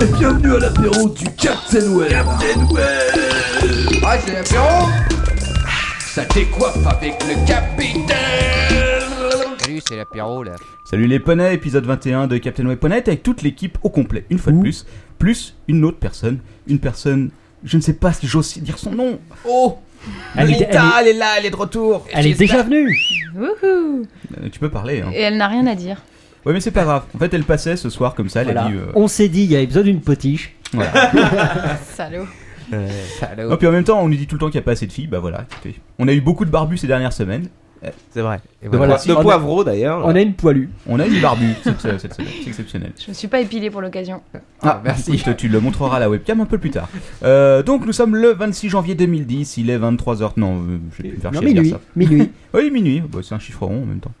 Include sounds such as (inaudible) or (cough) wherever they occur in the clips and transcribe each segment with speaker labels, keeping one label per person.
Speaker 1: et bienvenue à l'apéro du Captain Well. Captain Well.
Speaker 2: Ah, c'est l'apéro
Speaker 1: Ça décoiffe avec le capitaine.
Speaker 2: Salut, c'est l'apéro là.
Speaker 3: Salut les poneys, épisode 21 de Captain Webponet avec toute l'équipe au complet, une fois de plus, plus une autre personne, une personne, je ne sais pas si j'ose dire son nom.
Speaker 2: Oh
Speaker 4: Elle est- elle
Speaker 2: Lolita, elle, est là, elle est de retour.
Speaker 4: Elle est déjà venue
Speaker 5: Wouhou
Speaker 3: Euh, tu peux parler. Hein.
Speaker 5: Et elle n'a rien à dire.
Speaker 3: Ouais mais c'est pas grave. En fait elle passait ce soir comme ça, elle a
Speaker 4: Voilà.
Speaker 3: dit. euh,
Speaker 4: On s'est dit, il y a besoin d'une potiche. (laughs) Euh,
Speaker 3: voilà.
Speaker 5: Salaud.
Speaker 3: Non, puis en même temps on nous dit tout le temps qu'il n'y a pas assez de filles, bah voilà. écoutez. On a eu beaucoup de barbus ces dernières semaines.
Speaker 6: C'est vrai.
Speaker 4: voilà.
Speaker 6: de
Speaker 4: On a-
Speaker 6: poivreau d'ailleurs.
Speaker 4: On a une poilue.
Speaker 3: On a eu des barbus cette, euh, cette semaine, c'est
Speaker 4: (laughs)
Speaker 3: exceptionnel.
Speaker 5: Je me suis pas épilée pour l'occasion.
Speaker 3: Ah, merci. tu le montreras à la webcam un peu plus tard. Euh, donc nous sommes le 26 janvier 2010, il est 23h. Non, euh, je vais plus me faire
Speaker 4: Non,
Speaker 3: chier à dire
Speaker 4: minuit.
Speaker 3: ça.
Speaker 4: Minuit.
Speaker 3: Oui, minuit, Bah, c'est un chiffre rond en même temps.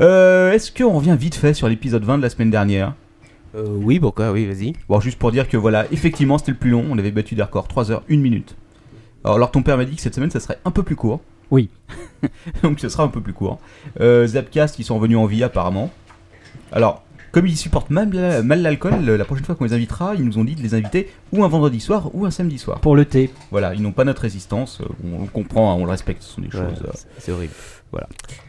Speaker 3: Euh, Est-ce qu'on revient vite fait sur l'épisode 20 de la semaine dernière
Speaker 6: Euh, oui, pourquoi Oui, vas-y.
Speaker 3: Bon, juste pour dire que voilà, effectivement, c'était le plus long, on avait battu des records, 3 heures, 1 minute. Alors, alors ton père m'a dit que cette semaine, ça serait un peu plus court.
Speaker 4: Oui.
Speaker 3: (laughs) Donc, ce sera un peu plus court. Euh, Zapcast, ils sont revenus en vie apparemment. Alors, comme ils supportent mal la- mal l'alcool, la prochaine fois qu'on les invitera, ils nous ont dit de les inviter ou un vendredi soir ou un samedi soir.
Speaker 4: Pour le thé.
Speaker 3: Voilà, ils n'ont pas notre résistance, euh, on, on comprend, hein, on le respecte, ce sont des choses. euh,
Speaker 6: C'est horrible.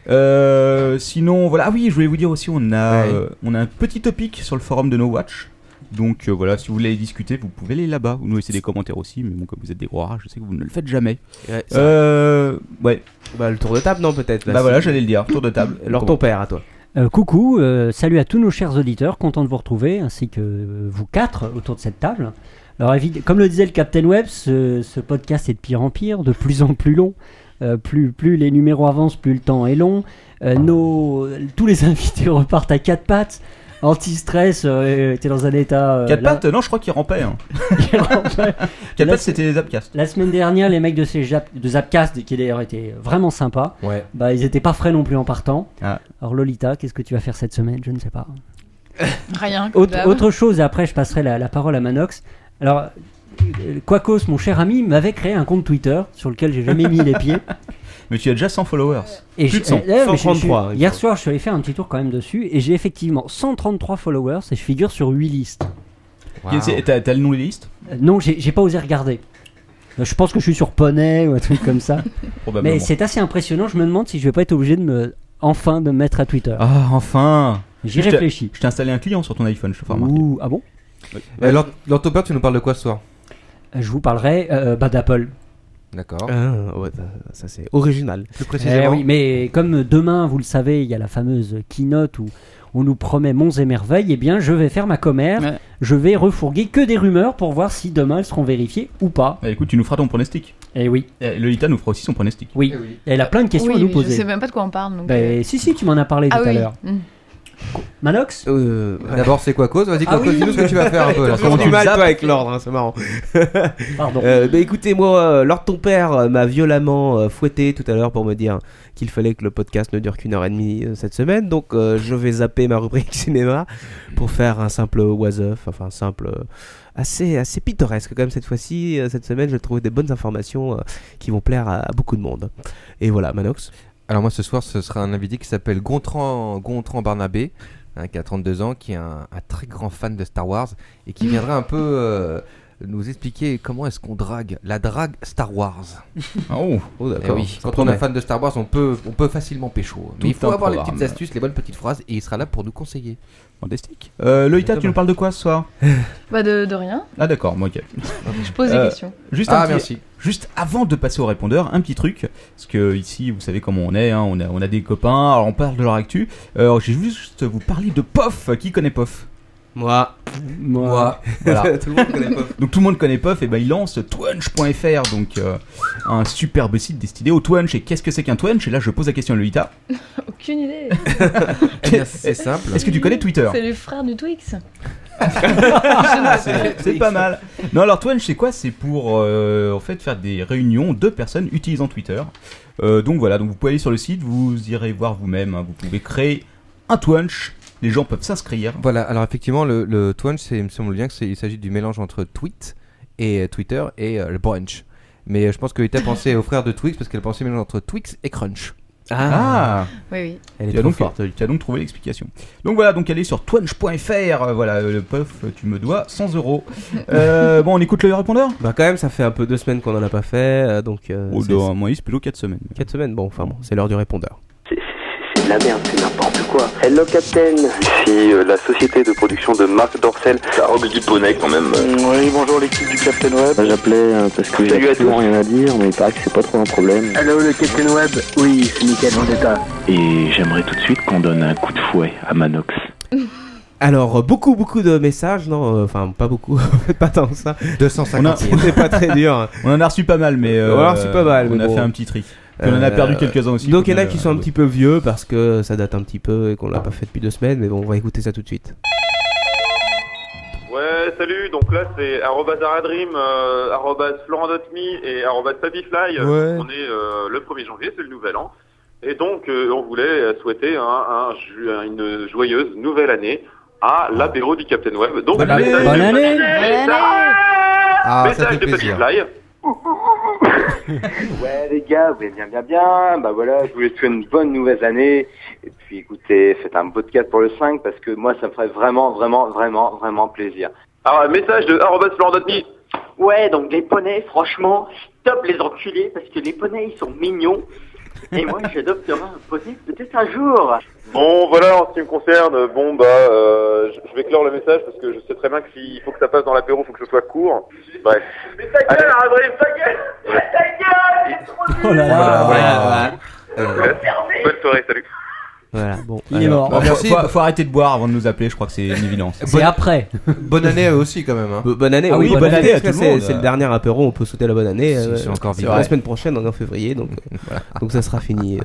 Speaker 3: euh, sinon, voilà. Ah oui, je voulais vous dire aussi, on a,
Speaker 6: Ouais.
Speaker 3: euh, on a un petit topic sur le forum de No Watch. Donc euh, voilà, si vous voulez discuter, vous pouvez aller là-bas. Vous nous laissez des commentaires aussi, mais bon, comme vous êtes des gros rares, je sais que vous ne le faites jamais.
Speaker 6: Ouais, ça-
Speaker 3: Euh, ouais,
Speaker 6: Bah, le tour de table, non, peut-être là,
Speaker 3: bah
Speaker 6: si-
Speaker 3: voilà, j'allais le dire. Tour de table.
Speaker 6: Alors, ton
Speaker 3: Comment-
Speaker 6: père, à
Speaker 3: (laughs)
Speaker 6: toi.
Speaker 4: Euh, coucou, euh, salut à tous nos chers auditeurs, content de vous retrouver, ainsi que euh, vous quatre autour de cette table. Alors, évi- comme le disait le Captain Web, ce, ce podcast est de pire en pire, de plus en plus long. Euh, plus, plus les numéros avancent, plus le temps est long. Euh, nos, tous les (laughs) invités repartent à quatre pattes. Anti-stress, euh, était dans un état. euh,
Speaker 3: Quatre
Speaker 4: là-
Speaker 3: pattes Non, je crois qu'il rampait. Hein. Quatre
Speaker 4: Là,
Speaker 3: pattes, c'était les upcasts.
Speaker 4: La semaine dernière, les mecs de, ces Jap- de Zapcast, qui d'ailleurs étaient vraiment sympas,
Speaker 6: Ouais.
Speaker 4: bah, ils étaient pas frais non plus en partant.
Speaker 3: Ah.
Speaker 4: Alors Lolita, qu'est-ce que tu vas faire cette semaine Je ne sais pas.
Speaker 5: Rien. comme
Speaker 4: Autre,
Speaker 5: d'hab.
Speaker 4: autre chose, et après je passerai la, la parole à Manox. Alors, euh, Quacos, mon cher ami, m'avait créé un compte Twitter sur lequel j'ai jamais mis les pieds.
Speaker 3: (laughs) Mais tu as déjà 100 followers.
Speaker 4: Et
Speaker 3: Plus
Speaker 4: je-
Speaker 3: de 100.
Speaker 4: eh, mais je- je-
Speaker 6: 133, hein, il
Speaker 4: hier
Speaker 6: faut.
Speaker 4: soir, je suis allé faire un petit tour quand même dessus et j'ai effectivement 133 followers et je figure sur 8 listes.
Speaker 3: C'est- T'as t'as le nom des listes
Speaker 4: Euh, non, j'ai j'ai pas osé regarder. Euh, Je pense que je suis sur Poney ou un truc comme ça.
Speaker 3: (laughs) Probablement.
Speaker 4: Mais c'est assez impressionnant. Je me demande si je vais pas être obligé de me enfin de me mettre à Twitter.
Speaker 3: Ah, enfin
Speaker 4: J'y
Speaker 3: je t'ai-
Speaker 4: réfléchis.
Speaker 3: Je t'ai installé un client sur ton iPhone, je te fais remarquer.
Speaker 4: Ouh, ah bon
Speaker 6: Euh, alors, alors, ton père, tu nous parles de quoi ce soir
Speaker 4: Je vous parlerai euh, bah, d'Apple.
Speaker 6: D'accord. Ah, ouais, ça, ça, c'est original. Plus précisément.
Speaker 4: Eh oui, mais comme demain, vous le savez, il y a la fameuse keynote où on nous promet monts et merveilles, eh bien, je vais faire ma commère.
Speaker 5: Ouais.
Speaker 4: Je vais refourguer que des rumeurs pour voir si demain elles seront vérifiées ou pas.
Speaker 3: Bah, écoute, tu nous feras ton pronostic.
Speaker 4: Eh oui,
Speaker 3: Eh, Lolita nous fera aussi son pronostic.
Speaker 6: Eh
Speaker 4: oui. Elle a plein de questions
Speaker 5: Oui,
Speaker 4: à nous
Speaker 5: mais
Speaker 4: poser.
Speaker 5: Je sais même pas de quoi on parle. Donc... euh,
Speaker 4: Ben, si, si, tu m'en as parlé
Speaker 5: Ah
Speaker 4: tout à
Speaker 5: oui.
Speaker 4: l'heure.
Speaker 5: Mm. (laughs)
Speaker 4: Manox
Speaker 6: Euh, D'abord, c'est quoi cause Vas-y, quoi
Speaker 4: Ah
Speaker 6: cause,
Speaker 4: oui.
Speaker 6: dis-nous ce que tu vas faire
Speaker 4: (laughs)
Speaker 6: un peu. là.
Speaker 3: Comment tu
Speaker 6: du mal,
Speaker 3: zappes
Speaker 6: toi, avec l'ordre, hein, c'est marrant. (laughs)
Speaker 4: Pardon.
Speaker 6: Euh, bah écoutez, moi, euh, Lord ton père euh, m'a violemment euh, fouetté tout à l'heure pour me dire qu'il fallait que le podcast ne dure qu'une heure et demie euh, cette semaine, donc euh, je vais zapper ma rubrique (laughs) cinéma pour faire un simple was-of, enfin un simple euh, assez assez pittoresque comme cette fois-ci. euh, cette semaine, je trouve des bonnes informations euh, qui vont plaire à, à beaucoup de monde. Et voilà, Manox.
Speaker 7: Alors moi ce soir ce sera un invité qui s'appelle Gontran, Gontran Barnabé, hein, qui a 32 ans, qui est un, un très grand fan de Star Wars et qui viendra un peu euh, nous expliquer comment est-ce qu'on drague, la drague Star Wars.
Speaker 3: (laughs) Oh
Speaker 6: Oh
Speaker 7: Eh oui, quand on est fan de Star Wars on peut, on peut facilement pécho. Mais
Speaker 3: Tout
Speaker 7: il faut
Speaker 3: un
Speaker 7: avoir les
Speaker 3: programme.
Speaker 7: petites astuces, les bonnes petites phrases Ah, et il sera là pour nous conseiller.
Speaker 3: Fantastique. Euh, Loïta, tu nous parles de quoi ce soir
Speaker 5: (laughs) Bah de, de rien.
Speaker 3: Ah d'accord, bon, ok.
Speaker 5: (laughs) Je pose des
Speaker 3: Euh,
Speaker 5: questions.
Speaker 3: Juste, un
Speaker 7: Ah
Speaker 3: petit-
Speaker 7: merci.
Speaker 3: juste avant de passer au répondeur, un petit truc, parce que ici, vous savez comment on est, hein, on, a, on a des copains, alors on parle de leur actu. Alors j'ai juste vous parler de Pof, qui connaît Pof
Speaker 6: Moi,
Speaker 4: Moi.
Speaker 3: Voilà. (laughs)
Speaker 6: tout le monde connaît pas.
Speaker 3: Donc tout le monde connaît Puff, et ben il lance Twunch.fr, donc euh, un superbe site destiné au Twunch. Et qu'est-ce que c'est qu'un Twunch Et là je pose la question à Lolita.
Speaker 5: Aucune idée.
Speaker 7: Eh bien, c'est simple.
Speaker 3: Est-ce que tu connais Twitter
Speaker 5: C'est le frère du
Speaker 4: (laughs)
Speaker 5: Twix.
Speaker 3: C'est pas mal. Non, alors Twitch, c'est quoi C'est pour euh, en fait faire des réunions de personnes utilisant Twitter. Euh, donc voilà, donc vous pouvez aller sur le site, vous irez voir vous-même. hein. Vous pouvez créer un Twitch. Les gens peuvent s'inscrire.
Speaker 7: Voilà, alors effectivement le, le Twunch c'est, il me semble bien que c'est, il s'agit du mélange entre tweet et euh, Twitter et euh, le brunch. Mais euh, je pense que Ita pensait aux frères de Twix parce qu'elle pensait mélange entre Twix et Crunch.
Speaker 3: Ah,
Speaker 5: Oui, oui.
Speaker 6: elle est
Speaker 3: tu, as
Speaker 6: trop
Speaker 3: donc,
Speaker 6: forte.
Speaker 3: tu as donc trouvé l'explication. Donc voilà, donc allez sur twunch.fr. euh, Voilà, euh, le puff, tu me dois 100 euros. Euh, bon, on écoute le répondeur
Speaker 6: Bah quand même, ça fait un peu deux semaines qu'on en a pas fait, euh, donc euh,
Speaker 3: Oh,
Speaker 6: c'est-
Speaker 3: dans un mois, c'est plutôt 4 semaines.
Speaker 6: c'est quatre semaines. Bon, enfin bon, c'est l'heure du répondeur.
Speaker 8: C'est- c'est- C'est de la merde, c'est n'importe quoi. Hello Captain
Speaker 9: Si euh, la société de production de Marc Dorcel.
Speaker 1: Ça robe du poney quand même.
Speaker 9: Mm, Oui, bonjour l'équipe du Captain Web.
Speaker 8: Bah, J'appelais euh, parce que
Speaker 9: Salut à
Speaker 8: j'ai
Speaker 9: tous.
Speaker 8: absolument rien à dire, mais il paraît que c'est pas trop un problème.
Speaker 9: Allô le Captain Web Oui, c'est Michael Vendetta.
Speaker 10: Et j'aimerais tout de suite qu'on donne un coup de fouet à Manox.
Speaker 6: Alors euh, beaucoup beaucoup de messages, non, euh, enfin pas beaucoup, (laughs) en fait, pas tant que ça. (laughs)
Speaker 7: 250
Speaker 6: C'était pas très dur. hein.
Speaker 3: On en a reçu pas mal, mais euh,
Speaker 6: On en a reçu pas mal,
Speaker 3: on
Speaker 6: mais
Speaker 3: a
Speaker 6: bon.
Speaker 3: fait un petit tri. Puis on en a
Speaker 6: Euh,
Speaker 3: perdu quelques-uns aussi.
Speaker 6: Donc il y en a
Speaker 3: Euh,
Speaker 6: qui sont un petit peu vieux parce que ça date un petit peu et qu'on l'a pas fait depuis deux semaines, mais bon, on va écouter ça tout de suite.
Speaker 11: Ouais, salut. Donc là, c'est arrobas aradream, euh, arrobas florent.me et arrobas fabifly. Euh, On est euh, le 1er janvier, c'est le nouvel an. Et donc, euh, on voulait euh, souhaiter un, un ju- un- une joyeuse nouvelle année à l'apéro du Captain Web. Donc,
Speaker 7: Bonne année.
Speaker 11: message de
Speaker 4: Bah, Bonne année.
Speaker 11: Fabifly.
Speaker 7: Ah, ça
Speaker 11: Message
Speaker 7: fait
Speaker 11: de
Speaker 7: plaisir.
Speaker 11: Fabifly.
Speaker 9: Ouais les gars, vous allez bien bien bien. Bah voilà, je voulais souhaiter une bonne nouvelle année. Et puis écoutez, faites un podcast pour le 5 parce que moi ça me ferait vraiment vraiment vraiment vraiment plaisir.
Speaker 11: Alors, Ah, message de arrobas florent.me.
Speaker 9: Ouais, donc les poneys, franchement, stop les enculés parce que les poneys ils sont mignons. Et moi (laughs) j'adopterai un poney peut-être un jour.
Speaker 11: Bon, voilà, en ce qui me concerne, bon, bah, euh, je- je vais clore le message parce que je sais très bien que s'il faut que ça passe dans l'apéro, il faut que ce soit court. Bref. Mais ta gueule, Adrien, ta gueule
Speaker 4: Oh là là. Oh
Speaker 11: Euh, Bonne soirée, salut.
Speaker 6: Voilà, bon.
Speaker 4: Il est
Speaker 6: alors,
Speaker 4: mort.
Speaker 3: Bon, bah,
Speaker 7: Merci.
Speaker 3: Faut, faut- faut arrêter de boire avant de nous appeler, je crois que c'est une évidence.
Speaker 4: C'est
Speaker 3: (laughs)
Speaker 4: après.
Speaker 7: Bonne année à eux aussi quand même. Hein.
Speaker 6: bo- Bonne année.
Speaker 3: Ah oui, bonne année à
Speaker 6: parce que
Speaker 3: tout le
Speaker 6: c'est-
Speaker 3: monde. hein.
Speaker 6: C'est le dernier apéro, on peut souhaiter la bonne année.
Speaker 7: S'ils
Speaker 6: euh,
Speaker 7: sont encore
Speaker 6: c'est
Speaker 7: vivants.
Speaker 6: La semaine prochaine, on est en février,
Speaker 3: (laughs)
Speaker 6: donc euh, donc ça sera fini. euh.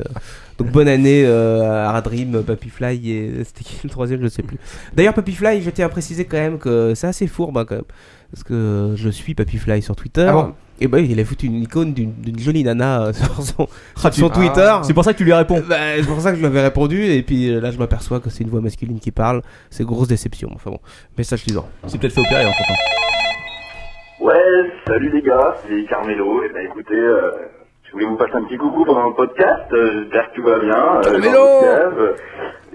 Speaker 6: Donc bonne année euh, à Radrim, Papyfly et euh, c'était qui le troisième, je sais plus. D'ailleurs Papyfly, je tiens à préciser quand même que c'est assez fourbe hein, quand même, parce que je suis Papyfly sur Twitter.
Speaker 7: Ah bon
Speaker 6: et ben il a foutu une icône d'une d'une jolie nana euh, sur son,
Speaker 3: Ah, tu-
Speaker 6: sur Twitter.
Speaker 3: C'est pour ça que tu lui réponds.
Speaker 6: Bah, c'est pour ça que je lui avais répondu et puis euh, là je m'aperçois que c'est une voix masculine qui parle. C'est grosse déception. Enfin bon, message suivant.
Speaker 3: C'est peut-être fait opérer en temps.
Speaker 9: Ouais, salut les gars, c'est Carmelo. Et ben écoutez, euh, je voulais vous passer un petit coucou pendant le podcast. Euh, J'espère que tout va bien. Euh,
Speaker 7: Carmelo
Speaker 9: dans vos rêves.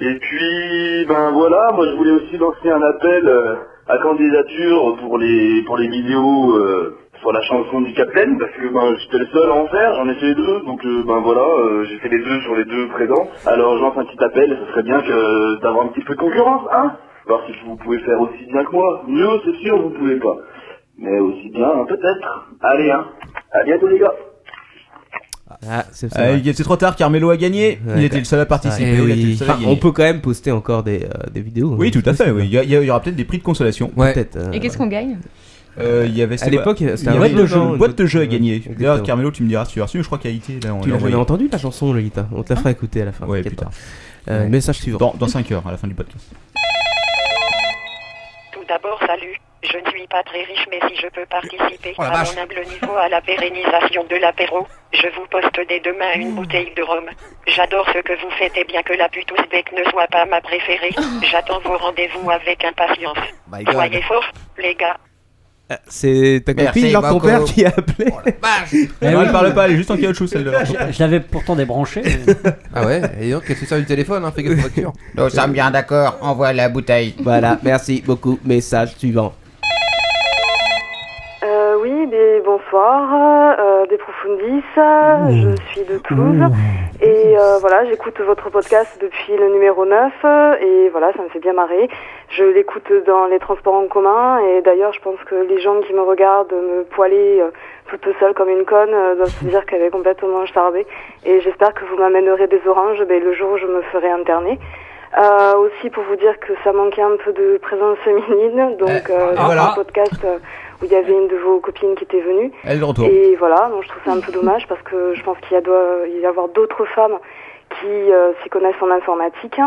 Speaker 9: Et puis, ben voilà, moi je voulais aussi lancer un appel euh, à candidature pour les pour les vidéos euh, sur la chanson du Capitaine, parce que ben j'étais le seul à en faire, j'en ai fait les deux, donc euh, ben voilà, euh, j'ai fait les deux sur les deux présents. Alors je lance un petit appel, ce serait bien que d'avoir un petit peu de concurrence, hein Voir si vous pouvez faire aussi bien que moi. Mieux, c'est sûr, vous pouvez pas mais aussi bien hein, peut-être. Allez, hein. À bientôt les gars.
Speaker 6: Ah, c'est c'est
Speaker 3: Ah,
Speaker 6: vrai.
Speaker 3: il- C'est trop tard, Carmelo a gagné.
Speaker 6: Ouais, Ah,
Speaker 3: il était le seul à participer.
Speaker 7: Eh
Speaker 3: il était
Speaker 7: oui.
Speaker 3: le seul à
Speaker 6: Enfin,
Speaker 3: gagner.
Speaker 6: on peut quand même poster encore des, euh, des vidéos.
Speaker 3: Oui,
Speaker 6: hein,
Speaker 3: tout à
Speaker 6: c'est
Speaker 3: fait.
Speaker 6: possible.
Speaker 3: oui. Il y, a- il y aura peut-être des prix de consolation.
Speaker 7: Ouais.
Speaker 6: Peut-être. euh,
Speaker 5: Et qu'est-ce qu'on gagne
Speaker 4: (laughs)
Speaker 3: Euh, il y avait,
Speaker 6: à l'époque, c'était
Speaker 3: il y
Speaker 6: un
Speaker 3: avait
Speaker 6: jeu de jeu,
Speaker 3: une boîte de jeu à gagner.
Speaker 6: Exactement.
Speaker 3: D'ailleurs, Carmelo, tu me diras si tu as reçu. mais Je crois qu'à IT, là, on
Speaker 6: tu
Speaker 3: l'a
Speaker 6: l'as jamais
Speaker 3: envoyé.
Speaker 6: entendu la chanson, Lolita On te la fera écouter à la fin.
Speaker 3: Hein Ouais,
Speaker 6: t'inquiète
Speaker 3: plus tard.
Speaker 6: pas. Euh, Message suivant.
Speaker 3: Dans, dans 5 heures, à la fin du podcast.
Speaker 12: Tout d'abord, salut. Je ne suis pas très riche, mais si je peux participer
Speaker 7: Oh la
Speaker 12: à
Speaker 7: vache.
Speaker 12: mon humble niveau à la pérennisation de l'apéro, je vous poste dès demain
Speaker 7: Mmh.
Speaker 12: une bouteille de rhum. J'adore ce que vous faites et bien que la putouse bec ne soit pas ma préférée, j'attends vos rendez-vous avec impatience.
Speaker 7: Oh. My God.
Speaker 12: Soyez forts, les gars.
Speaker 6: Ah, C'est ta
Speaker 7: Merci,
Speaker 6: copine, alors ton
Speaker 7: Marco.
Speaker 6: père, qui a appelé.
Speaker 4: Eh
Speaker 3: non,
Speaker 4: oui.
Speaker 3: (laughs) elle parle pas, elle est juste en caoutchouc celle-là.
Speaker 4: Je, je l'avais pourtant débranché. mais-
Speaker 7: Ah ouais Et donc, elle se sert du téléphone, hein, fais gaffe aux factures.
Speaker 2: Nous sommes bien d'accord, envoie la bouteille.
Speaker 6: Voilà, merci beaucoup. Message suivant.
Speaker 12: Euh, oui, bonsoir, des profundis, je suis de Toulouse. Et euh, voilà, j'écoute votre podcast depuis le numéro 9 euh, et voilà, ça me fait bien marrer. Je l'écoute dans les transports en commun et d'ailleurs, je pense que les gens qui me regardent me poiler euh, toute seule comme une conne euh, doivent se dire qu'elle est complètement charbée. Et j'espère que vous m'amènerez des oranges ben, le jour où je me ferai interner. Euh, aussi pour vous dire que ça manquait un peu de présence féminine, donc euh, dans
Speaker 3: voilà.
Speaker 12: un podcast euh, où il y avait une de vos copines qui était venue.
Speaker 3: Elle est de retour.
Speaker 12: Et voilà, bon, je trouve ça un peu dommage parce que je pense qu'il y a doit y avoir d'autres femmes qui euh, s'y connaissent en informatique.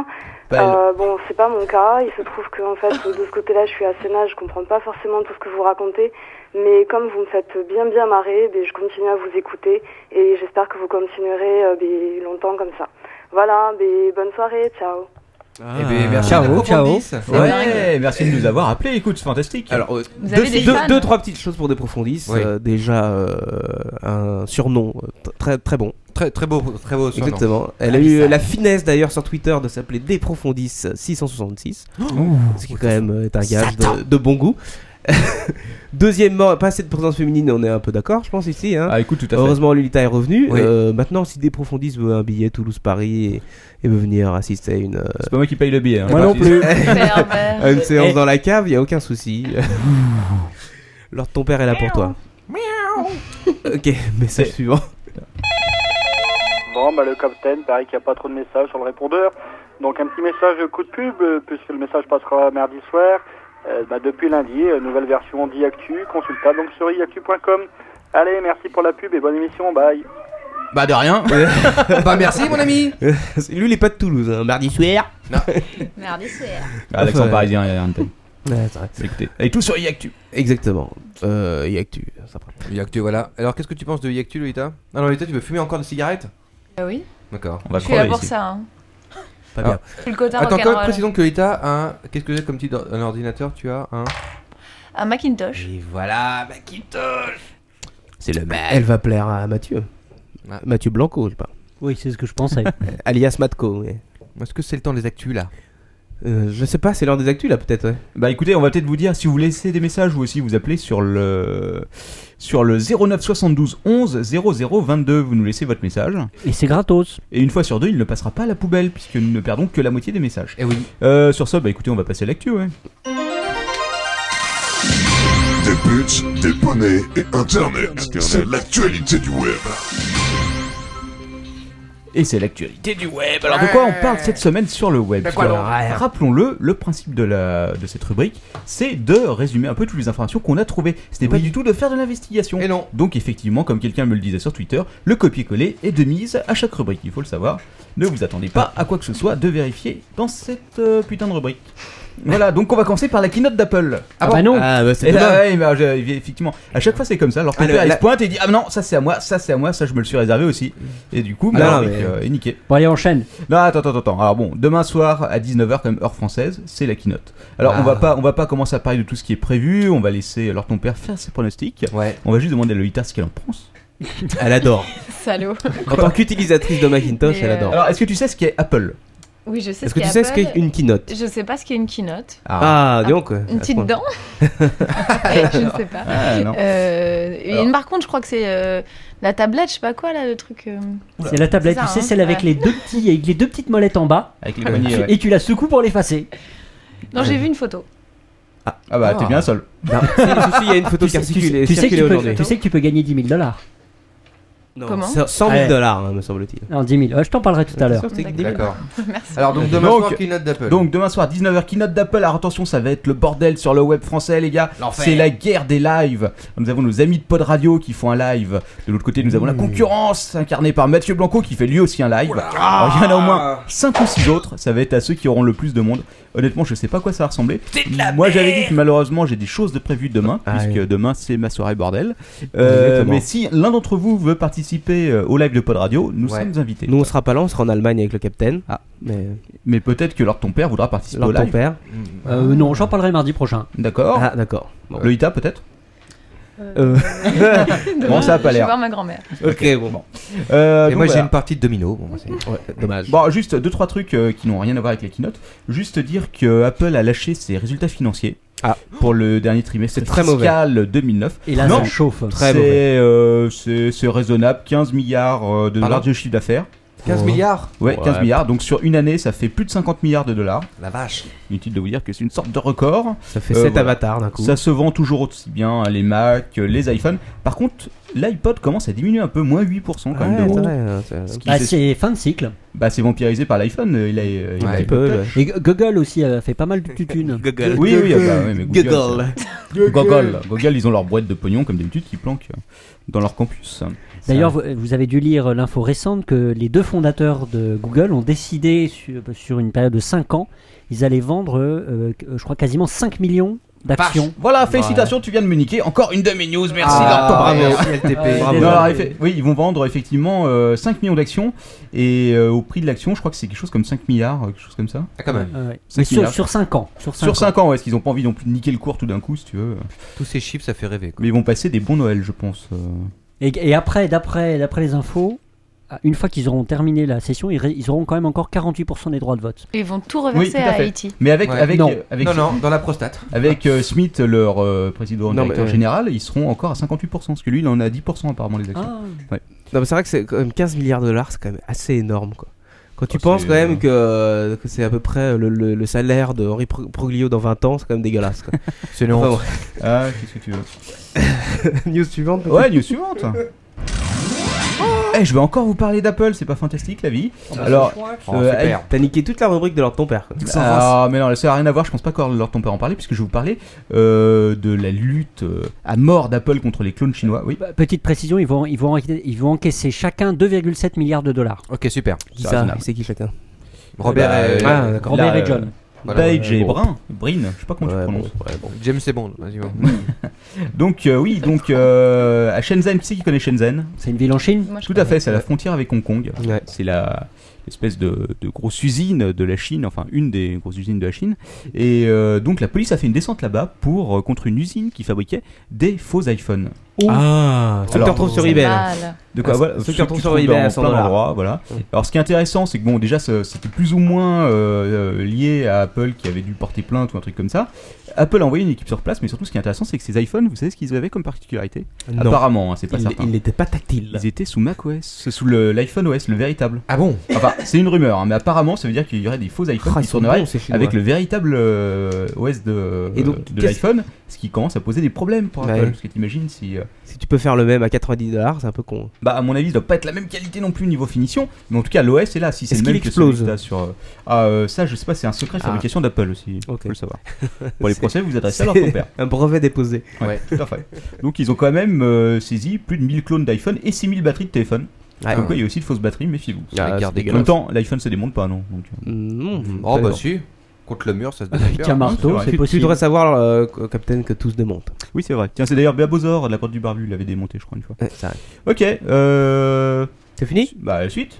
Speaker 3: Pas elle.
Speaker 12: Euh, bon, c'est pas mon cas. Il se trouve que en fait, de ce côté-là, je suis assez nage, je comprends pas forcément tout ce que vous racontez. Mais comme vous me faites bien bien marrer, ben, je continue à vous écouter et j'espère que vous continuerez euh, ben, longtemps comme ça. Voilà, ben, bonne soirée, ciao.
Speaker 7: Eh ben, merci
Speaker 4: Ah. Ciao,
Speaker 7: la
Speaker 5: Oh,
Speaker 13: Oh,
Speaker 7: profondis.
Speaker 3: Ouais, Eh, merci de nous avoir appelé. Écoute, c'est fantastique.
Speaker 7: Alors, euh,
Speaker 5: Vous
Speaker 6: Deux,
Speaker 5: avez des
Speaker 6: deux-
Speaker 5: fans
Speaker 6: deux, euh, trois petites choses pour des profondis.
Speaker 7: Oui.
Speaker 6: déjà, euh, un surnom euh, t- très très bon.
Speaker 7: Très, très beau, très beau. surnom.
Speaker 6: Exactement. Elle a eu euh, la finesse d'ailleurs sur Twitter de s'appeler Déprofondis
Speaker 3: (gasps)
Speaker 6: 666. ce qui quand même euh, est un gage de, de bon goût. (laughs) Deuxièmement, pas assez de présence féminine, on est un peu d'accord, je pense ici. hein.
Speaker 3: Ah, écoute, tout à fait.
Speaker 6: Heureusement, Lolita est revenue.
Speaker 3: Oui.
Speaker 6: Euh, maintenant, si Déprofondis veut un billet Toulouse-Paris et, et veut venir assister à une. euh, C'est
Speaker 3: pas moi qui paye le billet. hein.
Speaker 6: Moi non plus. à une séance
Speaker 3: Et-
Speaker 6: dans la cave, il n'y a aucun souci. Lord, ton père est là pour toi. ok, message suivant.
Speaker 14: Bon, bah, le capitaine, pareil qu'il n'y a pas trop de messages sur le répondeur. Donc, un petit message de coup de pub, euh, puisque le message passera mardi soir. Euh, bah, depuis lundi, euh, nouvelle version d'IACTU, consultable donc sur iactu.com. Allez, merci pour la pub et bonne émission, bye.
Speaker 3: Bah de rien.
Speaker 7: bah merci mon ami.
Speaker 6: (laughs) Lui, il est pas de Toulouse, hein. mardi soir.
Speaker 15: Mardi soir.
Speaker 5: Bah
Speaker 3: Ah, l'accent
Speaker 6: Ouais.
Speaker 3: parisien, il y a un thème.
Speaker 6: Ouais, c'est vrai.
Speaker 3: Écoutez, et tout sur Iactu.
Speaker 6: Exactement. Euh, Iactu, ça prend.
Speaker 7: Iactu, voilà. Alors qu'est-ce que tu penses de Iactu, Lolita Ah non, Lolita, tu veux fumer encore des cigarettes
Speaker 5: Bah oui.
Speaker 7: D'accord.
Speaker 3: On va
Speaker 5: Je suis là pour ça. hein.
Speaker 7: Pas
Speaker 6: bien.
Speaker 5: Le quota
Speaker 7: Attends, quand même,
Speaker 5: rock'n'roll.
Speaker 7: précisons que Lolita a un. Qu'est-ce que j'ai comme petit or- un ordinateur Tu as un.
Speaker 5: Un Macintosh.
Speaker 7: Et voilà, Macintosh
Speaker 6: C'est le même. Elle va plaire à Mathieu. Mathieu Blanco, je sais pas.
Speaker 4: Oui, c'est ce que je pensais.
Speaker 6: (laughs) Alias Matko, oui.
Speaker 7: Est-ce que c'est le temps des actus là
Speaker 6: Euh, je sais pas, c'est l'heure des actus là peut-être. Ouais.
Speaker 3: Bah écoutez, on va peut-être vous dire si vous laissez des messages ou aussi vous appelez sur le sur le 09 72 11 00 22, vous nous laissez votre message.
Speaker 4: Et c'est gratos.
Speaker 3: Et une fois sur deux, il ne passera pas à la poubelle puisque nous ne perdons que la moitié des messages.
Speaker 7: Et oui.
Speaker 3: sur ça, bah écoutez, on va passer à l'actu, ouais.
Speaker 1: Des buts, des poneys et Internet. C'est l'actualité du web.
Speaker 3: Et c'est l'actualité du web.
Speaker 6: bah
Speaker 3: Alors de quoi on parle cette semaine sur le web
Speaker 1: De quoi
Speaker 3: Parce que,
Speaker 1: donc
Speaker 3: alors, Rappelons-le, le principe de, la, de cette rubrique, c'est de résumer un peu toutes les informations qu'on a trouvées. Ce n'est pas du tout de faire de l'investigation. Et non. Donc effectivement, comme quelqu'un me le disait sur Twitter, le copier-coller est de mise à chaque rubrique, il faut le savoir. Ne vous attendez pas à quoi que ce soit de vérifier dans cette euh, putain de rubrique. Voilà, donc on va commencer par la keynote d'Apple.
Speaker 6: Ah bah non. Ah bah c'est
Speaker 3: Et
Speaker 6: dommage.
Speaker 3: là, ouais, bah, j'ai- effectivement, à chaque fois c'est comme ça. Alors ton
Speaker 6: Ah, le-
Speaker 3: père, il
Speaker 6: la-
Speaker 3: se pointe et il dit ah non, ça c'est à moi, ça c'est à moi, ça je me le suis réservé aussi. Et du coup,
Speaker 6: Ah,
Speaker 3: bah,
Speaker 6: non,
Speaker 3: avec,
Speaker 6: mais-
Speaker 3: euh, et niqué.
Speaker 4: Bon, allez, enchaîne.
Speaker 3: Non, attends, attends, attends. Alors bon, demain soir à 19h, quand même, heure française, c'est la keynote. Alors
Speaker 6: Ah.
Speaker 3: on va pas, on va pas commencer à parler de tout ce qui est prévu. On va laisser alors ton père faire ses pronostics. On va juste demander à Lolita ce qu'elle en pense.
Speaker 6: (laughs) Elle adore.
Speaker 5: Salaud.
Speaker 6: En tant qu'utilisatrice de Macintosh,
Speaker 5: Mais,
Speaker 6: elle
Speaker 5: euh,
Speaker 6: adore.
Speaker 3: Alors est-ce que tu sais ce qu'est Apple
Speaker 5: Oui, je sais
Speaker 6: Est-ce
Speaker 5: ce
Speaker 6: que
Speaker 5: qu'est
Speaker 6: tu sais ce
Speaker 5: Apple.
Speaker 6: qu'est une keynote
Speaker 5: Je sais pas ce qu'est une keynote.
Speaker 6: Ah, dis donc.
Speaker 5: Une petite
Speaker 6: (laughs)
Speaker 5: dent Je sais pas.
Speaker 6: Ah, non.
Speaker 5: Euh, et
Speaker 6: Alors.
Speaker 5: par contre, je crois que c'est euh, la tablette, je sais pas quoi là, le truc. euh,
Speaker 4: C'est la tablette,
Speaker 5: c'est ça,
Speaker 4: tu sais,
Speaker 5: hein,
Speaker 4: celle avec
Speaker 5: ouais.
Speaker 4: les deux petits, avec les deux petites molettes en bas.
Speaker 3: Avec les poignées,
Speaker 4: Tu-
Speaker 3: ouais.
Speaker 4: Et tu la secoues pour l'effacer.
Speaker 5: Non, j'ai vu une photo.
Speaker 3: Ah, bah t'es bien seul.
Speaker 6: il y a une photo qui a
Speaker 4: tu,
Speaker 6: circulé-
Speaker 4: sais- tu sais que
Speaker 6: circulé
Speaker 4: tu peux,
Speaker 6: aujourd'hui.
Speaker 4: tu sais que tu peux gagner 10 000 dollars.
Speaker 5: Comment
Speaker 6: C'est 100 000 dollars, hein, me semble-t-il.
Speaker 4: Non, 10 000. Ouais, je t'en parlerai tout à l'heure. (laughs)
Speaker 7: D'accord. Alors donc demain soir, keynote d'Apple.
Speaker 3: Donc demain soir 19h keynote d'Apple. Alors attention, ça va être le bordel sur le web français les gars.
Speaker 7: L'enfer.
Speaker 3: C'est la guerre des lives. Nous avons nos amis de Pod Radio qui font un live. De l'autre côté, nous avons la concurrence incarnée par Mathieu Blanco qui fait lui aussi un live. Alors, il y en a au moins 5 ou 6 autres, ça va être à ceux qui auront le plus de monde. Honnêtement, je sais pas à quoi ça va ressembler. Moi j'avais dit que malheureusement j'ai des choses de prévues demain, puisque demain c'est ma soirée bordel. Euh,
Speaker 6: Exactement.
Speaker 3: mais si l'un d'entre vous veut participer euh, au live de Pod Radio, nous
Speaker 6: Ouais.
Speaker 3: sommes invités.
Speaker 6: Nous, on sera pas là, on sera en Allemagne avec le capitaine.
Speaker 3: Ah.
Speaker 6: Mais
Speaker 3: Mais peut-être que leur ton père voudra participer
Speaker 6: Lord
Speaker 3: au live.
Speaker 6: ton père.
Speaker 4: Euh, non, j'en parlerai mardi prochain.
Speaker 3: D'accord.
Speaker 6: Ah, d'accord. Bon.
Speaker 3: Le Ita peut-être
Speaker 5: Euh. (laughs)
Speaker 3: Bon, ça a pas
Speaker 5: Je vais
Speaker 3: l'air.
Speaker 5: voir ma grand-mère.
Speaker 6: Ok, bon.
Speaker 3: Euh,
Speaker 7: Et
Speaker 3: donc
Speaker 7: moi j'ai
Speaker 3: voilà.
Speaker 7: une partie de domino. Bon, c'est-
Speaker 6: bah, dommage.
Speaker 3: Bon, juste deux trois trucs euh, qui n'ont rien à voir avec les keynotes. Juste dire que Apple a lâché ses résultats financiers pour le dernier trimestre
Speaker 6: Ah. C'est très
Speaker 3: fiscal 2009.
Speaker 4: Et là,
Speaker 3: non,
Speaker 4: ça chauffe.
Speaker 6: Très
Speaker 3: c'est,
Speaker 6: mauvais.
Speaker 3: euh, c'est c'est raisonnable, 15 milliards euh, de dollars de chiffre d'affaires.
Speaker 7: 15
Speaker 3: Ouais.
Speaker 7: milliards
Speaker 3: Ouais, 15
Speaker 7: Ouais.
Speaker 3: milliards. Donc sur une année, ça fait plus de 50 milliards de dollars.
Speaker 7: La vache.
Speaker 3: Inutile de vous dire que c'est une sorte de record. Euh,
Speaker 6: Ça fait sept avatars d'un coup.
Speaker 3: Ça se vend toujours aussi bien, hein, les Mac, euh, les iPhones. Par contre, l'iPod commence à diminuer un peu, moins 8% quand même de
Speaker 6: Ouais,
Speaker 3: vente.
Speaker 6: ouais, ouais, c'est-
Speaker 3: Ce qui
Speaker 4: Bah,
Speaker 3: s'est-
Speaker 4: c'est fin de cycle.
Speaker 3: bah, c'est vampirisé par l'iPhone, euh, il a, euh, il a
Speaker 6: Ouais,
Speaker 3: Apple
Speaker 6: Apple,
Speaker 3: Touch.
Speaker 4: Et G- Google aussi a fait pas mal de
Speaker 3: (laughs)
Speaker 4: tutunes.
Speaker 3: Google. Oui, oui, ah bah, oui, mais Google. Google. Google. Google, ils ont leur boîte de pognon, comme d'habitude, qui planquent euh, dans leur campus.
Speaker 4: D'ailleurs, vous, vous avez dû lire l'info récente que les deux fondateurs de Google ont décidé sur, sur une période de 5 ans, ils allaient vendre, euh, euh, je crois, quasiment 5 millions d'actions.
Speaker 3: Voilà, félicitations, tu viens de me niquer. Encore une de mes news, merci
Speaker 4: Ah,
Speaker 3: Lord Tom.
Speaker 4: merci, LTP. Ouais,
Speaker 3: Bravo.
Speaker 4: désolé.
Speaker 3: Non, alors, effe- oui, ils vont vendre effectivement euh, 5 millions d'actions et euh, au prix de l'action, je crois que c'est quelque chose comme 5 milliards, euh, quelque chose comme ça.
Speaker 7: Ah, quand même.
Speaker 4: Ah, ouais.
Speaker 3: 5
Speaker 4: Mais sur-
Speaker 3: milliards.
Speaker 4: sur cinq ans, sur cinq
Speaker 3: Sur 5 ans, ouais, parce qu'ils ont pas envie non plus de niquer le cours tout d'un coup, si tu veux.
Speaker 7: Tous ces chiffres, ça fait rêver.
Speaker 3: Mais ils vont passer des bons Noël, je pense. euh.
Speaker 4: Et, et après, d'après, d'après les infos, ah, une fois qu'ils auront terminé la session, ils, ré- ils auront quand même encore 48% des droits de vote.
Speaker 5: Ils vont tout
Speaker 3: Oui,
Speaker 5: reverser
Speaker 3: tout à
Speaker 5: à,
Speaker 3: fait.
Speaker 5: Haïti.
Speaker 3: Mais avec, avec,
Speaker 6: euh,
Speaker 4: Non.
Speaker 3: avec
Speaker 7: Non, non, dans la prostate.
Speaker 3: Avec euh, Smith, leur euh, président
Speaker 6: Non,
Speaker 3: directeur
Speaker 6: mais, euh,
Speaker 3: général, ils seront encore à 58%, parce que lui, il en a 10% apparemment les actions. Ouais.
Speaker 6: Ah. Non, mais c'est vrai que c'est quand même 15 milliards de dollars, c'est quand même assez énorme. Quoi. Quand tu
Speaker 3: Oh,
Speaker 6: penses
Speaker 3: c'est-
Speaker 6: quand même que, euh, que c'est à peu près le, le- le salaire de Henri Pro- Proglio dans 20 ans, c'est quand même dégueulasse. quoi.
Speaker 3: (laughs) C'est une honte.
Speaker 6: Enfin,
Speaker 3: Ah, qu'est-ce que tu veux
Speaker 6: (laughs) News suivante peut-être
Speaker 3: Ouais,
Speaker 6: (laughs)
Speaker 3: news suivante Eh, je vais encore vous parler d'Apple, c'est pas fantastique la
Speaker 6: Ah,
Speaker 3: vie. Alors, euh,
Speaker 6: Oh, super. t'as niqué bah, toute la rubrique de leur ton père. quoi.
Speaker 3: Ah, mais non, ça n'a rien à voir, je pense pas qu'Or leur ton père en parler, puisque je vais vous parler euh, de la lutte euh, à mort d'Apple contre les clones chinois.
Speaker 6: Bah,
Speaker 3: Oui,
Speaker 4: Petite précision, ils vont, ils vont, enquêter- ils vont encaisser chacun 2,7 milliards de dollars.
Speaker 7: Ok, super.
Speaker 6: Qui ça Ah, C'est qui chacun
Speaker 7: Robert
Speaker 3: Bah,
Speaker 7: et...
Speaker 3: euh, Ah, d'accord. Robert et John.
Speaker 6: euh,
Speaker 3: Page et Brin.
Speaker 7: Brun.
Speaker 3: Brin, je sais pas comment tu le prononces. Mm.
Speaker 7: James c'est bon, vas-y. bon.
Speaker 6: (laughs)
Speaker 3: donc euh, oui, donc euh, à Shenzhen, qui c'est qui connaît Shenzhen
Speaker 4: C'est une ville en Chine
Speaker 5: Moi, je
Speaker 3: Tout à
Speaker 5: connais.
Speaker 3: fait, c'est à la frontière avec Hong Kong. C'est la espèce de, de grosse usine de la Chine, enfin une des grosses usines de la Chine. Et euh, donc la police a fait une descente là-bas pour euh, contre une usine qui fabriquait des faux iPhones.
Speaker 6: Oh. Ah, ceux que tu retrouves sur C'est eBay, là. mal.
Speaker 3: De quoi
Speaker 6: Ah,
Speaker 3: voilà,
Speaker 6: ceux que tu
Speaker 3: ceux
Speaker 6: retrouves sur
Speaker 3: trouves
Speaker 6: eBay à
Speaker 3: dans
Speaker 6: 100
Speaker 3: plein
Speaker 6: dollars.
Speaker 3: d'endroits, voilà.
Speaker 6: Mm.
Speaker 3: Alors ce qui est intéressant, c'est que bon, déjà ça- c'était plus ou moins euh, euh, lié à Apple qui avait dû porter plainte ou un truc comme ça. Apple a envoyé une équipe sur place, mais surtout ce qui est intéressant, c'est que ces iPhones, vous savez ce qu'ils avaient comme particularité
Speaker 6: Non.
Speaker 3: Apparemment, hein, c'est pas
Speaker 6: Ils-
Speaker 3: certain.
Speaker 6: ils n'étaient pas tactiles.
Speaker 3: Ils étaient sous macOS, euh, sous le- l'iPhone OS, le véritable. Ah bon Enfin, c'est une rumeur, hein, mais apparemment, ça veut dire qu'il y aurait des faux iPhones
Speaker 6: Ah, ils
Speaker 3: qui
Speaker 6: sont
Speaker 3: tourneraient
Speaker 6: bons, ces Chinois.
Speaker 3: avec le véritable euh, OS de,
Speaker 6: Et donc,
Speaker 3: de
Speaker 6: qu'est-ce-
Speaker 3: l'iPhone, ce qui commence à poser des problèmes pour
Speaker 6: Ouais.
Speaker 3: Apple. Parce que t'imagines si. euh,
Speaker 6: Si tu peux faire le même à 90 dollars, c'est un peu con. hein.
Speaker 3: bah, à mon avis, ça doit pas être la même qualité non plus niveau finition, mais en tout cas, l'OS est là. Si c'est
Speaker 6: Est-ce
Speaker 3: le même
Speaker 6: qu'il
Speaker 3: que celui
Speaker 6: explose
Speaker 3: que t'as sur. euh, Ah, euh, ça, je sais pas, c'est un secret de
Speaker 6: Ah.
Speaker 3: fabrication d'Apple aussi. Faut le savoir.
Speaker 6: (laughs)
Speaker 3: Pour les
Speaker 6: C'est-
Speaker 3: procès, vous vous adressez à leur
Speaker 6: c'est
Speaker 3: compère.
Speaker 6: Un brevet déposé.
Speaker 3: Ouais, tout à fait. Donc, ils ont quand même euh, saisi plus de 1000 clones d'iPhone et 6000 batteries de téléphone.
Speaker 6: Ouais.
Speaker 3: Comme quoi, il y a aussi de fausses batteries, méfiez-vous.
Speaker 7: Ah, c'est
Speaker 3: En
Speaker 7: dégueulasse.
Speaker 3: même temps, l'iPhone se démonte pas, non Donc, euh,
Speaker 6: Mm,
Speaker 7: Oh bah
Speaker 3: d'accord.
Speaker 7: si, contre le
Speaker 3: (laughs)
Speaker 7: mur, ça se donne bien.
Speaker 6: Tu- Tu devrais savoir, euh, qu- Captain, que tout se démonte.
Speaker 3: Oui, c'est vrai. Tiens, c'est d'ailleurs Babozor de la porte du barbu, il l'avait démonté, je crois, une fois.
Speaker 6: Ouais, c'est vrai.
Speaker 3: Ok, euh.
Speaker 6: C'est fini
Speaker 3: Bah, la suite.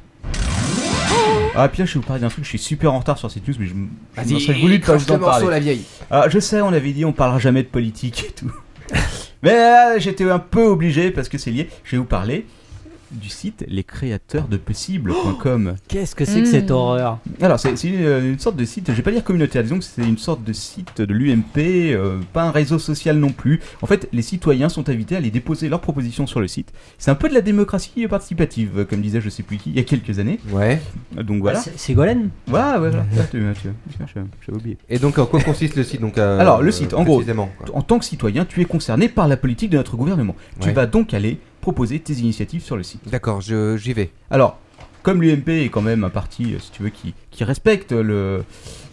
Speaker 3: Ah, puis là, je vais vous parler d'un truc, je suis super en retard sur cette news, mais je m- je
Speaker 7: Vas-y,
Speaker 3: m'en serais voulu de pas
Speaker 7: crache
Speaker 3: vous en
Speaker 7: le morceau,
Speaker 3: parler.
Speaker 7: la vieille.
Speaker 3: Ah, je sais, on avait dit on parlera jamais de politique et tout. mais là, j'étais un peu obligé parce que c'est lié. Je vais vous parler du site lescréateursdepossible.com.
Speaker 4: Qu'est-ce que c'est que cette horreur
Speaker 3: Alors, c'est c'est une, une sorte de site, je vais pas dire communautaire, disons que c'est une sorte de site de l'UMP, euh, pas un réseau social non plus. En fait, les citoyens sont invités à aller déposer leurs propositions sur le site. C'est un peu de la démocratie participative, comme disait je sais plus qui, il y a quelques années.
Speaker 7: Ouais.
Speaker 3: Donc voilà.
Speaker 4: Ah, c'est- Ségolène
Speaker 3: Ouais, ouais, voilà. Ah, tu- tu- tu- j'avais oublié.
Speaker 7: Et donc, en quoi consiste le site donc, euh,
Speaker 3: Alors, le site, en gros,
Speaker 7: précisément,
Speaker 3: t- en tant que citoyen, tu es concerné par la politique de notre gouvernement. Tu
Speaker 7: Ouais.
Speaker 3: vas donc aller proposer tes initiatives sur le site.
Speaker 7: D'accord, je- j'y vais.
Speaker 3: Alors, comme l'UMP est quand même un parti, euh, si tu veux, qui, qui respecte le.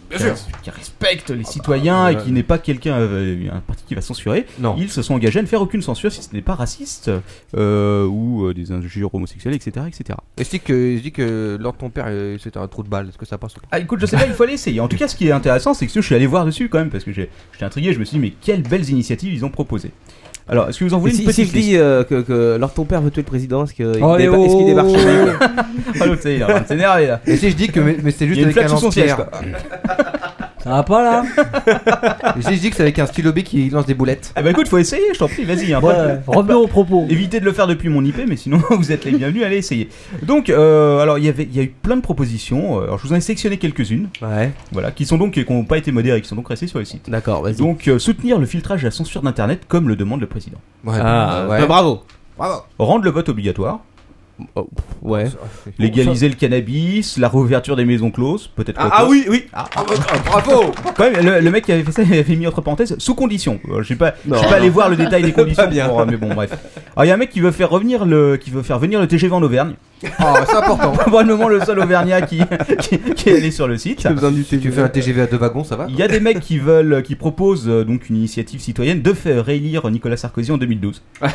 Speaker 7: Bien
Speaker 3: qui
Speaker 7: sûr.
Speaker 3: res- Qui respecte les citoyens et
Speaker 7: ouais.
Speaker 3: qui n'est pas quelqu'un, euh, un parti qui va censurer.
Speaker 7: Ah bah, Non.
Speaker 3: Ils se sont engagés à ne faire aucune censure si ce n'est pas raciste euh, ou euh, des injures homosexuelles, etc. etc.
Speaker 7: Et c'est que, je dis que lors de ton père, euh, c'était un trou de balle. Est-ce que ça passe ou pas
Speaker 3: Ah, écoute, je sais pas, il faut aller essayer. En tout cas, ce qui est intéressant, c'est que je suis allé voir dessus quand même parce que j'ai- j'étais intrigué. Je me suis dit, mais quelles belles initiatives ils ont proposées. Alors, est-ce que vous en voulez
Speaker 6: Et
Speaker 3: une
Speaker 6: si, si
Speaker 3: petite
Speaker 6: je dis euh, que, que alors ton père veut tuer le président, est-ce qu'il
Speaker 3: Oh,
Speaker 6: déba-
Speaker 3: allez,
Speaker 6: est-ce qu'il
Speaker 3: oh.
Speaker 6: débarque chez
Speaker 3: (laughs)
Speaker 6: lui quoi
Speaker 3: Ah, l'autre, ça y est, il est en train de s'énerver, là.
Speaker 7: Et si je dis que mais, mais c'est
Speaker 3: Il
Speaker 7: juste
Speaker 3: y a
Speaker 7: avec
Speaker 3: une flaque
Speaker 7: un
Speaker 3: sous son siège,
Speaker 7: lance-pierre.
Speaker 3: quoi.
Speaker 4: Ça va pas là
Speaker 5: Ah.
Speaker 3: (laughs)
Speaker 7: (laughs) Et si je dis que c'est avec un stylo B qui lance des boulettes.
Speaker 3: Ah bah écoute, faut essayer, je t'en prie, vas-y. hein,
Speaker 4: Ouais,
Speaker 3: pas-
Speaker 4: revenons au propos.
Speaker 3: Évitez de le faire depuis mon IP, mais sinon (laughs) vous êtes les bienvenus, allez essayer. Donc, euh, alors il y avait, il y a eu plein de propositions. euh, Alors je vous en ai sélectionné quelques-unes.
Speaker 6: Ouais.
Speaker 3: Voilà, qui sont donc qui n'ont pas été modérées, qui sont donc restées sur le site.
Speaker 6: D'accord, vas-y.
Speaker 3: Donc euh, soutenir le filtrage et la censure d'Internet comme le demande le président.
Speaker 7: Ouais, Ah, ouais. bah,
Speaker 6: bravo.
Speaker 7: Bravo. Oh,
Speaker 3: Rendre le vote obligatoire.
Speaker 6: ouais.
Speaker 3: Légaliser le cannabis, la réouverture des maisons closes, peut-être.
Speaker 6: Ah,
Speaker 3: quoi
Speaker 6: ah
Speaker 3: d'autre.
Speaker 6: oui, oui.
Speaker 3: Ah,
Speaker 7: bravo.
Speaker 3: Quand même, le, le mec qui avait fait ça, il avait mis entre parenthèses sous condition. Euh, Je sais pas, je
Speaker 6: Non,
Speaker 3: suis
Speaker 6: non.
Speaker 3: pas allé voir le détail des
Speaker 6: Pas
Speaker 3: conditions.
Speaker 6: bien.
Speaker 3: pour, euh, mais bon, bref. Alors il y a un mec qui veut faire revenir le, qui veut faire venir le TGV en Auvergne.
Speaker 7: Ah, c'est
Speaker 3: (laughs)
Speaker 7: important.
Speaker 3: Probablement le seul Auvergnat qui, (laughs) qui, qui est allé sur le site.
Speaker 7: Tu fais un TGV à deux wagons, ça va
Speaker 3: Il y a des mecs qui veulent, qui proposent euh, donc une initiative citoyenne de faire réélire Nicolas Sarkozy en 2012. Ça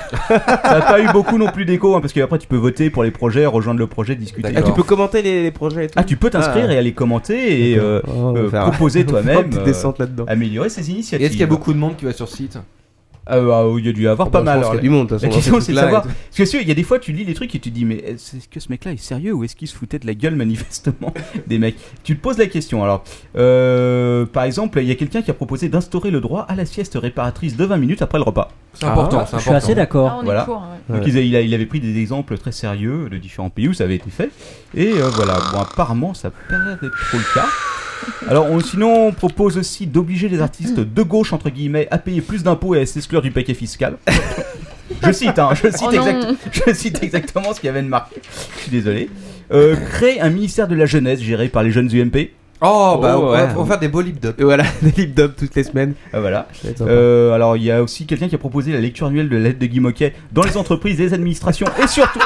Speaker 3: n'a pas eu beaucoup non plus d'écho, hein, parce qu'après tu peux voter pour les projets, rejoindre le projet, discuter.
Speaker 6: Ah, tu peux commenter les, les projets et tout
Speaker 3: Ah, tu peux t'inscrire
Speaker 6: Ah.
Speaker 3: et aller commenter et euh,
Speaker 6: Oh, on va
Speaker 3: euh,
Speaker 6: faire-
Speaker 7: (laughs)
Speaker 3: proposer
Speaker 6: (laughs) on va faire une
Speaker 3: toi-même,
Speaker 6: petite
Speaker 3: euh,
Speaker 6: descente là-dedans.
Speaker 3: améliorer ses
Speaker 7: Et
Speaker 3: initiatives.
Speaker 7: est-ce qu'il y a beaucoup de monde qui va sur le site
Speaker 3: Ah bah, il y a dû y avoir
Speaker 6: Ah
Speaker 3: pas
Speaker 6: bah, je
Speaker 3: mal.
Speaker 6: pense
Speaker 3: alors,
Speaker 6: qu'il y a du monde, de toute
Speaker 3: la
Speaker 6: façon,
Speaker 3: question (laughs)
Speaker 6: dans ces
Speaker 3: c'est de
Speaker 6: trucs-là,
Speaker 3: savoir.
Speaker 6: et tout.
Speaker 3: Parce que sûr, il y a des fois, tu lis les trucs et tu te dis, mais est-ce que ce mec-là est sérieux ou est-ce qu'il se foutait de la gueule manifestement (laughs) des mecs Tu te poses la question. Alors, euh, par exemple, il y a quelqu'un qui a proposé d'instaurer le droit à la sieste réparatrice de 20 minutes après le repas.
Speaker 7: C'est important, c'est
Speaker 3: Je suis
Speaker 7: important.
Speaker 3: assez d'accord.
Speaker 7: Ah, on est
Speaker 3: voilà.
Speaker 7: pour, ouais.
Speaker 3: Donc,
Speaker 7: Ouais.
Speaker 3: ils a- il, a- il avait pris des exemples très sérieux de différents pays où ça avait été fait. Et euh, voilà, bon, apparemment, ça n'a pas l'air d'être trop le cas. Alors, on- sinon, on propose aussi d'obliger les artistes de gauche, entre guillemets, à payer plus d'impôts et à s'exclure du paquet fiscal. Je cite, hein, je, cite
Speaker 7: Oh non.
Speaker 3: exact- je cite exactement ce qu'il y avait de marqué. Je suis désolé. Euh, créer un ministère de la jeunesse géré par les jeunes UMP.
Speaker 7: Oh, bah, on va- on va faire des beaux Ah, lip-dub.
Speaker 6: Voilà,
Speaker 3: (laughs)
Speaker 6: des lip-dub toutes les semaines.
Speaker 3: voilà.
Speaker 6: va être sympa.
Speaker 3: Euh, alors, il y a aussi quelqu'un qui a proposé la lecture annuelle de l'aide de Guy Moquet dans les entreprises, les administrations et surtout,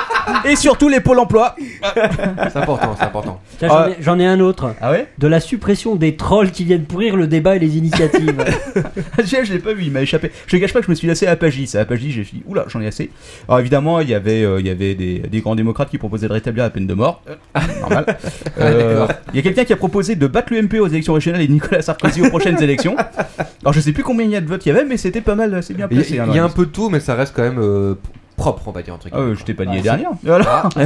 Speaker 3: et surtout les pôles emploi.
Speaker 7: C'est important, c'est important.
Speaker 4: Tiens, J'en
Speaker 3: Ah.
Speaker 4: ai- j'en ai, un autre. de la suppression des trolls qui viennent pourrir le débat et les
Speaker 3: (laughs)
Speaker 4: initiatives.
Speaker 3: je je l'ai pas vu, il m'a échappé. Je te cache pas que je me suis lassé à Pagis. À Pagis, j'ai dit, oula, j'en ai assez. Alors évidemment, il y avait, euh, il y avait des, des grands démocrates qui proposaient de rétablir la peine de mort. Ah,
Speaker 7: (laughs)
Speaker 3: Normal. Euh,
Speaker 7: Ah, d'accord.
Speaker 3: Il y a quelqu'un qui a proposé de battre l'UMP aux élections régionales et Nicolas Sarkozy aux
Speaker 7: (laughs)
Speaker 3: prochaines élections. Alors je sais plus combien il y a de votes il y avait, mais c'était pas mal, c'est bien
Speaker 7: Il y a-
Speaker 3: placé. hein,
Speaker 7: il y a
Speaker 3: dans
Speaker 7: un
Speaker 3: la
Speaker 7: peu de tout, mais ça reste quand même euh, p- propre, on va dire, un truc.
Speaker 3: Ah ouais, je t'ai pas dit les dernières. Voilà.
Speaker 6: Ah.
Speaker 3: (laughs)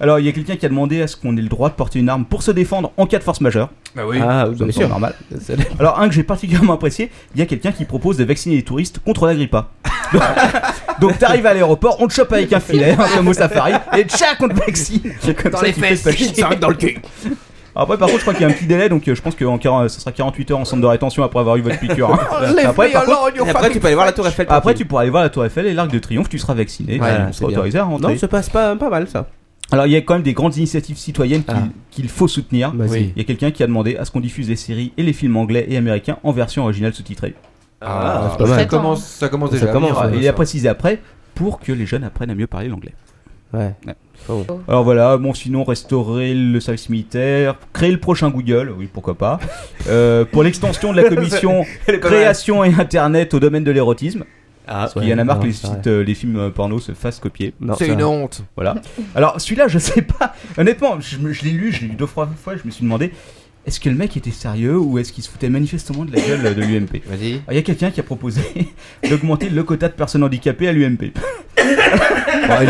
Speaker 3: Alors, il y a quelqu'un qui a demandé à ce qu'on ait le droit de porter une arme pour se défendre en cas de force majeure.
Speaker 7: Bah oui.
Speaker 6: Ah,
Speaker 3: Ça
Speaker 6: oui,
Speaker 3: me
Speaker 6: bien
Speaker 3: semble
Speaker 6: sûr.
Speaker 3: normal. Alors, un que j'ai particulièrement apprécié, il y a quelqu'un qui propose de vacciner les touristes contre la grippa. (laughs) Donc, t'arrives à l'aéroport, on te chope avec un filet, hein, comme au safari, et tchac, on te vaccine. Comme
Speaker 6: Dans
Speaker 3: ça,
Speaker 6: les
Speaker 3: tu te fais
Speaker 6: fesses,
Speaker 3: pas chier.
Speaker 6: ça rentre dans le cul.
Speaker 3: Après, par contre, je crois qu'il y a un petit délai, donc euh, je pense que en 40 ça sera 48 heures en centre de rétention après avoir eu votre piqûre. (laughs) hein.
Speaker 6: Enlève
Speaker 3: Après, par
Speaker 6: mes
Speaker 3: contre-
Speaker 6: oranges, your Et après, fucking tu peux aller voir la Tour Eiffel tranquille.
Speaker 3: Après, tu pourras aller voir la Tour Eiffel et l'Arc de Triomphe, tu seras vacciné,
Speaker 6: Voilà,
Speaker 3: on
Speaker 6: c'est
Speaker 3: sera Ah, autorisé à
Speaker 6: bien.
Speaker 3: rentrer.
Speaker 6: Non, ça passe pas, pas mal ça.
Speaker 3: Alors il y a quand même des grandes initiatives citoyennes qu'il qu'il faut soutenir.
Speaker 6: Vas-y.
Speaker 3: Il y a quelqu'un qui a demandé à ce qu'on diffuse les séries et les films anglais et américains en version originale sous-titrée.
Speaker 7: Ah, c'est pas mal. Ça commence- ça commence déjà à venir, ouais,
Speaker 3: Et il
Speaker 7: ça.
Speaker 3: a précisé après pour que les jeunes apprennent à mieux parler l'anglais.
Speaker 6: Ouais.
Speaker 3: Alors voilà, bon sinon restaurer le service militaire, créer le prochain Google, oui pourquoi pas. Euh, pour l'extension de la commission
Speaker 6: Elle est pas mal.
Speaker 3: création et internet au domaine de l'érotisme. Parce qu'il y en a marre
Speaker 6: ouais,
Speaker 3: que les,
Speaker 6: c'est vrai.
Speaker 3: sites, euh, les films euh, porno se fassent copier.
Speaker 6: Non, C'est ça- une honte.
Speaker 3: Voilà. Alors celui-là, je sais pas. Honnêtement, je, me- je l'ai lu, je l'ai lu deux fois, fois, je me suis demandé. Est-ce que le mec était sérieux ou est-ce qu'il se foutait manifestement de la gueule de l'UMP
Speaker 7: Vas-y.
Speaker 3: Il y a quelqu'un qui a proposé (laughs) d'augmenter le quota de personnes handicapées
Speaker 7: (laughs)
Speaker 3: à l'UMP.
Speaker 7: il,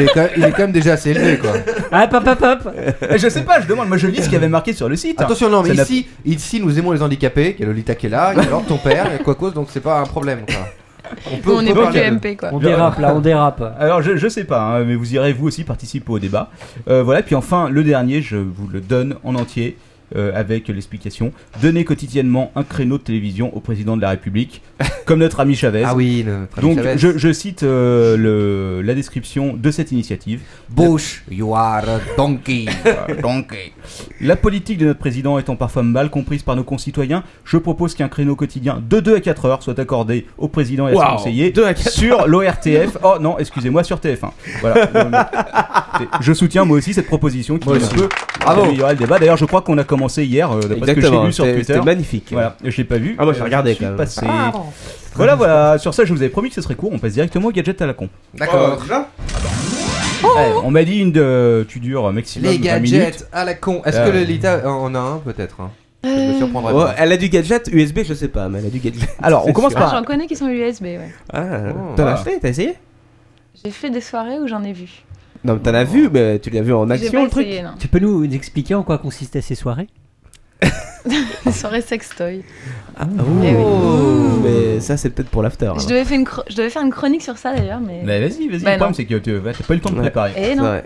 Speaker 7: est quand même, il est quand même déjà assez élevé, quoi.
Speaker 4: Ah, hop, hop, hop
Speaker 3: Je sais pas, je demande, moi je lis ce qu'il y avait marqué sur le site. hein.
Speaker 7: Attention, non, mais
Speaker 3: Ça n'a-
Speaker 7: ici, ici, nous aimons les handicapés. Il y a Lolita qui est là, il y a Lord ton père, il y a Quacos, donc c'est pas un problème, quoi.
Speaker 5: On est
Speaker 3: Donc,
Speaker 5: pas
Speaker 3: euh,
Speaker 5: PMP, quoi.
Speaker 4: On dérape là, on dérape.
Speaker 3: Alors je, je sais pas, hein, mais vous irez vous aussi participer au débat. Euh, voilà, puis enfin le dernier, je vous le donne en entier euh, avec l'explication. Donner quotidiennement un créneau de télévision au président de la République, comme notre ami Chavez.
Speaker 7: Ah oui, le président
Speaker 3: Donc
Speaker 7: Chavez.
Speaker 3: je, je cite euh, le, la description de cette initiative.
Speaker 7: Bush, you are a
Speaker 3: (laughs)
Speaker 7: donkey.
Speaker 3: donkey. La politique de notre président étant parfois mal comprise par nos concitoyens, je propose qu'un créneau quotidien de 2 à 4 heures soit accordé au président et à ses
Speaker 6: Wow,
Speaker 3: conseillers
Speaker 6: 2 à 4 (laughs)
Speaker 3: sur l'ORTF. Oh non, excusez-moi, sur TF1. Voilà. Euh, mais- je soutiens moi aussi cette proposition qui
Speaker 6: Moi
Speaker 3: un
Speaker 6: aussi.
Speaker 3: peu
Speaker 6: Bravo.
Speaker 3: améliorer le débat. D'ailleurs, je crois qu'on a commencé hier, euh, d'après ce que j'ai
Speaker 6: Exactement,
Speaker 3: lu sur
Speaker 6: c'était-
Speaker 3: Twitter.
Speaker 6: c'était magnifique.
Speaker 3: Voilà, je l'ai pas vu.
Speaker 6: Ah, moi, j'ai
Speaker 3: Euh,
Speaker 6: regardé,
Speaker 3: je suis
Speaker 6: quand même.
Speaker 3: passé.
Speaker 6: Ah, bon.
Speaker 3: Voilà, voilà. Sur ça, je vous avais promis que ce serait court. On passe directement au gadget à la con.
Speaker 7: D'accord. Ah bah.
Speaker 3: Ouais, on m'a dit une de, tu dures maximum
Speaker 7: Les
Speaker 3: 20 minutes.
Speaker 7: gadgets à la con. Est-ce
Speaker 3: Euh,
Speaker 7: que Lolita en a un, peut-être hein (laughs) Je
Speaker 5: Euh.
Speaker 7: me surprendrais
Speaker 6: Oh,
Speaker 7: pas.
Speaker 6: elle a du gadget USB, je sais pas, mais elle a du gadget.
Speaker 3: (laughs) Alors, on
Speaker 6: C'est
Speaker 3: commence bah.
Speaker 6: sûr.
Speaker 5: Ah, j'en connais qui sont USB, ouais.
Speaker 6: Ah,
Speaker 7: Oh.
Speaker 6: t'en as
Speaker 7: Ah.
Speaker 6: acheté, t'as essayé
Speaker 5: J'ai fait des soirées où j'en ai
Speaker 6: (laughs)
Speaker 5: vu.
Speaker 6: Non, mais t'en as vu, mais tu l'as vu en
Speaker 5: J'ai
Speaker 6: action
Speaker 5: pas
Speaker 6: le truc.
Speaker 5: essayé, non.
Speaker 4: Tu peux nous expliquer en quoi consistaient ces soirées
Speaker 5: Des soirées sextoy.
Speaker 6: Ah,
Speaker 4: oh.
Speaker 5: Eh oui.
Speaker 6: ouh,
Speaker 7: Oh.
Speaker 6: mais ça c'est peut-être pour l'after. alors.
Speaker 5: Je devais, faire une chro- je devais faire une chronique sur ça d'ailleurs, mais.
Speaker 3: Mais vas-y, vas-y.
Speaker 5: Bah
Speaker 3: le problème,
Speaker 5: non.
Speaker 3: c'est que tu t'as pas eu le temps de
Speaker 6: Ouais.
Speaker 3: préparer.
Speaker 5: Eh non. C'est vrai.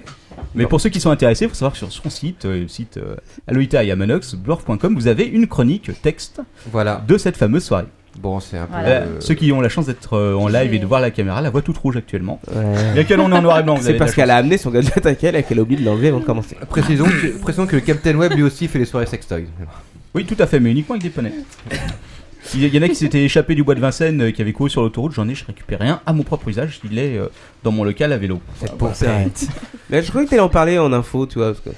Speaker 3: Mais pour ceux qui sont intéressés, il faut savoir que sur son site, euh, le site euh, Aloïta et Amanox, blurf.com, vous avez une chronique texte
Speaker 7: Voilà.
Speaker 3: de cette fameuse soirée.
Speaker 7: Bon, c'est un peu.
Speaker 3: Euh,
Speaker 7: euh,
Speaker 3: Ceux qui ont la chance d'être euh, en live et de voir la caméra, la voit toute rouge actuellement.
Speaker 6: Ouais.
Speaker 3: Bien qu'elle en est en noir et blanc, vous
Speaker 6: C'est
Speaker 3: avez
Speaker 6: parce
Speaker 3: de la
Speaker 6: qu'elle a amené son gadget à elle et qu'elle a oublié de l'enlever avant de commencer.
Speaker 7: Précisons que, précisons que le Captain Web lui aussi fait les soirées sextoys.
Speaker 3: chance. Oui, tout à fait, mais uniquement avec des poneys. Il y- il y en a qui s'étaient échappés du bois de Vincennes, euh, qui avaient couru sur l'autoroute. J'en ai, je récupère rien à mon propre usage. Il est euh, dans mon local à vélo. Cette
Speaker 6: Mais je croyais que t'allais en parler en info, tu vois, parce que de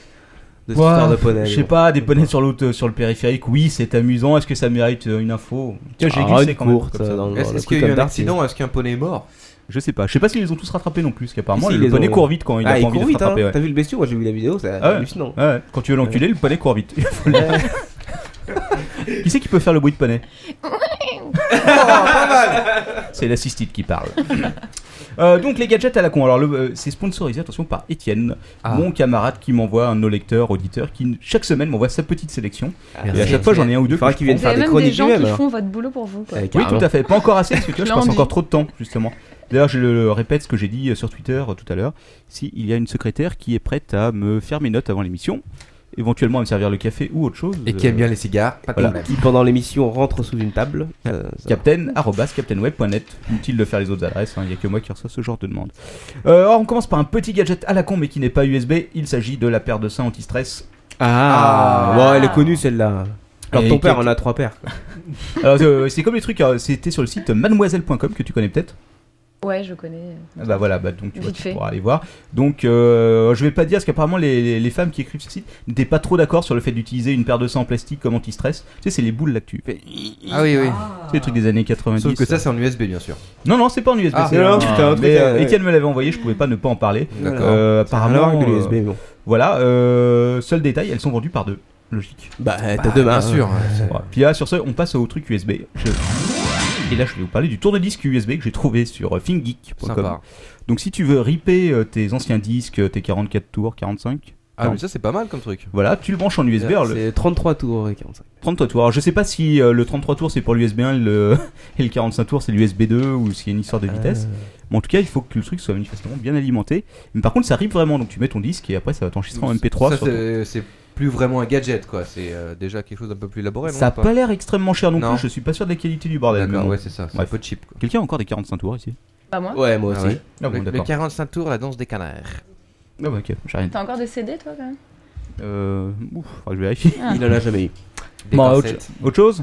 Speaker 6: cette
Speaker 3: Ouais,
Speaker 6: histoire de poney.
Speaker 3: Je sais pas, des poneys sur l'autre, sur le périphérique, oui, c'est amusant. Est-ce que ça mérite euh, une info Tiens, j'ai
Speaker 6: Ah,
Speaker 3: glissé
Speaker 6: une
Speaker 3: quand même.
Speaker 6: courte,
Speaker 3: comme ça.
Speaker 6: euh, dans le-
Speaker 7: Est-ce
Speaker 6: le
Speaker 7: est-ce
Speaker 6: coup
Speaker 7: qu'il y a eu
Speaker 6: comme
Speaker 7: un
Speaker 6: Darty.
Speaker 7: accident Est-ce qu'un poney est mort
Speaker 3: Je sais pas. Je sais pas s'ils les ont tous rattrapés non plus. parce qu'apparemment,
Speaker 6: Si,
Speaker 3: Ah, le
Speaker 6: ils
Speaker 3: poney
Speaker 6: ont-
Speaker 3: court vite quand il
Speaker 6: ah,
Speaker 3: a pas
Speaker 6: il
Speaker 3: envie
Speaker 6: court
Speaker 3: d'être
Speaker 6: vite,
Speaker 3: rattrapé.
Speaker 6: hein.
Speaker 3: ouais.
Speaker 6: T'as vu le bestiau Moi j'ai vu la vidéo, c'est
Speaker 3: Ah ouais.
Speaker 6: hallucinant.
Speaker 3: Ah ouais. Quand tu veux
Speaker 7: (laughs)
Speaker 3: (laughs) l'enculer, le poney court vite. Il faut le- qui c'est qui peut faire le bruit de poney
Speaker 7: pas
Speaker 3: C'est l'assistite qui parle. Euh, donc les gadgets à la con. Alors le- euh, c'est sponsorisé, attention, par Étienne,
Speaker 7: Ah.
Speaker 3: mon camarade qui m'envoie un de nos lecteurs, auditeurs, qui chaque semaine m'envoie sa petite sélection.
Speaker 7: Ah,
Speaker 3: et à
Speaker 7: merci.
Speaker 3: chaque fois j'en ai un ou deux.
Speaker 7: Il faudra
Speaker 3: que je
Speaker 7: qu'il vienne
Speaker 3: prends.
Speaker 5: Vous avez même des gens qui font votre boulot pour vous. quoi.
Speaker 3: Eh, oui, tout à fait. Pas encore assez, parce que tu vois, je passe
Speaker 5: Lundi.
Speaker 3: encore trop de temps, justement. D'ailleurs, je le le répète ce que j'ai dit euh, sur Twitter euh, tout à l'heure. Si il y a une secrétaire qui est prête à me faire mes notes avant l'émission, éventuellement à me servir le café ou autre chose. euh,
Speaker 7: Et qui aime bien les cigares, pas de problème.
Speaker 3: Qui pendant l'émission rentre sous une table. Captain, arrobas, captainweb.net. Inutile de faire les autres adresses, hein, il n'y a que moi qui reçois ce genre de demande. Euh, alors, on commence par un petit gadget à la con, mais qui n'est pas USB. Il s'agit de la paire de seins anti-stress.
Speaker 6: Ah, bon, elle est connue celle-là. Alors
Speaker 3: Et
Speaker 6: ton père
Speaker 3: qui-
Speaker 6: en a trois paires.
Speaker 3: Alors, euh, c'est comme les trucs, euh, c'était sur le site mademoiselle.com que tu connais peut-être.
Speaker 5: Ouais, je connais.
Speaker 3: Ah Bah voilà, bah donc tu, vois,
Speaker 5: Vite
Speaker 3: tu
Speaker 5: fait.
Speaker 3: pourras aller voir. Donc euh, je vais pas dire parce qu'apparemment les, les- les femmes qui écrivent sur le site n'étaient pas trop d'accord sur le fait d'utiliser une paire de seins en plastique comme anti-stress. Tu sais, c'est les boules là que tu fais.
Speaker 7: Ah oui, oui.
Speaker 3: C'est les trucs des années 90.
Speaker 7: Sauf que ça, c'est en USB, bien sûr.
Speaker 3: Non, non, c'est pas en USB.
Speaker 7: Ah,
Speaker 3: c'est
Speaker 7: non,
Speaker 3: un-
Speaker 7: putain, un truc,
Speaker 3: mais,
Speaker 7: euh,
Speaker 3: euh, Étienne me l'avait envoyé, je pouvais pas ne pas en parler.
Speaker 7: D'accord.
Speaker 3: Euh,
Speaker 7: Ça a rien à voir
Speaker 3: apparemment.
Speaker 7: avec de l'USB,
Speaker 3: euh,
Speaker 7: bon.
Speaker 3: Voilà, euh, seul détail, elles sont vendues par deux. Logique.
Speaker 6: Bah, t'as deux mains,
Speaker 3: bien
Speaker 6: hein.
Speaker 3: sûr.
Speaker 6: C'est-
Speaker 3: Ouais. Puis là, sur ce, on passe au truc USB. Je- Et là, je vais vous parler du tour de disque USB que j'ai trouvé sur euh, fingeek.com.
Speaker 7: Sympa.
Speaker 3: Donc, si tu veux ripper euh, tes anciens disques, euh, tes 44 tours, 45.
Speaker 7: Ah, mais
Speaker 3: non.
Speaker 7: ça, c'est pas mal comme truc.
Speaker 3: Voilà, tu le branches en USB. alors le-
Speaker 6: C'est 33 tours et 45.
Speaker 3: 33 tours. Alors je sais pas si euh, le 33 tours c'est pour l'USB 1 et le, (laughs) et le 45 tours c'est l'USB 2 ou s'il y a une
Speaker 7: Euh.
Speaker 3: histoire de vitesse. Mais en tout cas, il faut que le truc soit manifestement bien alimenté. Mais par contre, ça arrive vraiment. Donc tu mets ton disque et après ça va t'enregistrer en MP3.
Speaker 7: Ça,
Speaker 3: sur ton-
Speaker 7: c'est- c'est plus vraiment un gadget, quoi. C'est euh, déjà quelque chose d'un peu plus élaboré. non,
Speaker 3: Ça a
Speaker 7: ou
Speaker 3: pas l'air extrêmement cher non,
Speaker 7: Non.
Speaker 3: plus. Je suis pas sûr de la qualité du bordel.
Speaker 7: D'accord,
Speaker 3: mais bon.
Speaker 7: ouais, c'est ça, c'est
Speaker 3: Bref.
Speaker 7: un peu cheap,
Speaker 3: Quelqu'un a encore des 45 tours ici
Speaker 5: Pas moi.
Speaker 6: Ouais, moi
Speaker 7: Ah
Speaker 6: aussi.
Speaker 7: ouais.
Speaker 3: Ah bon,
Speaker 7: le, le
Speaker 3: d'accord.
Speaker 7: 45 tours, la danse des canards.
Speaker 3: Ah bah, ok, j'ai rien dit.
Speaker 5: T'as encore des CD, toi, quand même
Speaker 3: Euh, ouf, faudra que je vérifie.
Speaker 5: Ah. Il
Speaker 6: en a jamais eu.
Speaker 7: Des
Speaker 3: Bon, autre,
Speaker 7: corsettes.
Speaker 3: autre chose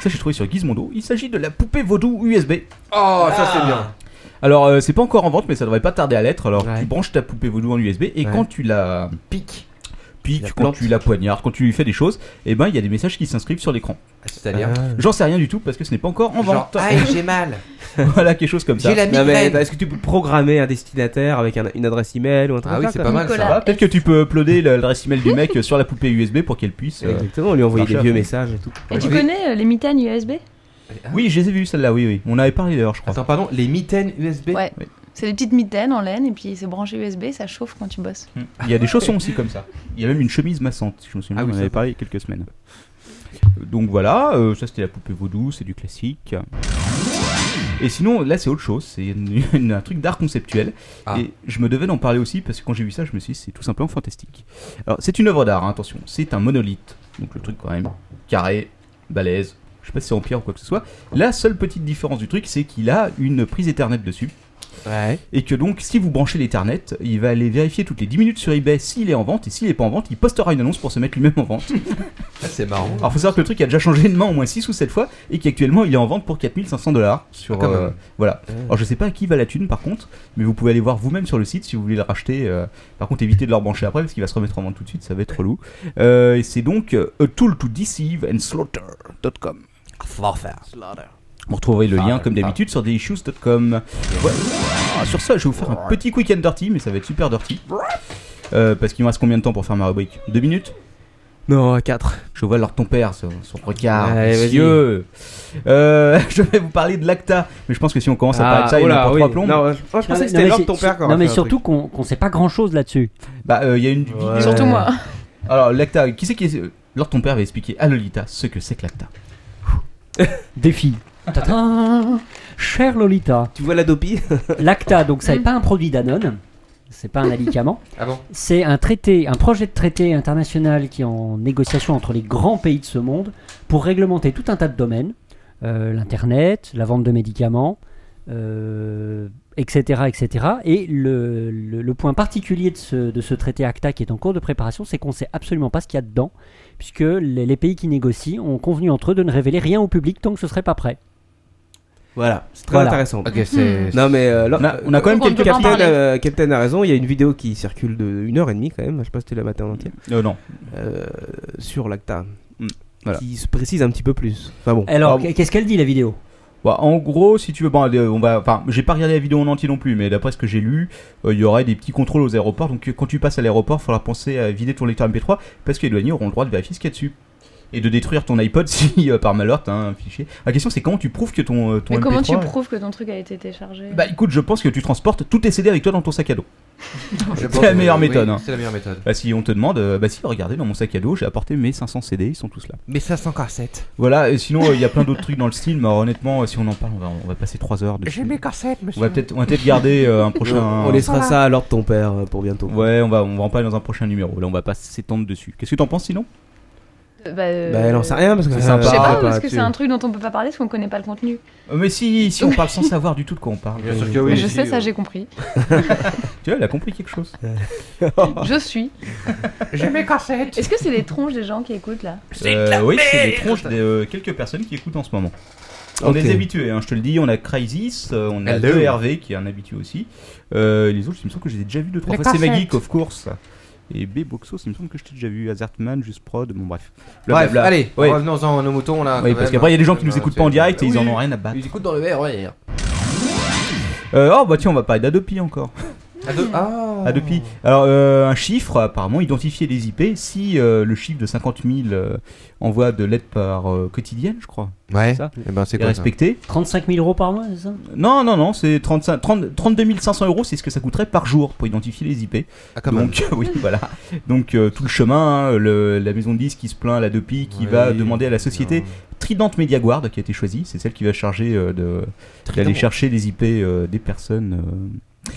Speaker 3: Ça, j'ai trouvé sur Gizmodo. Il s'agit de la poupée vaudou USB.
Speaker 7: Oh,
Speaker 6: Ah.
Speaker 7: ça, c'est bien.
Speaker 3: Alors, euh, c'est pas encore en vente, mais ça devrait pas tarder à l'être. Alors, tu branches ta poupée vaudou en USB et quand tu la piques, piques, quand tu la poignardes, quand tu lui fais des choses, et ben il y a des messages qui s'inscrivent sur l'écran.
Speaker 7: c'est-à-dire Ah.
Speaker 3: J'en sais rien du tout parce que ce n'est pas encore en
Speaker 7: Genre,
Speaker 3: vente.
Speaker 7: aïe, j'ai mal.
Speaker 3: Ah. (laughs) voilà, quelque chose comme ça.
Speaker 6: Non, mais attends, Est-ce que tu peux programmer un destinataire avec un- une adresse email ou un truc
Speaker 7: Ah oui,
Speaker 6: comme
Speaker 7: c'est
Speaker 6: ça,
Speaker 7: pas
Speaker 6: quoi
Speaker 7: mal, ça. Nicolas
Speaker 3: Ah, Peut-être que tu peux uploader l'adresse email du mec sur la poupée USB pour qu'elle puisse. euh,
Speaker 6: Exactement, lui envoyer
Speaker 3: marcher
Speaker 6: des
Speaker 3: à
Speaker 6: vieux
Speaker 3: fond.
Speaker 6: messages et tout.
Speaker 3: Bah,
Speaker 5: Et tu connais euh, les mitaines USB
Speaker 3: Oui, je les ai vues celle-là, oui, oui. On avait parlé d'ailleurs, je crois. Attends,
Speaker 7: pardon, les mitaines USB
Speaker 5: Ouais. C'est des petites mitaines en laine et puis c'est branché USB, ça chauffe quand tu bosses.
Speaker 3: (laughs) Il y a des chaussons aussi comme ça. Il y a même une chemise massante, si je me souviens,
Speaker 7: Ah
Speaker 3: bien,
Speaker 7: oui,
Speaker 3: on en
Speaker 7: ça
Speaker 3: avait
Speaker 7: va.
Speaker 3: parlé il y a quelques semaines. Euh, Donc voilà, euh, ça c'était la poupée vaudou, c'est du classique. Et sinon, là c'est autre chose, c'est une- (laughs) une- un truc d'art conceptuel.
Speaker 7: Ah.
Speaker 3: Et je me devais d'en parler aussi parce que quand j'ai vu ça, je me suis dit c'est tout simplement fantastique. Alors c'est une œuvre d'art, hein, attention, c'est un monolithe. Donc le truc quand même carré, balèze, je sais pas si c'est en pierre ou quoi que ce soit. La seule petite différence du truc, c'est qu'il a une prise Ethernet dessus. Et que donc, si vous branchez l'Ethernet, il va aller vérifier toutes les 10 minutes sur eBay s'il est en vente. Et s'il est pas en vente, il postera une annonce pour se mettre lui-même
Speaker 7: (laughs)
Speaker 3: en vente.
Speaker 7: C'est marrant.
Speaker 3: Alors, faut savoir que le truc a déjà changé de main au moins 6 ou 7 fois. Et qu'actuellement, il est en vente pour 4500 dollars.
Speaker 7: Ah,
Speaker 3: Sur.
Speaker 7: quand
Speaker 3: euh,
Speaker 7: même. Ah.
Speaker 3: voilà.
Speaker 7: Ouais.
Speaker 3: Alors, je sais pas à qui va la thune par contre. Mais vous pouvez aller voir vous-même sur le site si vous voulez le racheter. euh, par contre, évitez de le rebrancher après parce qu'il va se remettre en vente tout de suite. Ça va être relou. Euh, et c'est donc euh, a tool to deceive and slaughter.com. Vous retrouverez le
Speaker 6: Ah,
Speaker 3: lien comme d'habitude sur dailyshoes.com. Voilà. Ah, Sur ça, je vais vous faire un petit quick and dirty, mais ça va être super dirty. Euh, parce qu'il me reste combien de temps pour faire ma rubrique Deux minutes
Speaker 6: Non, 4.
Speaker 3: Je vois alors ton père, son, son regard
Speaker 6: Allez, vas-y.
Speaker 3: vicieux. Euh, (laughs) je vais vous parler de l'acta, mais je pense que si on commence à
Speaker 6: Ah,
Speaker 3: parler de ça, il y en
Speaker 6: oh
Speaker 3: a
Speaker 6: là,
Speaker 3: pour
Speaker 6: oui.
Speaker 3: trois plombes.
Speaker 6: Non, ouais, je pensais que c'était l'ordre de ton père quand
Speaker 4: Non,
Speaker 6: on
Speaker 4: mais
Speaker 6: fait un
Speaker 4: surtout qu'on qu'on sait pas grand chose là-dessus.
Speaker 3: Bah, euh, il y a une.
Speaker 4: Ouais. Surtout moi.
Speaker 3: Alors, l'acta, qui c'est qui est. Lors ton père va expliquer à Lolita ce que c'est que l'acta.
Speaker 4: (laughs) Défi. Tadam Cher Lolita.
Speaker 6: Tu vois la dopie
Speaker 4: L'acta, donc
Speaker 5: Mm.
Speaker 4: ça n'est pas un produit d'Anon. C'est pas un médicament.
Speaker 7: (laughs) Ah bon
Speaker 4: C'est un traité, un projet de traité international qui est en négociation entre les grands pays de ce monde pour réglementer tout un tas de domaines. Euh, L'Internet, la vente de médicaments, euh, etc., etc. Et le, le- le point particulier de ce, de ce traité ACTA qui est en cours de préparation, c'est qu'on ne sait absolument pas ce qu'il y a dedans, puisque les, les pays qui négocient ont convenu entre eux de ne révéler rien au public tant que ce serait pas prêt.
Speaker 6: Voilà, c'est très
Speaker 4: Voilà.
Speaker 6: intéressant.
Speaker 4: Ok, c'est-
Speaker 6: Non mais euh,
Speaker 4: On a- on a quand même Donc, on quelques- peut pas en
Speaker 6: Captain,
Speaker 4: parler.
Speaker 6: euh, Captain a raison. Il y a une vidéo qui circule de une heure et demie quand même. Je sais pas si tu l'as matin en entière.
Speaker 3: Euh, non. Mm.
Speaker 6: sur l'acta.
Speaker 3: Voilà.
Speaker 6: Qui se précise un petit peu plus. Enfin bon.
Speaker 4: Alors, qu'est-ce qu'elle dit la vidéo
Speaker 3: Bah, En gros, si tu veux, bon, euh, on va. Enfin, j'ai pas regardé la vidéo en entier non plus, mais d'après ce que j'ai lu, euh, il y aurait des petits contrôles aux aéroports. Donc, euh, quand tu passes à l'aéroport, il faudra penser à vider ton lecteur MP3 parce que les douaniers auront le droit de vérifier ce qu'il y a dessus. et de détruire ton iPod (laughs) si euh, par malheur t'as un fichier. La question c'est comment tu prouves que ton, euh, ton
Speaker 5: Mais
Speaker 3: MP3
Speaker 5: comment tu prouves que ton truc a été téléchargé
Speaker 3: Bah écoute, je pense que tu transportes tous tes CD avec toi dans ton sac à dos.
Speaker 7: Je
Speaker 3: c'est
Speaker 7: pense
Speaker 3: la
Speaker 7: que
Speaker 3: meilleure
Speaker 7: oui,
Speaker 3: méthode.
Speaker 7: oui,
Speaker 3: hein.
Speaker 7: c'est la meilleure méthode.
Speaker 3: Bah si on te demande, euh, bah si, regardez dans mon sac à dos, j'ai apporté mes 500 CD, ils sont tous là.
Speaker 7: Mais 500 cassettes.
Speaker 3: Voilà, et sinon euh, il y a plein d'autres trucs dans le style, mais honnêtement, euh, si on en parle, on va, on va passer 3 heures dessus.
Speaker 7: J'ai mes cassettes, monsieur.
Speaker 3: On va peut-être on va peut-être garder euh, un prochain.
Speaker 6: On laissera Voilà. ça à l'ordre ton père pour bientôt.
Speaker 3: Ouais, on va, on va en parler dans un prochain numéro. Là, on va pas s'étendre dessus. Qu'est-ce que t'en penses sinon
Speaker 5: Euh, Bah, euh,
Speaker 3: Bah, elle en sait rien, parce que
Speaker 5: je
Speaker 3: c'est sympa.
Speaker 5: sais pas,
Speaker 3: Ah,
Speaker 5: parce
Speaker 3: bah,
Speaker 5: que
Speaker 3: tu-
Speaker 5: c'est un truc dont on peut pas parler parce qu'on connaît pas le contenu.
Speaker 3: Euh, Mais si, si on parle sans savoir du tout de quoi on parle.
Speaker 7: Bien sûr que oui, euh.
Speaker 5: je sais, ça j'ai compris.
Speaker 3: tu vois, elle a compris quelque chose.
Speaker 5: Je suis.
Speaker 7: (laughs) J'ai mes cassettes.
Speaker 5: Est-ce que c'est les tronches des gens qui écoutent là
Speaker 3: Euh, oui, c'est des tronches de euh, quelques personnes qui écoutent en ce moment. On
Speaker 7: Ok.
Speaker 3: est des habitués, hein, je te le dis. On a Crisis, euh, on a
Speaker 7: Hello.
Speaker 3: 2RV qui est un habitué aussi. Euh, les autres, il me semble que j'ai déjà vu deux, trois
Speaker 7: Les
Speaker 3: fois. C'est
Speaker 7: cassettes.
Speaker 3: Magic, of course. Et B-Boxos, il me semble que je t'ai déjà vu. Azartman, Just Prod, bon bref.
Speaker 7: Bref,
Speaker 3: Blablabla.
Speaker 7: allez,
Speaker 3: Ouais.
Speaker 7: revenons-en à nos moutons là.
Speaker 3: Oui,
Speaker 7: quand
Speaker 3: parce
Speaker 7: même.
Speaker 3: qu'après, il y a des gens qui nous
Speaker 7: Euh,
Speaker 3: écoutent pas en direct et ils en
Speaker 7: oui,
Speaker 3: ont rien à battre.
Speaker 7: Ils écoutent dans le verre, ouais.
Speaker 3: Euh, oh, bah tiens, on va parler d'Adopi encore.
Speaker 7: (laughs) Ado- Ah.
Speaker 3: Adopi. Alors, euh, un chiffre, apparemment, identifier les IP. Si euh, le chiffre de 50 000 euh, envoie de l'aide par euh, quotidienne, je crois.
Speaker 7: Ouais.
Speaker 3: ça
Speaker 7: Eh ben, c'est quoi, ça
Speaker 3: respecté.
Speaker 4: 35 000 euros par mois, c'est ça
Speaker 3: Non, non, non, c'est 35, 30 32 500 euros, c'est ce que ça coûterait par jour pour identifier les IP.
Speaker 7: Ah, quand même.
Speaker 3: Donc, (laughs) oui, voilà. Donc, euh, tout le chemin, hein, le- la maison de disques qui se plaint, à la Dopi, qui va demander à la société Trident Media Guard, qui a été choisie, c'est celle qui va charger euh, de- d'aller chercher les IP euh, des personnes. euh,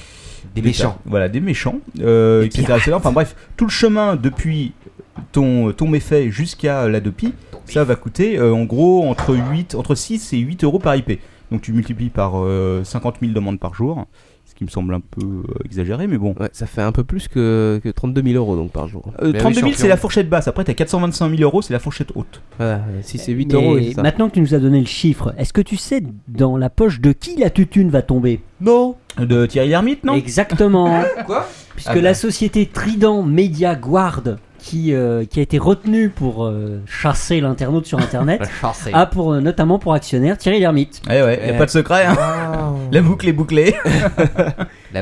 Speaker 7: Des méchants.
Speaker 3: Voilà, des méchants, euh, etc., etc. Enfin bref, tout le chemin depuis ton, ton méfait jusqu'à la Dopi, ça va coûter euh, en gros entre, 8, entre 6 et 8 euros par IP. Donc tu multiplies par euh, 50 000 demandes par jour, ce qui me semble un peu euh, exagéré, mais bon.
Speaker 6: ça fait un peu plus que, que 32 000 euros donc par jour.
Speaker 3: Euh, 32 000 c'est la fourchette basse, après t'as 425 000 euros c'est la fourchette haute.
Speaker 6: Voilà, si c'est 8
Speaker 4: Mais
Speaker 6: euros, c'est ça.
Speaker 4: maintenant que tu nous as donné le chiffre, est-ce que tu sais dans la poche de qui la tutune va tomber
Speaker 6: Non
Speaker 3: De Thierry Lhermitte, non (laughs)
Speaker 4: Exactement
Speaker 7: Quoi
Speaker 4: Puisque
Speaker 3: Ah bah.
Speaker 4: la société Trident Media Guard, qui, euh, qui a été retenue pour euh, chasser l'internaute sur
Speaker 3: (laughs)
Speaker 4: Internet,
Speaker 7: Chasser.
Speaker 4: a pour, euh, notamment pour actionnaire Thierry Lhermitte.
Speaker 3: Eh ouais, y a
Speaker 4: Euh,
Speaker 3: pas de secret. hein. (laughs)
Speaker 4: (laughs)
Speaker 3: La boucle est bouclée.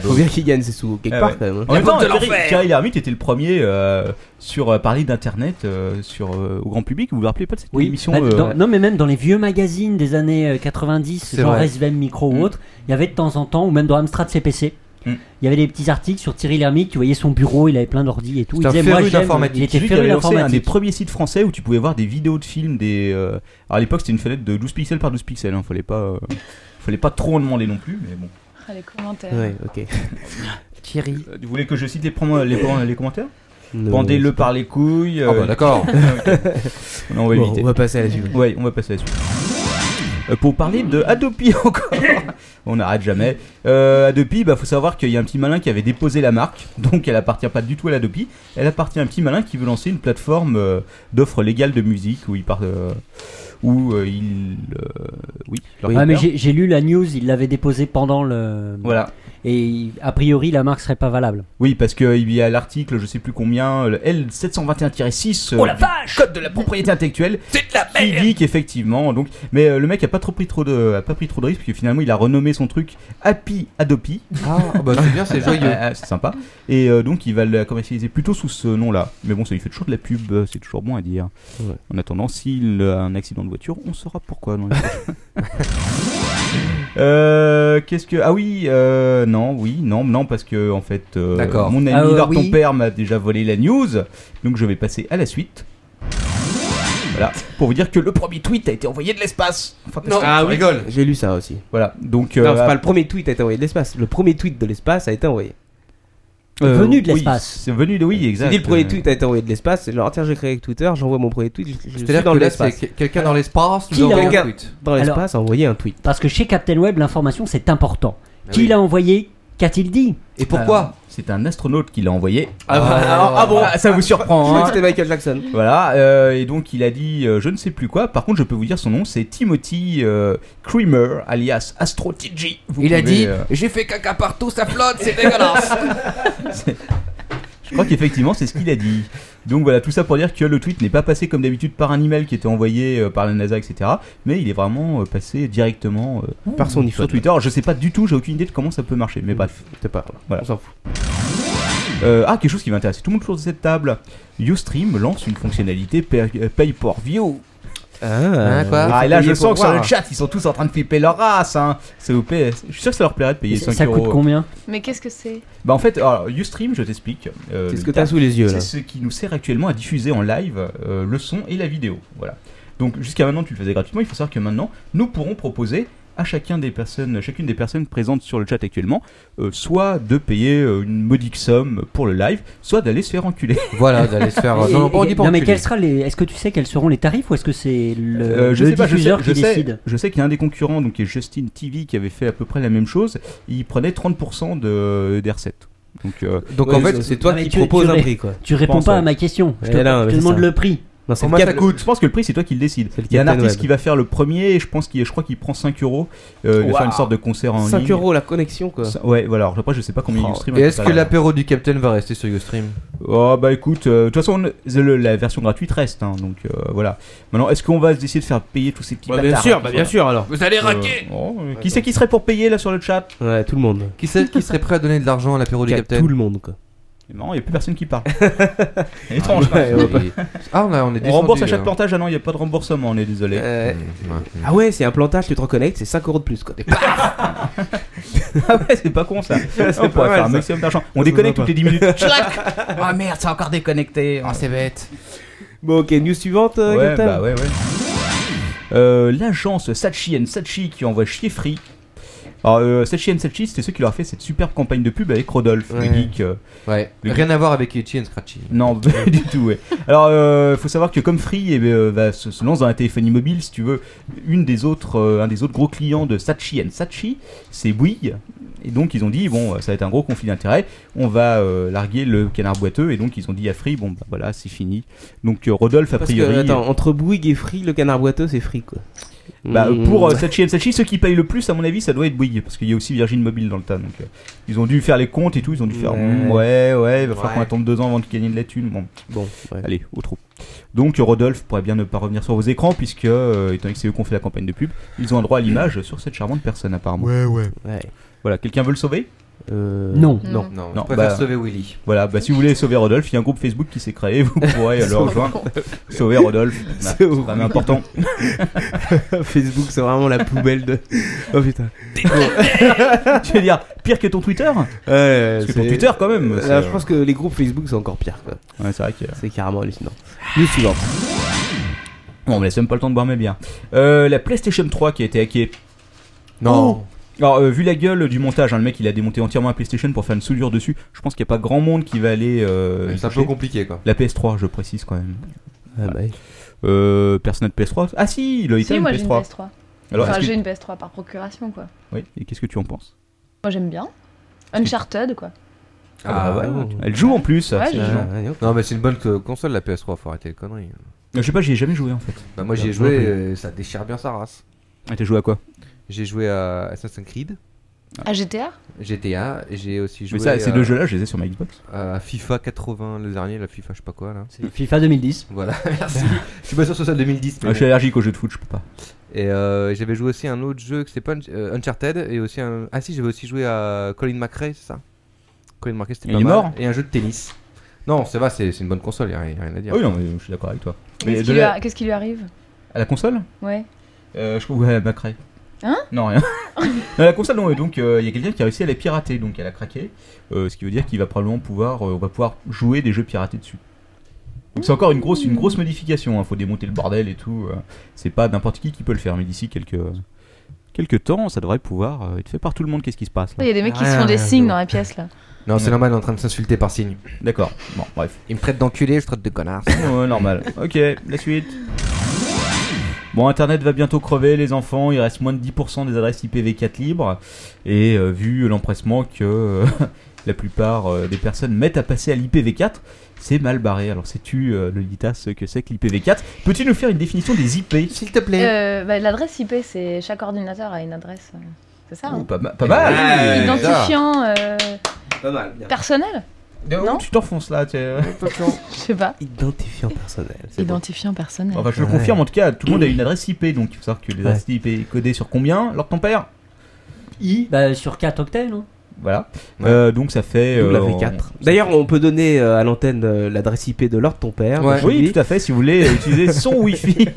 Speaker 6: Faut bien qu'il gagne ses sous quelque
Speaker 3: Ah
Speaker 6: part
Speaker 3: ouais.
Speaker 6: quand même. hein.
Speaker 3: En même temps, Thierry, Thierry Lhermitte était le premier euh, sur euh, parler d'internet euh, sur euh, au grand public. Vous vous rappelez pas de cette émission
Speaker 4: Bah,
Speaker 3: euh,
Speaker 4: dans- non, mais même dans les vieux magazines des années euh, 90,
Speaker 3: C'est
Speaker 4: genre
Speaker 3: vrai.
Speaker 4: SVM Micro ou autre, il y avait de temps en temps, ou même dans Amstrad CPC, il
Speaker 3: Mm.
Speaker 4: y avait des petits articles sur Thierry Lhermitte. Tu voyais son bureau, il avait plein d'ordi et tout.
Speaker 3: C'est
Speaker 4: Il
Speaker 3: un
Speaker 4: disait,
Speaker 3: féru
Speaker 4: moi, j'aime-
Speaker 3: d'informatique.
Speaker 4: Il était
Speaker 3: Celui qui
Speaker 4: féru
Speaker 3: avait lancé un des
Speaker 4: d'informatique.
Speaker 3: premiers sites français où tu pouvais voir des vidéos de films. Des, euh, alors à l'époque, c'était une fenêtre de 12 pixels par 12 pixels. Hein. Fallait, pas, euh, fallait pas trop en demander non plus, mais bon.
Speaker 5: Ah, les commentaires.
Speaker 6: Ouais, ok. (laughs)
Speaker 7: Thierry.
Speaker 3: Euh, Vous voulez que je cite les, prom- les, prom- les commentaires
Speaker 6: Non,
Speaker 3: Pendez-le
Speaker 6: c'est pas-
Speaker 3: par les couilles. euh,
Speaker 7: Ah bah d'accord.
Speaker 3: (laughs) Ok. Non, on va
Speaker 6: Bon,
Speaker 3: éviter.
Speaker 6: on va passer à la suite.
Speaker 3: Ouais, on va passer à la suite. Euh, Pour parler de Adopi (laughs) encore, on n'arrête jamais. Euh, Adopi, bah faut savoir qu'il y a un petit malin qui avait déposé la marque, donc elle appartient pas du tout à l'Adopi. Elle appartient à un petit malin qui veut lancer une plateforme euh, d'offres légales de musique où il part, euh, où euh, il, euh, oui. leur
Speaker 4: Ah, mais j'ai
Speaker 3: récupère.
Speaker 4: j'ai lu la news, il l'avait déposé pendant le.
Speaker 3: Voilà.
Speaker 4: Et il- a priori, la marque serait pas valable.
Speaker 3: Oui, parce qu'il y a l'article, je sais plus combien, le L721-6, euh,
Speaker 4: Oh la
Speaker 3: du code de la propriété intellectuelle, qui dit qu'effectivement, donc, mais euh, le mec a pas trop pris trop de, a pas pris trop de risques, parce que finalement, il a renommé son truc Happy Adopi.
Speaker 7: Ah, bah c'est bien,
Speaker 3: (laughs)
Speaker 7: c'est joyeux.
Speaker 3: Ah, ah, c'est sympa. Et euh, donc, il va le commercialiser plutôt sous ce nom-là. Mais bon, ça lui fait toujours de la pub, euh, c'est toujours bon à dire.
Speaker 6: Ouais.
Speaker 3: En attendant, s'il a un accident de voiture, on saura pourquoi. dans les
Speaker 6: (laughs)
Speaker 3: Euh, qu'est-ce que ah oui euh, non oui non non parce que en fait euh,
Speaker 7: D'accord.
Speaker 3: mon ami
Speaker 7: Ah, euh,
Speaker 3: Lord
Speaker 7: oui.
Speaker 3: ton père m'a déjà volé la news donc je vais passer à la suite voilà pour vous dire que le premier tweet a été envoyé de l'espace Fantastique.
Speaker 6: J'ai lu ça aussi.
Speaker 3: voilà donc
Speaker 6: non,
Speaker 3: euh,
Speaker 6: c'est pas le premier tweet a été envoyé de l'espace. Le premier tweet de l'espace a été envoyé.
Speaker 3: euh,
Speaker 4: Venu de
Speaker 3: oui,
Speaker 4: l'espace.
Speaker 3: c'est venu de oui
Speaker 6: Il
Speaker 3: exact
Speaker 6: dit le premier
Speaker 3: Euh,
Speaker 6: tweet a été envoyé de l'espace. C'est genre tiens j'ai créé avec Twitter, j'envoie mon premier tweet. je- je suis
Speaker 7: C'est-à-dire
Speaker 6: dans
Speaker 7: que là,
Speaker 6: l'espace.
Speaker 7: c'est que- quelqu'un dans l'espace
Speaker 4: Qui
Speaker 7: nous envoie
Speaker 4: l'a-
Speaker 7: un
Speaker 6: Quelqu'un
Speaker 7: tweet.
Speaker 6: dans l'espace a envoyé un tweet.
Speaker 4: Parce que chez Captain Web, l'information c'est important.
Speaker 3: Bah
Speaker 7: Ah
Speaker 4: Qui
Speaker 7: oui.
Speaker 4: l'a envoyé Qu'a-t-il dit
Speaker 7: Et pourquoi
Speaker 3: c'est un astronaute qui l'a envoyé
Speaker 6: Ah, ah, ah, bon.
Speaker 3: ça vous surprend
Speaker 6: Je
Speaker 3: hein.
Speaker 6: crois que C'était Michael Jackson.
Speaker 3: Voilà, euh, et donc il a dit euh, je ne sais plus quoi. Par contre, je peux vous dire son nom, c'est Timothy euh, Creamer, alias Astro TG. Vous
Speaker 7: Il a
Speaker 3: pouvez,
Speaker 7: dit
Speaker 3: euh,
Speaker 7: J'ai fait caca partout, ça flotte, c'est
Speaker 3: (laughs)
Speaker 7: dégueulasse.
Speaker 3: Je crois qu'effectivement, c'est ce qu'il a dit. Donc voilà, tout ça pour dire que le tweet n'est pas passé comme d'habitude par un email qui était envoyé euh, par la NASA, etc. Mais il est vraiment euh, passé directement euh,
Speaker 6: Par son
Speaker 3: sur
Speaker 6: iPhone. Mm.
Speaker 3: Twitter. Alors, Je sais pas du tout, j'ai aucune idée de comment ça peut marcher. Mais bref,
Speaker 6: C'est pas.
Speaker 3: voilà.
Speaker 6: On s'en fout.
Speaker 3: Euh, ah, quelque chose qui m'intéresse. Tout le monde autour de cette table. Ustream lance une fonctionnalité pay, euh, pay for view.
Speaker 7: Hein, quoi
Speaker 3: Ah, et là, je
Speaker 7: Faut
Speaker 3: sens que sur
Speaker 7: voir.
Speaker 3: le chat, ils sont tous en train de flipper leur race. Hein. Ça vous plaît Je suis sûr que ça leur plairait de payer 5 euros.
Speaker 5: Mais qu'est-ce que c'est
Speaker 3: Bah en fait, alors, Ustream, je t'explique. Euh,
Speaker 6: Qu'est-ce
Speaker 3: le
Speaker 6: que t'as
Speaker 3: terme,
Speaker 6: sous les yeux, là
Speaker 3: C'est ce qui nous sert actuellement à diffuser en live euh, le son et la vidéo. Voilà. Donc jusqu'à maintenant, tu le faisais gratuitement. Il faut savoir que maintenant, nous pourrons proposer à chacun des personnes, chacune des personnes présentes sur le chat actuellement, euh, soit de payer euh, une modique somme pour le live, soit d'aller se faire enculer.
Speaker 7: Voilà, d'aller se faire-
Speaker 4: (laughs)
Speaker 3: Ah,
Speaker 4: Et- et- non, mais quels sera les... est-ce que tu sais quels seront les tarifs ou est-ce que c'est le,
Speaker 3: Euh, je
Speaker 4: le
Speaker 3: sais pas, je sais,
Speaker 4: diffuseur
Speaker 3: je
Speaker 4: qui
Speaker 3: sais-
Speaker 4: décide
Speaker 3: je sais qu'il y a un des concurrents, donc qui est Justin TV, qui avait fait à peu près la même chose. Il prenait 30% de, des recettes. Donc, euh,
Speaker 6: Donc, en
Speaker 3: ouais,
Speaker 6: fait,
Speaker 3: je-
Speaker 6: c'est toi
Speaker 3: Non, mais
Speaker 6: qui
Speaker 3: tu-
Speaker 6: proposes
Speaker 3: tu
Speaker 6: un
Speaker 3: ré-
Speaker 6: prix, quoi.
Speaker 4: Tu réponds
Speaker 3: Je pense,
Speaker 4: pas à
Speaker 3: ouais.
Speaker 4: ma question. Je
Speaker 3: Et
Speaker 4: te,
Speaker 3: là,
Speaker 4: je te
Speaker 3: c'est
Speaker 4: demande
Speaker 3: ça.
Speaker 4: le prix.
Speaker 3: Combien ça coûte Je pense que le prix, c'est toi qui le décide. Il y a un
Speaker 6: Captain
Speaker 3: artiste
Speaker 6: Web.
Speaker 3: qui va faire le premier, et je pense qu'il, je crois qu'il prend 5 euros. Euh, Il va
Speaker 6: Waouh.
Speaker 3: faire une sorte de concert en
Speaker 6: 5
Speaker 3: ligne.
Speaker 6: euros la connexion, quoi.
Speaker 3: Ça- Ouais, voilà. Alors, après, je sais pas combien
Speaker 7: Oh.
Speaker 3: Ustream a
Speaker 7: Et
Speaker 3: fait
Speaker 7: est-ce
Speaker 3: ça,
Speaker 7: que
Speaker 3: là.
Speaker 7: l'apéro du Captain va rester sur Ustream
Speaker 3: Oh bah écoute, euh, de toute façon on- c'est le- la version gratuite reste, hein, donc euh, voilà. Maintenant, est-ce qu'on va essayer de faire payer tous ces petits
Speaker 6: Bah, bien
Speaker 3: bâtards
Speaker 6: sûr,
Speaker 3: hein,
Speaker 6: bah,
Speaker 3: qui
Speaker 6: bien
Speaker 3: sont
Speaker 6: sûr,
Speaker 3: là
Speaker 6: alors. Vous allez
Speaker 3: Euh,
Speaker 6: raquer
Speaker 3: oh, euh, Qui c'est qui serait pour payer là sur le chat
Speaker 6: Ouais, tout le monde.
Speaker 7: Qui, c'est- qui serait prêt à donner de l'argent à l'apéro du
Speaker 6: Qu'à
Speaker 7: Captain
Speaker 6: tout le monde, quoi.
Speaker 3: C'est marrant, il n'y a plus personne
Speaker 6: (laughs)
Speaker 3: qui parle. C'est étrange. hein.
Speaker 6: Ouais, ouais.
Speaker 7: Ah, on a- on est descendu,
Speaker 3: rembourse à chaque
Speaker 6: euh.
Speaker 7: là.
Speaker 3: plantage, ah non, il n'y a pas de remboursement, on est désolé.
Speaker 6: Ah ouais, c'est un plantage, tu te reconnectes, c'est 5 euros de plus, quoi.
Speaker 3: (laughs) ah ouais, (laughs) c'est pas con ça.
Speaker 6: C'est
Speaker 3: on
Speaker 6: pas
Speaker 3: pourrait
Speaker 6: mal,
Speaker 3: faire un
Speaker 6: ça.
Speaker 3: maximum d'argent. On
Speaker 6: Ça
Speaker 3: déconnecte
Speaker 6: se voit
Speaker 3: toutes les 10
Speaker 6: pas.
Speaker 3: (laughs) minutes.
Speaker 6: Oh,
Speaker 3: Ah merde, c'est encore déconnecté. Oh, c'est bête.
Speaker 6: Bon, ok, news suivante, euh,
Speaker 3: Ouais,
Speaker 6: Captain
Speaker 3: bah ouais, ouais. Euh, L'agence Sachi Sachi qui envoie chier Free. Alors, euh, Sachi Sachi, c'était ceux qui leur a fait cette superbe campagne de pub avec Rodolphe,
Speaker 7: Ouais.
Speaker 3: le geek. euh,
Speaker 7: Ouais.
Speaker 3: le
Speaker 7: Rien à voir avec Itchy and Scratchy.
Speaker 3: (laughs) Non, pas du tout, ouais. Alors, euh, faut savoir que comme Free eh ben, euh, va se, se lance dans la téléphonie mobile, si tu veux, une des autres, euh, un des autres gros clients de Sachi Sachi, c'est Bouygues. Et donc, ils ont dit, bon, euh, ça va être un gros conflit d'intérêts, on va euh, larguer le canard boiteux. Et donc, ils ont dit à Free, bon, bah, voilà, c'est fini. Donc, euh, Rodolphe, a
Speaker 6: Parce que,
Speaker 3: priori.
Speaker 6: attends, entre Bouygues et Free, le canard boiteux, c'est Free, quoi.
Speaker 3: Bah,
Speaker 6: Mmh.
Speaker 3: Pour euh, Sachi Sachi, ceux qui payent le plus, à mon avis, ça doit être Bouygues, parce qu'il y a aussi Virgin Mobile dans le tas. Donc, euh, ils ont dû faire les comptes et tout, ils ont dû faire
Speaker 6: Ouais.
Speaker 3: hmm, ouais, ouais, il va falloir
Speaker 6: Ouais.
Speaker 3: qu'on attende deux ans avant de gagner de la thune. Bon,
Speaker 6: Bon, ouais.
Speaker 3: allez, au trou. Donc, euh, Rodolphe pourrait bien ne pas revenir sur vos écrans, puisque, euh, étant donné que c'est eux qui ont fait la campagne de pub, ils ont un droit
Speaker 6: (clears throat)
Speaker 3: à l'image sur cette charmante personne, apparemment.
Speaker 6: Ouais, ouais. Ouais. Euh,
Speaker 3: Voilà, quelqu'un veut le sauver
Speaker 6: Non. Non. Non,
Speaker 7: on préfère sauver Willy.
Speaker 3: Voilà, bah si vous voulez sauver Rodolphe, il y a un groupe Facebook qui s'est
Speaker 6: (laughs)
Speaker 3: créé, vous pourrez euh, le
Speaker 6: Sauver (laughs)
Speaker 3: rejoindre.
Speaker 6: Rodolphe. (laughs)
Speaker 3: Sauver Rodolphe, Bah,
Speaker 6: C'est
Speaker 3: c'est quand
Speaker 6: horrible.
Speaker 3: même important.
Speaker 6: (laughs) Facebook, c'est vraiment la poubelle
Speaker 3: (laughs)
Speaker 6: de. Oh putain.
Speaker 3: tu veux dire pire que ton Twitter
Speaker 6: (laughs) Ouais,
Speaker 3: Parce que
Speaker 6: c'est-
Speaker 3: ton Twitter, quand même,
Speaker 6: Euh,
Speaker 3: c'est-
Speaker 6: je pense que les groupes Facebook sont encore pires. Quoi.
Speaker 3: Ouais, c'est vrai que.
Speaker 6: C'est carrément hallucinant. News suivante.
Speaker 3: Bon, on me laisse même pas le temps de boire mes bières. Euh, la PlayStation 3 qui a été hackée.
Speaker 7: Non.
Speaker 3: Alors, euh, vu la gueule du montage, hein, le mec il a démonté entièrement la PlayStation pour faire une soudure dessus. Je pense qu'il n'y a pas grand monde qui va aller. euh,
Speaker 7: C'est un peu
Speaker 3: toucher.
Speaker 7: compliqué, quoi.
Speaker 3: La PS3, je précise quand même.
Speaker 6: Ah,
Speaker 3: Voilà. Euh, personne n'a de PS3. Ah si, le
Speaker 5: Si, moi j'ai une PS3.
Speaker 3: Alors,
Speaker 5: enfin,
Speaker 3: est-ce que-
Speaker 5: j'ai une PS3 par procuration, quoi.
Speaker 3: Oui, et qu'est-ce que tu en penses
Speaker 5: Moi j'aime bien. Uncharted, quoi.
Speaker 3: Ah, bah, ouais. Elle joue en plus.
Speaker 5: Ouais,
Speaker 3: c'est-
Speaker 5: j'y joue.
Speaker 7: Non, mais c'est une bonne euh, console la PS3, faut arrêter les conneries. hein.
Speaker 3: Euh, Je sais pas, j'y ai jamais joué en fait.
Speaker 7: Bah, moi j'y ai
Speaker 3: Non, non
Speaker 7: joué,
Speaker 3: plus.
Speaker 7: euh, ça déchire bien sa race.
Speaker 3: Ah, t'as joué à quoi
Speaker 7: J'ai joué à Assassin's Creed.
Speaker 5: À GTA
Speaker 7: GTA, et j'ai aussi joué.
Speaker 3: Mais ça, ces
Speaker 7: euh,
Speaker 3: deux jeux-là, je les ai sur ma Xbox.
Speaker 7: À FIFA 80, le dernier, la FIFA, je sais pas quoi là.
Speaker 4: C'est FIFA 2010.
Speaker 7: Voilà, (laughs) merci. je suis pas sûr que ce soit 2010. mais
Speaker 3: Ah, je
Speaker 7: bon.
Speaker 3: suis allergique aux jeux de foot, je peux pas.
Speaker 7: Et euh, j'avais joué aussi à un autre jeu que c'était pas Unch- euh, Uncharted et aussi un... ah si j'avais aussi joué à Colin McRae c'est ça Colin McRae c'était
Speaker 3: Il
Speaker 7: pas
Speaker 3: est
Speaker 7: mal.
Speaker 3: mort
Speaker 7: et un jeu de tennis non ça va c'est c'est une bonne console y a rien, y a rien à dire
Speaker 3: Ah oui, non, mais je suis d'accord avec toi. Mais
Speaker 5: Qu'est-ce
Speaker 3: de
Speaker 5: qui, lui
Speaker 3: la-
Speaker 5: a- qu'est-ce qui lui arrive
Speaker 3: À la console
Speaker 5: Ouais.
Speaker 3: Euh, je crois ouais, Macrae.
Speaker 5: Hein
Speaker 3: Non, rien. (laughs) non, la console, non, et donc euh, il y a quelqu'un qui a réussi à la pirater, donc elle a craqué. Euh, ce qui veut dire qu'il va probablement pouvoir, euh, on va pouvoir jouer des jeux piratés dessus. Donc c'est encore une grosse, une
Speaker 5: Mmh.
Speaker 3: grosse modification, il faut démonter le bordel et tout. euh, c'est pas n'importe qui qui peut le faire, mais d'ici quelques, quelques temps, ça devrait pouvoir euh, être fait par tout le monde. Qu'est-ce qui se passe là
Speaker 5: Il y a des mecs qui se font des signes dans la pièce, là.
Speaker 7: non c'est
Speaker 3: Ouais.
Speaker 7: normal on est en train de s'insulter par signe
Speaker 3: Mm. d'accord bon bref
Speaker 7: il me traite d'enculé je traite de connard
Speaker 3: (laughs) Ouais, normal. Ok, la suite. Bon, Internet va bientôt crever, les enfants. Il reste moins de 10% des adresses IPv4 libres. Et euh, vu l'empressement que euh, (laughs) la plupart euh, des personnes mettent à passer à l'IPv4, c'est mal barré. Alors, sais-tu, euh, Lolita, ce que c'est que l'IPv4 Peux-tu nous faire une définition des IP
Speaker 7: S'il te
Speaker 5: Euh, bah, L'adresse IP, c'est chaque ordinateur a une adresse. euh, C'est ça, hein
Speaker 3: pas, ma- pas mal
Speaker 7: Ouais,
Speaker 5: Identifiant euh,
Speaker 6: Pas mal. bien.
Speaker 5: personnel
Speaker 3: Non oh, Tu t'enfonces là, tu
Speaker 5: Je sais pas.
Speaker 6: (laughs) Identifiant personnel. c'est bon.
Speaker 5: Identifiant personnel.
Speaker 3: Enfin, je le
Speaker 6: Ouais.
Speaker 3: confirme, en tout cas, tout le monde a une adresse IP, donc il faut savoir que les adresses IP est codée sur combien Lors de ton père
Speaker 4: I Bah, sur 4 octets, non
Speaker 3: Voilà. Euh, donc ça fait.
Speaker 6: D'où la
Speaker 3: euh,
Speaker 6: V4. D'ailleurs, on peut donner euh, à l'antenne euh, l'adresse IP de Lord ton père.
Speaker 3: Ouais.
Speaker 6: je
Speaker 3: Oui,
Speaker 6: dis.
Speaker 3: tout à fait, si vous voulez euh, utiliser
Speaker 6: (laughs)
Speaker 3: son Wi-Fi.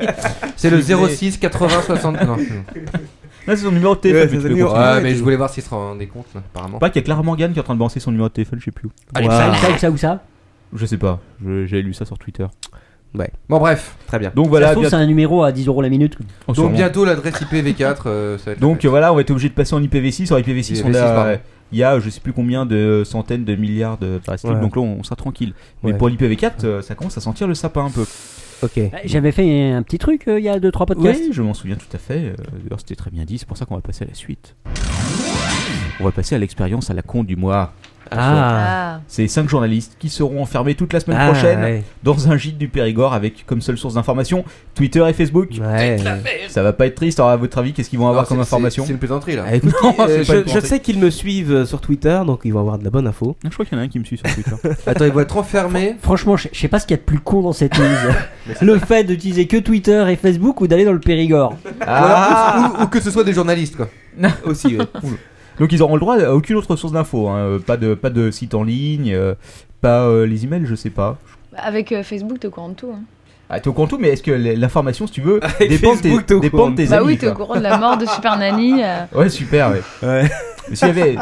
Speaker 7: C'est le 06 80 60. Non.
Speaker 3: Là, c'est son numéro de téléphone.
Speaker 7: Ouais, c'est
Speaker 3: mais
Speaker 7: son
Speaker 3: tu peux
Speaker 7: numéro-
Speaker 3: continuer.
Speaker 7: Ouais, Ah, mais je voulais voir s'il se rendait compte, là, apparemment.
Speaker 3: Pas qu'il y a Clara Morgan qui est en train de balancer son numéro de téléphone, je sais plus où.
Speaker 7: Allez, ça,
Speaker 4: ça, ça ou ça
Speaker 3: Je sais pas, Je- j'ai lu ça sur Twitter.
Speaker 6: Ouais.
Speaker 7: Bon, bref.
Speaker 6: Très bien.
Speaker 3: Donc
Speaker 4: Ça
Speaker 3: voilà,
Speaker 4: se trouve,
Speaker 3: bien-
Speaker 4: c'est un numéro à 10 euros la minute.
Speaker 3: Oh,
Speaker 7: Donc
Speaker 3: sûrement.
Speaker 7: bientôt l'adresse IPv4. euh, ça va être la
Speaker 3: Donc
Speaker 7: fête.
Speaker 3: euh, voilà, on va être obligé de passer en IPv6. En IPv6, on
Speaker 7: IPv6,
Speaker 3: a,
Speaker 7: pardon.
Speaker 3: il y a je sais plus combien de centaines de milliards de parasites,
Speaker 6: Ouais.
Speaker 3: donc là on sera tranquille. Mais
Speaker 6: Ouais.
Speaker 3: pour l'IPv4, euh, ça commence à sentir le sapin un peu.
Speaker 6: Ok.
Speaker 4: Bah, J'avais fait un petit truc euh, il y a 2-3 podcasts.
Speaker 3: Oui, je m'en souviens tout à fait. euh, D'ailleurs, c'était très bien dit. C'est pour ça qu'on va passer à la suite. On va passer à l'expérience à la con du mois.
Speaker 6: Ah.
Speaker 3: C'est cinq journalistes qui seront enfermés toute la semaine
Speaker 6: Ah,
Speaker 3: prochaine
Speaker 6: ouais.
Speaker 3: dans un gîte du Périgord avec comme seule source d'information Twitter et Facebook. Ça va pas être triste. Alors, à votre avis, qu'est-ce qu'ils vont avoir
Speaker 7: c'est-
Speaker 3: comme
Speaker 7: c'est-
Speaker 3: information
Speaker 7: c'est une plaisanterie, là.
Speaker 3: Ah, (laughs) écoute,
Speaker 6: Euh,
Speaker 3: non, (laughs) c'est pas une
Speaker 6: je, je
Speaker 3: plaisanterie.
Speaker 6: sais qu'ils me suivent euh, sur Twitter, donc ils vont avoir de la bonne info.
Speaker 3: Je crois qu'il y en a un qui me suit sur Twitter.
Speaker 7: Attends, ils vont être enfermés.
Speaker 4: Franchement, je je sais pas ce qu'il y a de plus con dans cette news. le fait d'utiliser que Twitter et Facebook ou d'aller dans le Périgord.
Speaker 7: Ou alors- ou, ou que ce soit des journalistes,
Speaker 3: (laughs)
Speaker 7: quoi. Aussi, ouais.
Speaker 3: Donc ils auront le droit à aucune autre source d'infos, hein, euh, pas de pas de site en ligne, euh, pas euh, les emails, je sais pas.
Speaker 5: Bah, Avec euh, Facebook, t'es au courant de tout. hein.
Speaker 3: Ah, t'es au courant de tout, mais est-ce que l- l'information, si
Speaker 6: (laughs)
Speaker 3: tu veux, dépend de tes,
Speaker 6: Facebook, t'es au
Speaker 3: dépend
Speaker 6: courant
Speaker 3: de tes
Speaker 5: bah
Speaker 3: amis
Speaker 5: oui, t'es au
Speaker 3: quoi.
Speaker 5: courant de la mort de Super Nanny. euh,
Speaker 3: Ouais, super,
Speaker 6: (laughs)
Speaker 3: ouais. Mais s'il y avait,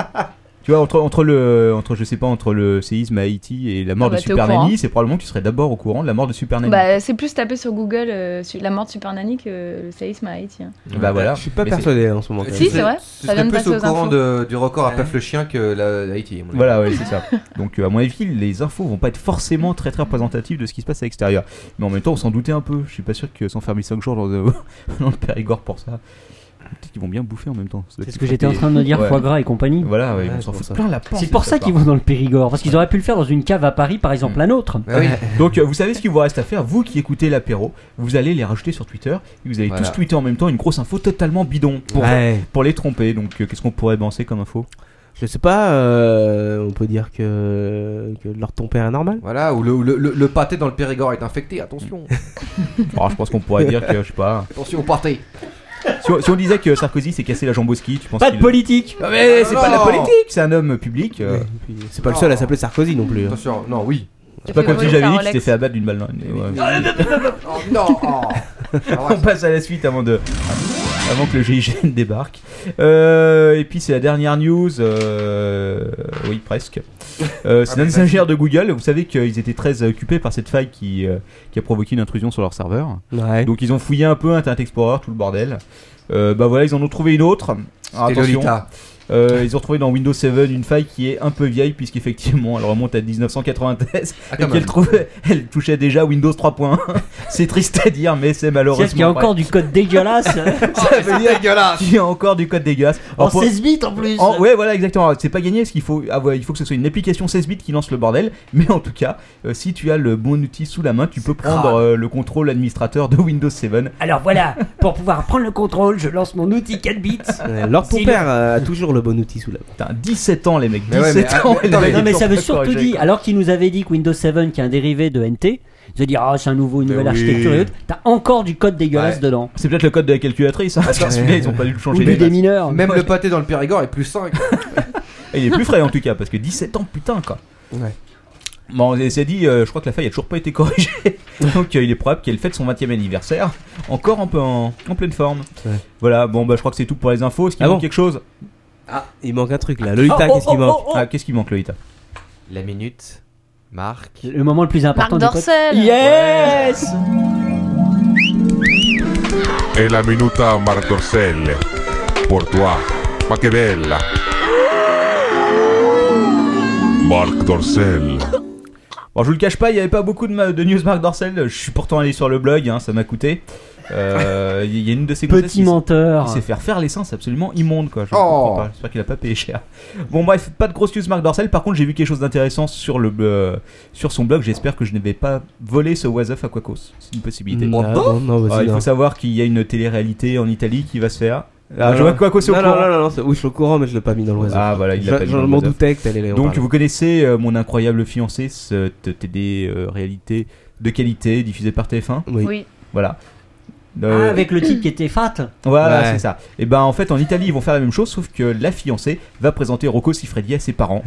Speaker 3: tu vois, entre entre le entre je sais pas entre le séisme à Haïti et la
Speaker 5: Ah
Speaker 3: mort
Speaker 5: bah,
Speaker 3: de
Speaker 5: t'es au
Speaker 3: Super
Speaker 5: courant.
Speaker 3: Nanny, c'est probablement que tu serais d'abord au courant de la mort de Super Nanny.
Speaker 5: (laughs) Bah, c'est plus taper sur Google euh, su- la mort de Super Nanny que le séisme à Haïti. hein.
Speaker 3: Bah, voilà.
Speaker 6: Je suis pas
Speaker 3: Mais
Speaker 6: persuadé hein, en ce moment.
Speaker 5: Si, c'est vrai.
Speaker 7: Euh, Tu
Speaker 5: Ça
Speaker 7: serais
Speaker 5: vient de
Speaker 7: plus
Speaker 5: passer
Speaker 7: au
Speaker 5: aux
Speaker 7: courant
Speaker 5: infos.
Speaker 7: de- du record à Paf le Chien que la la Haïti. à mon
Speaker 3: c'est-
Speaker 7: avis.
Speaker 3: Voilà,
Speaker 7: (laughs)
Speaker 3: ouais, c'est ça. Donc, euh, à mon avis, les infos vont pas être forcément très très représentatives de ce qui se passe à l'extérieur. Mais en même temps, on s'en doutait un peu. Je suis pas sûr que s'enfermer 5 jours dans, le- (laughs) dans le Périgord pour ça. Peut-être qu'ils vont bien bouffer en même temps.
Speaker 4: C'est ce que j'étais en train de me dire,
Speaker 3: Ouais.
Speaker 4: foie gras et compagnie.
Speaker 3: Voilà, ouais,
Speaker 6: Ouais,
Speaker 3: ils vont
Speaker 6: c'est
Speaker 3: s'en
Speaker 6: pour
Speaker 3: foutre
Speaker 6: ça.
Speaker 3: plein la panse,
Speaker 4: C'est pour ça qu'ils vont dans le Périgord, parce qu'ils auraient pu le faire dans une cave à Paris, par exemple, la nôtre.
Speaker 7: Ah oui.
Speaker 3: Donc euh, vous savez ce qu'il vous reste à faire, vous qui écoutez l'apéro, vous allez les rajouter sur Twitter, et vous allez
Speaker 7: Voilà.
Speaker 3: tous tweeter en même temps une grosse info totalement bidon pour,
Speaker 6: Ouais.
Speaker 3: pour les tromper. Donc euh, qu'est-ce qu'on pourrait penser comme info
Speaker 6: Je sais pas, euh, on peut dire que, que leur ton père est normal.
Speaker 7: Voilà, ou le, ou le, le- le pâté dans le Périgord est infecté, attention.
Speaker 3: Alors, Ah, Je pense qu'on pourrait dire que, je sais
Speaker 7: (laughs)
Speaker 3: pas...
Speaker 7: attention au pâté.
Speaker 3: Si on, si on disait que Sarkozy s'est cassé la jambe au ski, tu penses
Speaker 4: Pas de
Speaker 3: qu'il-
Speaker 4: politique
Speaker 3: Ah, Mais c'est pas de la
Speaker 7: Non.
Speaker 3: politique, c'est un homme public. euh,
Speaker 6: Ouais, et puis, C'est pas le seul à s'appeler Sarkozy non plus. hein.
Speaker 7: Attention, non, oui.
Speaker 3: C'est pas
Speaker 5: Tu
Speaker 3: comme
Speaker 5: peux
Speaker 3: si
Speaker 5: voler
Speaker 3: j'avais
Speaker 5: sa
Speaker 3: dit qu'il s'était
Speaker 5: Rolex.
Speaker 3: fait abattre d'une balle dans le- ouais.
Speaker 7: Oh, non oh.
Speaker 3: Ah,
Speaker 13: Ah
Speaker 7: Alors,
Speaker 3: On passe à la suite avant de avant que le GIGN (laughs) débarque. Euh, et puis c'est la dernière news. euh, oui, presque. Euh, c'est
Speaker 7: Ah,
Speaker 3: l'un des
Speaker 7: bah,
Speaker 3: ingénieurs de Google. Vous savez qu'ils étaient très occupés par cette faille qui, euh, qui a provoqué une intrusion sur leur serveur.
Speaker 6: Ouais.
Speaker 3: Donc ils ont fouillé un peu Internet Explorer, tout le bordel. Euh, bah voilà, ils en ont trouvé une autre. Alors,
Speaker 7: C'était
Speaker 3: attention.
Speaker 7: Lolita.
Speaker 3: Euh, ils ont retrouvé dans Windows 7 une faille qui est un peu vieille puisqu'effectivement elle remonte à 1993
Speaker 7: Ah, quand
Speaker 3: et
Speaker 7: même.
Speaker 3: qu'elle trouvait, elle touchait déjà Windows 3.1. (laughs) c'est triste à dire mais c'est malheureusement
Speaker 4: C'est qu'il y a
Speaker 3: vrai.
Speaker 4: encore du code
Speaker 3: (laughs)
Speaker 4: dégueulasse Oh,
Speaker 7: Ça veut dire dégueulasse.
Speaker 3: Il y a encore du code dégueulasse.
Speaker 4: en
Speaker 3: Alors, pour-
Speaker 4: 16 Oh, bits en plus.
Speaker 3: en- ouais, voilà, exactement. C'est pas gagné parce qu'il faut, ah ouais, il faut que ce soit une application 16 bits qui lance le bordel. Mais en tout cas, euh, si tu as le bon outil sous la main, tu peux prendre euh, le contrôle administrateur de Windows 7.
Speaker 4: Alors voilà, pour pouvoir prendre le contrôle, je lance mon outil 4 bits.
Speaker 6: Euh, Lord ton
Speaker 4: Si
Speaker 6: père euh, a toujours le bon outil sous la main.
Speaker 3: Putain, 17 ans, les mecs.
Speaker 7: Mais ouais,
Speaker 3: 17
Speaker 7: mais-
Speaker 3: ans.
Speaker 7: mais-
Speaker 3: les
Speaker 7: non,
Speaker 3: mecs,
Speaker 4: Non mais
Speaker 3: ils
Speaker 4: ça
Speaker 3: ont
Speaker 4: veut
Speaker 3: pas
Speaker 4: surtout
Speaker 3: corrigé,
Speaker 4: dire,
Speaker 3: quoi.
Speaker 4: alors qu'il nous avait dit que Windows 7 qui est un dérivé de NT, ils ont dit ah c'est un nouveau, une nouvelle architecture et autres, t'as encore du code dégueulasse
Speaker 7: Ben Ouais.
Speaker 4: dedans.
Speaker 3: C'est peut-être le code de la calculatrice. Hein, parce que celui-là, ils ont pas dû le
Speaker 4: Ou
Speaker 3: changer.
Speaker 4: du
Speaker 3: les mecs.
Speaker 4: démineur.
Speaker 7: Même le pâté dans le Périgord est plus sain. quoi.
Speaker 3: Et il est plus frais en tout cas parce que 17 ans, putain quoi.
Speaker 6: Ouais.
Speaker 3: Bon, et c'est dit, euh, je crois que la faille a toujours pas été corrigée. (laughs) Donc euh, il est probable qu'elle fête son 20e anniversaire encore en, peu- en, en pleine forme.
Speaker 6: Ouais.
Speaker 3: Voilà, bon bah je crois que c'est tout pour les infos. Est-ce qu'il
Speaker 6: Ah
Speaker 3: manque
Speaker 6: bon
Speaker 3: quelque chose
Speaker 6: Ah, il manque un truc là. Lolita,
Speaker 4: Oh,
Speaker 6: qu'est-ce qui
Speaker 4: oh,
Speaker 6: manque
Speaker 4: oh, oh.
Speaker 3: Ah, qu'est-ce qui manque Lolita
Speaker 7: La minute marque.
Speaker 4: Le moment le plus important
Speaker 5: Marc
Speaker 4: du code.
Speaker 5: Dorcel
Speaker 4: Yes
Speaker 16: È la minuta Mardorselle. Pour toi. Ma che bella. Marc Dorcel.
Speaker 3: Bon, je vous le cache pas, il y avait pas beaucoup de, ma- de news Marc Dorcel. Je suis pourtant allé sur le blog, hein, ça m'a coûté. Euh, Il y a une de ces gonzesses
Speaker 4: Petit
Speaker 3: qui-
Speaker 4: menteur.
Speaker 3: Il sait faire faire l'essence absolument immonde quoi. Je
Speaker 7: Oh.
Speaker 3: comprends pas. J'espère qu'il a pas payé cher. Bon bref, pas de grosse news Marc Dorcel. Par contre, j'ai vu quelque chose d'intéressant sur le euh, sur son blog. J'espère que je ne vais pas voler ce Was Up à Quacos. C'est une possibilité.
Speaker 6: Non, non, non, vas-y,
Speaker 3: Ah, il
Speaker 6: non.
Speaker 3: faut savoir qu'il y a une télé-réalité en Italie qui va se faire. Ah,
Speaker 6: Non,
Speaker 3: je vois
Speaker 6: non.
Speaker 3: Quacos au
Speaker 6: Euh, non,
Speaker 3: courant.
Speaker 6: non, non, non, non, c'est- oui, je suis au courant, mais je l'ai pas mis dans l'oiseau.
Speaker 3: Ah voilà, il l'a pas
Speaker 6: Je
Speaker 3: dit
Speaker 6: je
Speaker 3: dans le
Speaker 6: m'en
Speaker 3: Was Up.
Speaker 6: doutais que t'allais en
Speaker 3: Donc
Speaker 6: parler.
Speaker 3: vous connaissez euh, mon incroyable fiancé, euh, cette télé-réalité de qualité diffusée par TF1.
Speaker 6: Oui.
Speaker 5: Oui.
Speaker 3: Voilà. Euh,
Speaker 4: Ah, avec le type qui était fat.
Speaker 3: Voilà,
Speaker 4: Ouais.
Speaker 3: c'est ça. Et ben en fait en Italie ils vont faire la même chose sauf que la fiancée va présenter Rocco Siffredi à ses
Speaker 4: (laughs)
Speaker 3: parents.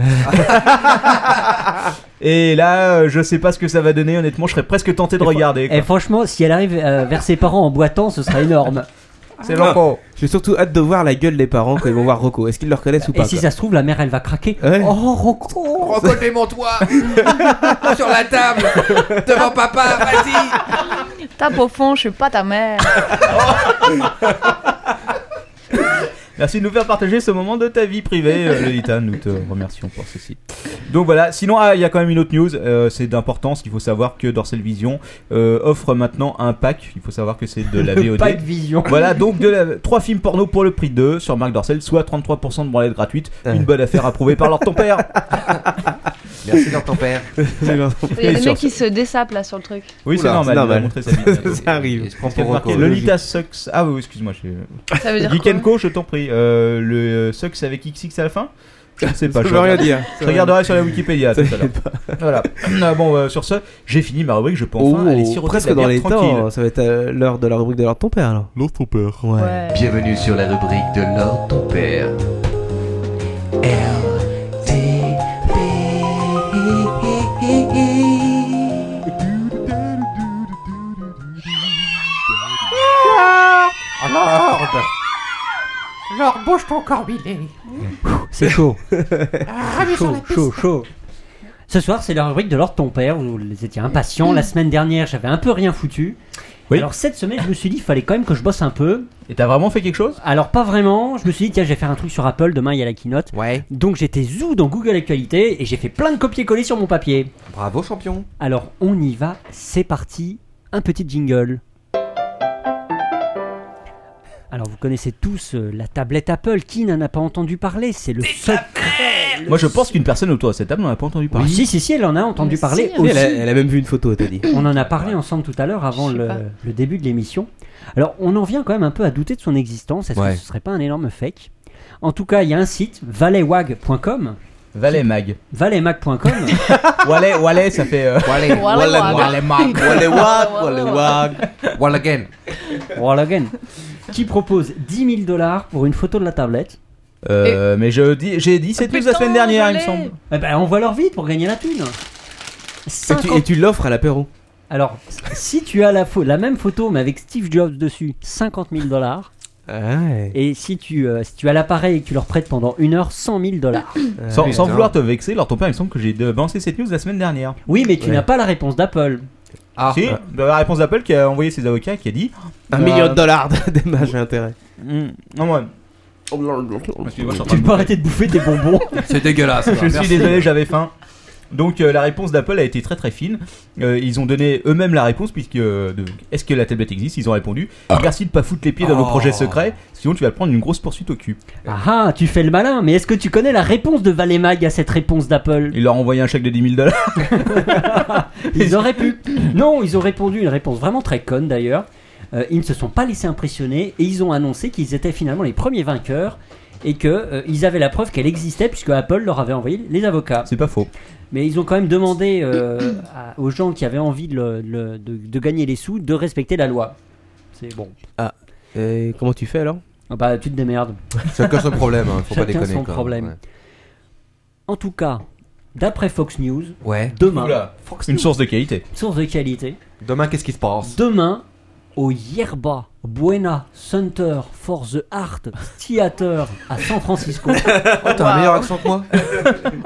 Speaker 3: Et là euh, je sais pas ce que ça va donner honnêtement, je serais presque tenté de regarder.
Speaker 4: Et franchement, si elle arrive euh, vers ses parents en boitant, ce sera énorme.
Speaker 3: C'est
Speaker 6: Rocco. J'ai surtout hâte de voir la gueule des parents quand ils vont voir Rocco. Est-ce qu'ils le reconnaissent ou
Speaker 4: Et
Speaker 6: pas
Speaker 4: si
Speaker 6: quoi.
Speaker 4: ça se trouve, la mère, elle va craquer.
Speaker 6: Ouais.
Speaker 4: Oh, Rocco
Speaker 7: Recollez mon toit Sur la table Devant papa, vas-y
Speaker 5: Tape au fond, je suis pas ta mère.
Speaker 3: Merci de nous faire partager ce moment de ta vie privée, euh, Lolita. Nous te remercions pour ceci. Donc voilà, sinon, ah, il y a quand même une autre news. euh, c'est d'importance. Il faut savoir que Dorsel Vision euh, offre maintenant un pack. Il faut savoir que c'est
Speaker 4: (laughs)
Speaker 3: de la
Speaker 4: Le
Speaker 3: VOD.
Speaker 4: pack Vision.
Speaker 3: Voilà, donc de la- trois films porno pour le prix de deux sur Marc Dorsel, soit 33% de branlette gratuite.
Speaker 4: Ah
Speaker 3: Une bonne affaire approuvée par leur
Speaker 4: (laughs)
Speaker 3: ton père.
Speaker 7: Merci leur ton père.
Speaker 5: Il y a des mecs qui se dessapent là sur le truc.
Speaker 3: Oui, c'est
Speaker 6: Oula,
Speaker 3: normal.
Speaker 6: c'est normal.
Speaker 3: il a montré sa
Speaker 6: (laughs)
Speaker 3: bite. hein, euh,
Speaker 6: Ça arrive.
Speaker 3: Il se prend pour remarquer, Lolita Sucks. Ah oui, excuse-moi. je-
Speaker 5: Ça veut dire
Speaker 3: Geek
Speaker 5: quoi
Speaker 3: and Co, je t'en prie. Euh, le euh, Sucks avec XX à la fin Je ne sais pas.
Speaker 6: Ça
Speaker 3: je
Speaker 6: veut rien
Speaker 3: regarde-
Speaker 6: dire.
Speaker 3: Je regarderai sur la Wikipédia
Speaker 6: Ça
Speaker 3: tout à l'heure. Voilà. (clears throat) Ah, bon, euh, sur ce, j'ai fini ma rubrique. Je peux
Speaker 6: Oh,
Speaker 3: enfin aller siroter de
Speaker 6: presque
Speaker 3: la
Speaker 6: dans
Speaker 3: bière
Speaker 6: les
Speaker 3: tranquille.
Speaker 6: temps, ça va être euh, l'heure de la rubrique de l'heure de ton père alors. L'heure de ton père. Ouais.
Speaker 13: Bienvenue sur la rubrique de l'ordre ton père.
Speaker 7: Ah,
Speaker 17: Lord Lord, bouge ton corbilé
Speaker 4: C'est
Speaker 3: (laughs)
Speaker 4: chaud.
Speaker 17: allez, sur
Speaker 4: chaud,
Speaker 17: la piste.
Speaker 4: chaud, chaud. Ce soir, c'est la rubrique de l'ordre de ton père. Vous les étiez impatients. La semaine dernière, j'avais un peu rien foutu. Alors cette semaine, je me suis dit, il fallait quand même que je bosse un peu.
Speaker 3: Et t'as vraiment fait quelque chose
Speaker 4: Alors pas vraiment. Je me suis dit, tiens, je vais faire un truc sur Apple. Demain, il y a la keynote.
Speaker 7: Ouais.
Speaker 4: Donc j'étais zou dans Google Actualité et j'ai fait plein de copier-coller sur mon papier.
Speaker 7: Bravo champion
Speaker 4: Alors on y va. C'est parti. Un petit jingle. Alors vous connaissez tous euh, la tablette Apple. Qui n'en a pas entendu parler C'est le secret.
Speaker 3: Moi, je pense qu'une personne autour de cette table n'en a pas entendu parler.
Speaker 4: Oui. Ah, Si, si, si, elle en a entendu
Speaker 3: Mais
Speaker 4: parler
Speaker 3: si,
Speaker 4: aussi.
Speaker 6: elle, a, elle a même vu une photo, t'as dit.
Speaker 4: On en a parlé ensemble tout à l'heure avant le, le début de l'émission. Alors, on en vient quand même un peu à douter de son existence. Est-ce
Speaker 6: Ouais.
Speaker 4: que ce serait pas un énorme fake En tout cas, il y a un site, valleywag.com.
Speaker 3: Valleymag.
Speaker 4: Valleymag.com.
Speaker 3: Wallet, wallet, ça fait. euh,
Speaker 4: Wallet, wallet, wallet, wallet, mag. wallet, wag, wallet, wag.
Speaker 7: Wall again.
Speaker 4: Wall again. Qui propose 10 000 dollars pour une photo de la tablette
Speaker 3: Euh, mais je dis, j'ai dit cette news la semaine dernière, il me semble.
Speaker 4: Eh ben, on voit leur vite pour gagner la thune.
Speaker 6: Et tu, et tu l'offres à l'apéro.
Speaker 4: Alors, si tu as la, pho- la même photo mais avec Steve Jobs dessus, 50 000 dollars. Et si tu, euh, si tu as l'appareil et que tu leur prêtes pendant une heure, 100 000 dollars.
Speaker 6: Euh,
Speaker 3: Sans, sans vouloir te vexer, alors ton père, il me semble que j'ai devancé cette news la semaine dernière.
Speaker 4: Oui, mais tu
Speaker 3: Ouais.
Speaker 4: n'as pas la réponse d'Apple.
Speaker 3: Ah, si,
Speaker 4: Ah.
Speaker 3: la réponse d'Apple qui a envoyé ses avocats qui a dit
Speaker 6: Un
Speaker 3: Euh,
Speaker 6: million de dollars de dommages et intérêts.
Speaker 3: Mm, Non, moi.
Speaker 4: Tu peux arrêter de bouffer tes bonbons.
Speaker 7: (laughs) C'est dégueulasse.
Speaker 3: Je suis
Speaker 7: Merci.
Speaker 3: désolé, j'avais faim. Donc euh, la réponse d'Apple a été très très fine. Euh, ils ont donné eux-mêmes la réponse puisque euh, de- est-ce que la tablette existe Ils ont répondu
Speaker 7: Ah.
Speaker 3: merci de pas foutre les pieds dans nos
Speaker 4: Oh.
Speaker 3: projets secrets, sinon tu vas te prendre une grosse poursuite au cul.
Speaker 4: Ah, ah, tu fais le malin, mais est-ce que tu connais la réponse de Valemag à cette réponse d'Apple
Speaker 3: Ils leur ont envoyé un chèque de 10 000 dollars.
Speaker 4: (laughs) Ils auraient pu. Non, ils ont répondu une réponse vraiment très conne d'ailleurs. Euh, ils ne se sont pas laissés impressionner et ils ont annoncé qu'ils étaient finalement les premiers vainqueurs et que euh, ils avaient la preuve qu'elle existait puisque Apple leur avait envoyé les avocats.
Speaker 3: C'est pas faux.
Speaker 4: Mais ils ont quand même demandé euh, à- aux gens qui avaient envie de, le- le- de- de gagner les sous de respecter la loi. C'est bon.
Speaker 6: Ah, et comment tu fais alors
Speaker 4: Ah Bah, tu te démerdes.
Speaker 7: (laughs) Chacun son problème, hein, faut pas
Speaker 4: Chacun
Speaker 7: déconner,
Speaker 4: son
Speaker 7: quand même,
Speaker 4: problème.
Speaker 7: ouais.
Speaker 4: En tout cas, d'après Fox News,
Speaker 7: Ouais.
Speaker 4: demain,
Speaker 3: Oula, une source de qualité.
Speaker 4: source de qualité,
Speaker 7: Demain, qu'est-ce qui se passe
Speaker 4: demain, au Yerba Buena Center for the Art Theater à San
Speaker 7: (laughs)
Speaker 4: Francisco.
Speaker 7: Oh, t'as un meilleur accent que
Speaker 3: (laughs)
Speaker 7: moi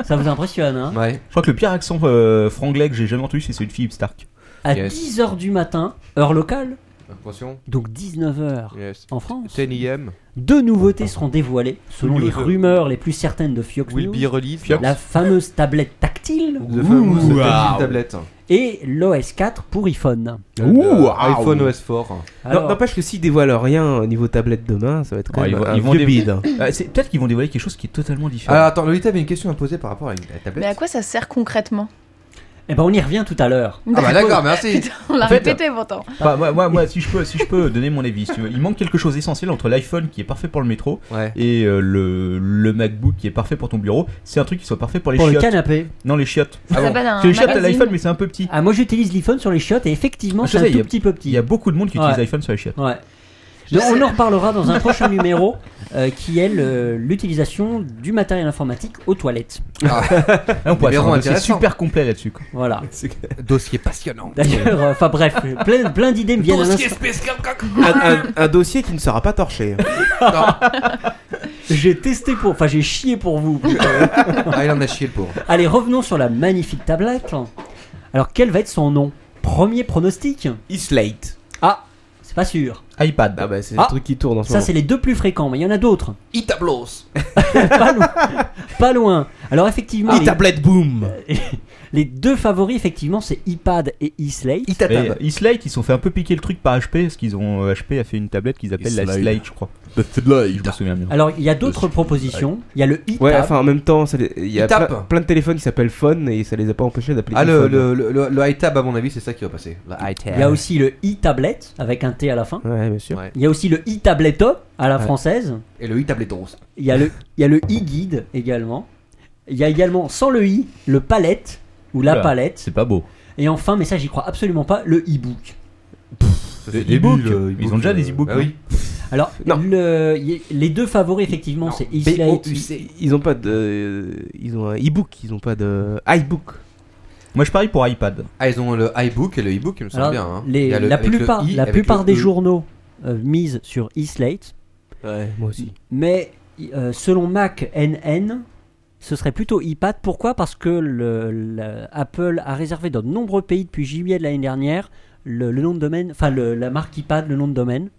Speaker 4: Ça vous impressionne, hein
Speaker 3: Je crois que le pire accent euh, franglais que j'ai jamais entendu, c'est celui de Philippe Stark.
Speaker 4: À 10h du matin, heure locale,
Speaker 7: Attention.
Speaker 4: donc 19h en France,
Speaker 7: 10 a.m.
Speaker 4: deux nouveautés seront dévoilées selon
Speaker 7: Will
Speaker 4: les
Speaker 7: be-
Speaker 4: rumeurs les plus certaines de Fiox
Speaker 7: Will
Speaker 4: News.
Speaker 7: be released.
Speaker 4: La fameuse tablette tactile.
Speaker 7: The fameuse
Speaker 4: Ouh.
Speaker 7: petite tablette.
Speaker 4: Et l'OS 4 pour iPhone.
Speaker 6: Ouh,
Speaker 7: iPhone OS 4.
Speaker 4: Alors-
Speaker 6: Non, N'empêche que s'ils dévoilent rien au niveau tablette demain, ça va être quand
Speaker 3: Ouais,
Speaker 6: même
Speaker 3: Ah, ils vont-
Speaker 6: un
Speaker 3: ils vont
Speaker 6: vieux
Speaker 7: (laughs)
Speaker 3: dévo- (laughs)
Speaker 6: bide. hein.
Speaker 3: Euh, c'est- Peut-être qu'ils vont dévoiler quelque chose qui est totalement différent.
Speaker 7: Alors attends, Lolita avait une question à poser par rapport à une à la tablette.
Speaker 5: Mais à quoi ça sert concrètement
Speaker 4: Eh ben on y revient tout à l'heure.
Speaker 7: Ah
Speaker 4: (laughs)
Speaker 7: bah d'accord, merci.
Speaker 5: On l'a
Speaker 3: En fait,
Speaker 5: répété pourtant.
Speaker 3: Enfin, moi, moi, moi, si je peux, si je peux donner mon avis, si tu veux. il manque quelque chose d'essentiel entre l'iPhone qui est parfait pour le métro et euh, le, le MacBook qui est parfait pour ton bureau. C'est un truc qui soit parfait pour les
Speaker 4: Pour le
Speaker 3: chiottes.
Speaker 4: canapé.
Speaker 3: Non, les chiottes.
Speaker 4: Ça s'appelle un
Speaker 3: Parce que les chiottes à
Speaker 4: magazine.
Speaker 3: l'iPhone, mais c'est un peu petit. Ah,
Speaker 4: Ah, moi j'utilise l'iPhone sur les chiottes et effectivement
Speaker 3: Je
Speaker 4: c'est un
Speaker 3: sais, il y
Speaker 4: tout
Speaker 3: a-
Speaker 4: petit peu petit.
Speaker 3: Il y a beaucoup de monde qui utilise
Speaker 4: Ouais.
Speaker 3: l'iPhone sur les chiottes.
Speaker 4: Ouais. Donc, on en reparlera dans un
Speaker 7: (laughs)
Speaker 4: prochain numéro euh, qui est le- l'utilisation du matériel informatique aux toilettes.
Speaker 7: (laughs) Ah.
Speaker 3: Ah, on pourrait faire un dossier super
Speaker 4: complet là-dessus. Voilà.
Speaker 3: (laughs)
Speaker 7: Dossier passionnant.
Speaker 4: D'ailleurs, euh, enfin bref, plein, plein d'idées me viennent à l'instant.
Speaker 6: Un, un- un dossier qui ne sera pas torché.
Speaker 4: J'ai testé pour, enfin j'ai chié pour vous.
Speaker 7: (laughs)
Speaker 4: ah,
Speaker 7: il en a chié le pauvre.
Speaker 4: Allez, revenons sur la magnifique tablette. Alors, quel va être son nom Premier pronostic
Speaker 6: Islate.
Speaker 4: Ah, c'est pas sûr.
Speaker 3: iPad.
Speaker 6: Ah bah c'est le truc qui tourne en ce
Speaker 4: Ça,
Speaker 6: moment.
Speaker 4: c'est les deux plus fréquents, mais il y en a
Speaker 6: (laughs)
Speaker 4: d'autres.
Speaker 7: (laughs) E-tablos.
Speaker 4: Pas loin. Alors, effectivement.
Speaker 6: Ah,
Speaker 4: les-
Speaker 6: tablette boom.
Speaker 4: (laughs) Les deux favoris, effectivement, c'est iPad et eSlate.
Speaker 3: Mais Islate, ils se sont fait un peu piquer le truc par HP, parce qu'ils ont euh, HP a fait une tablette qu'ils appellent la
Speaker 4: Islite.
Speaker 3: Slate, je crois. La Slate, je me souviens bien.
Speaker 4: Alors, il y a d'autres propositions. Il y a le i
Speaker 6: Ouais, enfin en même temps, ça les- il y a
Speaker 7: Il tape.
Speaker 6: plein, plein de téléphones qui s'appellent phone et ça les a pas empêchés d'appeler.
Speaker 7: Ah, le,
Speaker 6: iPhone.
Speaker 7: le, le, le, le high-tab, à mon avis, c'est ça qui va passer. Le high-tab.
Speaker 4: Il y a aussi le e-tablette avec un T à la fin.
Speaker 6: Ouais, bien sûr.
Speaker 4: Il y a aussi le e-tablette à la
Speaker 7: Ouais.
Speaker 4: française.
Speaker 7: Et le e-tablettos.
Speaker 4: Il y a le il y a le e-guide également. Il y a également sans le i le palette ou la
Speaker 3: Oula,
Speaker 4: palette.
Speaker 3: C'est pas beau.
Speaker 4: Et enfin, mais ça j'y crois absolument pas, le e-book.
Speaker 3: Le e-book, ils ont déjà des e-books. hein.
Speaker 4: Alors le- y- les deux favoris effectivement c'est Islay.
Speaker 6: Ils- Ils ont pas de, ils ont un e-book, ils ont pas de iBook.
Speaker 3: Moi je parie pour iPad.
Speaker 7: Ah, ils ont le iBook et le e-book, il me semble
Speaker 4: Alors,
Speaker 7: bien. hein. Il
Speaker 4: les-
Speaker 7: y a le-
Speaker 4: la
Speaker 7: avec le
Speaker 4: plupart,
Speaker 7: i,
Speaker 4: la
Speaker 7: avec le
Speaker 4: plupart des
Speaker 7: e.
Speaker 4: journaux euh, misent sur e-slate.
Speaker 6: Ouais, moi aussi.
Speaker 4: Mais euh, selon Mac NN, ce serait plutôt iPad. Pourquoi Parce que le, le- Apple a réservé dans de nombreux pays depuis juillet de l'année dernière le, le nom de domaine, enfin le- la marque iPad, le nom de domaine.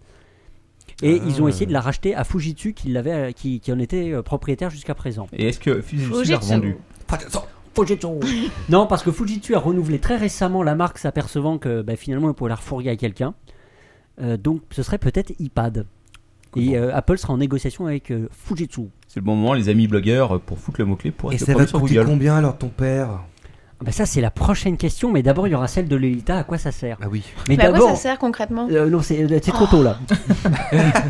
Speaker 4: Et
Speaker 3: Ah.
Speaker 4: ils ont essayé de la racheter à Fujitsu qui, l'avait, qui, qui en était euh, propriétaire jusqu'à présent.
Speaker 3: Et est-ce que Fujitsu l'a revendu
Speaker 4: (laughs) Non, parce que Fujitsu a renouvelé très récemment la marque, s'apercevant que bah, finalement, on pouvait la refourguer à quelqu'un. Euh, donc, ce serait peut-être iPad. Et euh, Apple sera en négociation avec euh, Fujitsu.
Speaker 3: C'est le bon moment, les amis blogueurs, euh, pour foutre le mot-clé pour
Speaker 7: Et
Speaker 3: être le
Speaker 7: ça va
Speaker 3: premier sur
Speaker 7: coûter
Speaker 3: Google.
Speaker 7: combien alors ton père
Speaker 4: Ah bah ça, c'est la prochaine question, mais d'abord, il y aura celle de Lolita. À quoi ça sert
Speaker 7: Ah oui.
Speaker 4: Mais,
Speaker 5: Mais Bah, à quoi
Speaker 4: d'abord.
Speaker 5: ça sert concrètement
Speaker 4: Euh, non, c'est euh, c'est trop tôt là.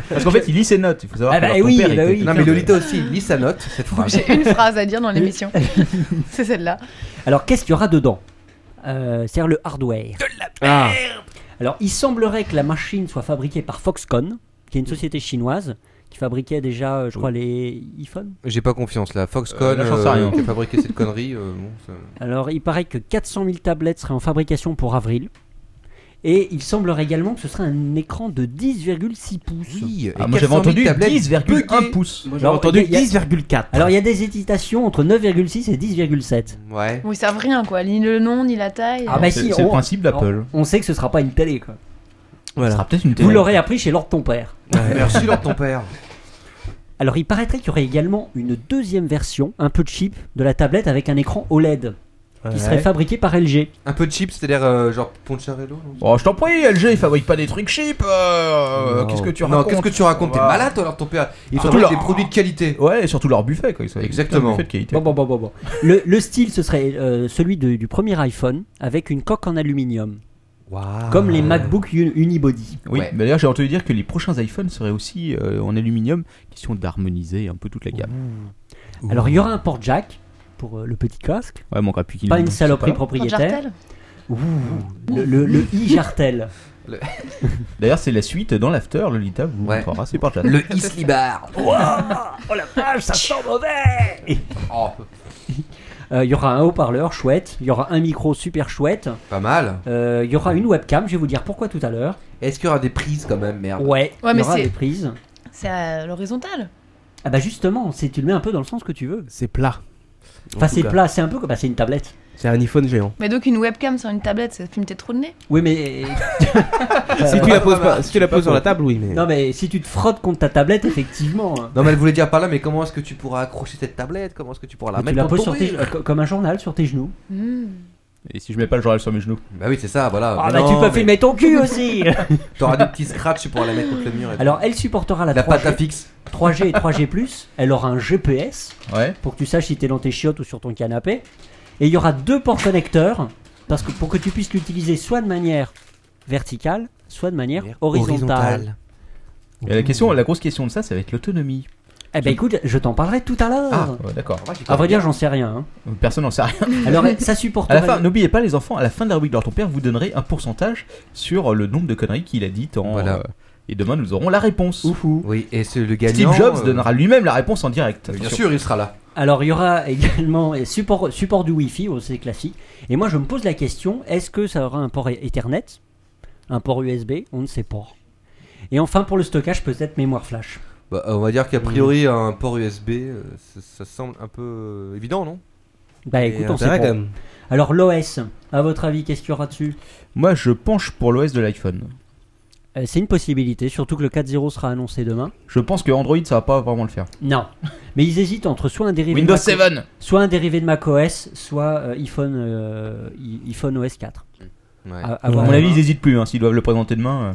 Speaker 3: Parce qu'en fait, il lit ses notes, il faut savoir.
Speaker 4: Ah
Speaker 3: que
Speaker 4: bah
Speaker 3: leur ton
Speaker 4: oui,
Speaker 3: père
Speaker 4: bah
Speaker 3: était-
Speaker 4: oui.
Speaker 7: Non, mais Lolita aussi, lit sa note, cette phrase.
Speaker 5: J'ai une phrase à
Speaker 4: (laughs)
Speaker 5: dire dans l'émission. (laughs) c'est celle-là.
Speaker 4: Alors, qu'est-ce qu'il y aura dedans Euh, C'est-à-dire le hardware.
Speaker 6: Ah.
Speaker 4: Alors, il semblerait que la machine soit fabriquée par Foxconn, qui est une société chinoise qui fabriquait déjà, euh, je crois, les iPhones.
Speaker 7: J'ai pas confiance là.
Speaker 3: Euh,
Speaker 7: Foxconn,
Speaker 3: là, j'en sais
Speaker 7: euh,
Speaker 3: rien.
Speaker 7: qui a fabriqué cette connerie. euh, bon, ça-
Speaker 4: Alors, il paraît que 400 000 tablettes seraient en fabrication pour avril. Et il semblerait également que ce serait un écran de 10,6 pouces.
Speaker 7: Oui,
Speaker 3: Ah, moi j'avais entendu 10,1 pouces.
Speaker 6: Moi, j'avais entendu
Speaker 4: il y a-
Speaker 6: 10,4.
Speaker 4: Alors, il y a des hésitations entre 9,6 et 10,7.
Speaker 7: Ouais.
Speaker 5: Bon, ils savent rien quoi, ni le nom, ni la taille.
Speaker 4: Ah bah
Speaker 3: C'est-
Speaker 4: si,
Speaker 3: c'est
Speaker 4: on-
Speaker 3: le principe d'Apple.
Speaker 4: On, on sait que ce sera pas une télé quoi.
Speaker 3: Ce sera peut-être une
Speaker 4: Vous
Speaker 3: télé.
Speaker 4: l'aurez appris chez Lord ton père.
Speaker 7: (laughs) Merci, Lord ton père.
Speaker 4: Alors il paraîtrait qu'il y aurait également une deuxième version, un peu cheap, de la tablette avec un écran OLED
Speaker 7: Ouais.
Speaker 4: qui serait fabriqué par LG.
Speaker 7: Un peu cheap, c'est-à-dire euh, genre Poncharello non
Speaker 3: Oh, je t'en prie, LG, ils fabriquent pas des trucs cheap. euh,
Speaker 7: Non.
Speaker 3: Qu'est-ce que tu
Speaker 7: Non,
Speaker 3: racontes Ah.
Speaker 7: qu'est-ce que tu racontes
Speaker 3: On
Speaker 7: T'es
Speaker 3: va-
Speaker 7: malade, toi, alors ton père Ils
Speaker 3: Surtout
Speaker 7: fabriquent
Speaker 3: leur-
Speaker 7: des produits de qualité.
Speaker 3: Ouais, et surtout leur buffet, quoi. ils sont-
Speaker 7: Exactement.
Speaker 3: un buffet de qualité.
Speaker 4: Bon bon bon bon bon. Le, le style ce serait euh, celui de- du premier iPhone avec une coque en aluminium. Comme
Speaker 7: Ah.
Speaker 4: les MacBook uni- unibody.
Speaker 3: Oui,
Speaker 4: Ouais.
Speaker 3: mais d'ailleurs j'ai entendu dire que les prochains iPhones seraient aussi euh, en aluminium, question d'harmoniser un peu toute la
Speaker 7: Mmh.
Speaker 3: gamme.
Speaker 4: Alors il y aura un port jack pour euh, le petit casque.
Speaker 3: Ouais, manquera plus qu'il
Speaker 4: Pas
Speaker 3: nous-
Speaker 4: une
Speaker 3: c'est
Speaker 4: saloperie
Speaker 3: pas-
Speaker 4: propriétaire. Ouh, le, le, le i jartel.
Speaker 3: (laughs) D'ailleurs, c'est la suite dans l'after, Lolita vous montrera, c'est par
Speaker 7: Le Islibar.
Speaker 4: oh la vache, ça sent mauvais Oh. Euh, Il y aura un haut-parleur chouette, il y aura un micro super chouette.
Speaker 7: Pas mal.
Speaker 4: Euh, Il y aura une webcam, je vais vous dire pourquoi tout à l'heure.
Speaker 7: Est-ce qu'il y aura des prises quand même, merde
Speaker 4: Ouais,
Speaker 5: Ouais,
Speaker 4: il y
Speaker 5: mais
Speaker 4: aura
Speaker 5: c'est-
Speaker 4: des
Speaker 7: (laughs)
Speaker 4: prises. (laughs)
Speaker 5: C'est à l'horizontale.
Speaker 4: Ah bah justement, c'est tu le mets un peu dans le sens que tu veux.
Speaker 6: C'est plat.
Speaker 4: Enfin
Speaker 6: En tout
Speaker 4: c'est
Speaker 6: cas.
Speaker 4: plat, c'est un peu comme bah, c'est une tablette.
Speaker 6: C'est un iPhone géant.
Speaker 5: Mais donc une webcam sur une tablette, ça filme tes trous de nez.
Speaker 4: Oui mais
Speaker 6: si tu la poses pas, si tu la poses sur la table, oui mais.
Speaker 4: non mais si tu te frottes contre ta tablette effectivement. hein.
Speaker 7: Non, mais elle voulait dire par là, mais comment est-ce que tu pourras accrocher cette tablette Comment est-ce que tu pourras la
Speaker 4: tu
Speaker 7: mettre
Speaker 4: la
Speaker 7: pour
Speaker 4: poses sur
Speaker 7: tomber
Speaker 4: tes- euh, co- comme un journal sur tes genoux.
Speaker 5: Mmh.
Speaker 3: Et si je mets pas le journal sur mes genoux
Speaker 7: Bah oui, c'est ça, voilà.
Speaker 4: Ah
Speaker 7: Mais
Speaker 4: bah
Speaker 7: non,
Speaker 4: tu peux
Speaker 7: mais
Speaker 4: filmer ton cul aussi.
Speaker 7: (laughs) T'auras des petits scratchs pour la mettre contre le mur. et tout.
Speaker 4: Alors elle supportera la,
Speaker 7: La
Speaker 4: 3G,
Speaker 7: pâte à fixe.
Speaker 4: 3G et 3G+. Elle aura un GPS
Speaker 3: Ouais.
Speaker 4: pour que tu saches si t'es dans tes chiottes ou sur ton canapé. Et il y aura deux ports connecteurs Parce que pour que tu puisses l'utiliser soit de manière verticale, soit de manière horizontale.
Speaker 3: Et la question, la grosse question de ça, ça va être l'autonomie.
Speaker 4: Eh ben écoute, je t'en parlerai tout à l'heure.
Speaker 3: Ah, ouais, d'accord.
Speaker 4: À vrai dire, j'en sais rien. hein.
Speaker 3: Personne n'en sait rien.
Speaker 4: (laughs) Alors, ça supporte.
Speaker 3: À la fin, n'oubliez pas les enfants, à la fin de la rubrique de leur ton père, vous donnerez un pourcentage sur euh, le nombre de conneries qu'il a dites en. euh, Et demain, nous aurons la réponse.
Speaker 7: Oui, et c'est le gagnant.
Speaker 3: Steve Jobs
Speaker 7: euh,
Speaker 3: donnera lui-même la réponse en direct.
Speaker 7: Bien
Speaker 3: Attention.
Speaker 7: sûr, il sera là.
Speaker 4: Alors il y aura également (laughs) euh, support, support du Wi-Fi, bon, c'est classique. Et moi je me pose la question, est-ce que ça aura un port Ethernet Un port USB On ne sait pas. Et enfin pour le stockage peut-être mémoire flash.
Speaker 7: Bah, euh, on va dire qu'a priori, un port USB, euh, ça, ça semble un peu euh, évident, non
Speaker 4: Bah
Speaker 7: Et euh,
Speaker 4: écoute, on sait
Speaker 7: intérêt,
Speaker 4: pas.
Speaker 7: quand même.
Speaker 4: Alors l'OS, à votre avis, qu'est-ce qu'il y aura dessus
Speaker 3: Moi, je penche pour l'OS de l'iPhone.
Speaker 4: Euh, C'est une possibilité, surtout que le 4.0 sera annoncé demain.
Speaker 3: Je pense que Android, ça va pas vraiment le faire. (laughs)
Speaker 4: Non. Mais ils hésitent entre soit un dérivé
Speaker 3: Windows
Speaker 4: de
Speaker 3: 7.
Speaker 4: soit un dérivé de macOS, soit euh, iPhone, euh, i- iPhone OS 4. À-
Speaker 3: À,
Speaker 4: voir
Speaker 3: mon avis,
Speaker 4: demain.
Speaker 3: ils hésitent plus. hein. S'ils doivent le présenter demain, euh,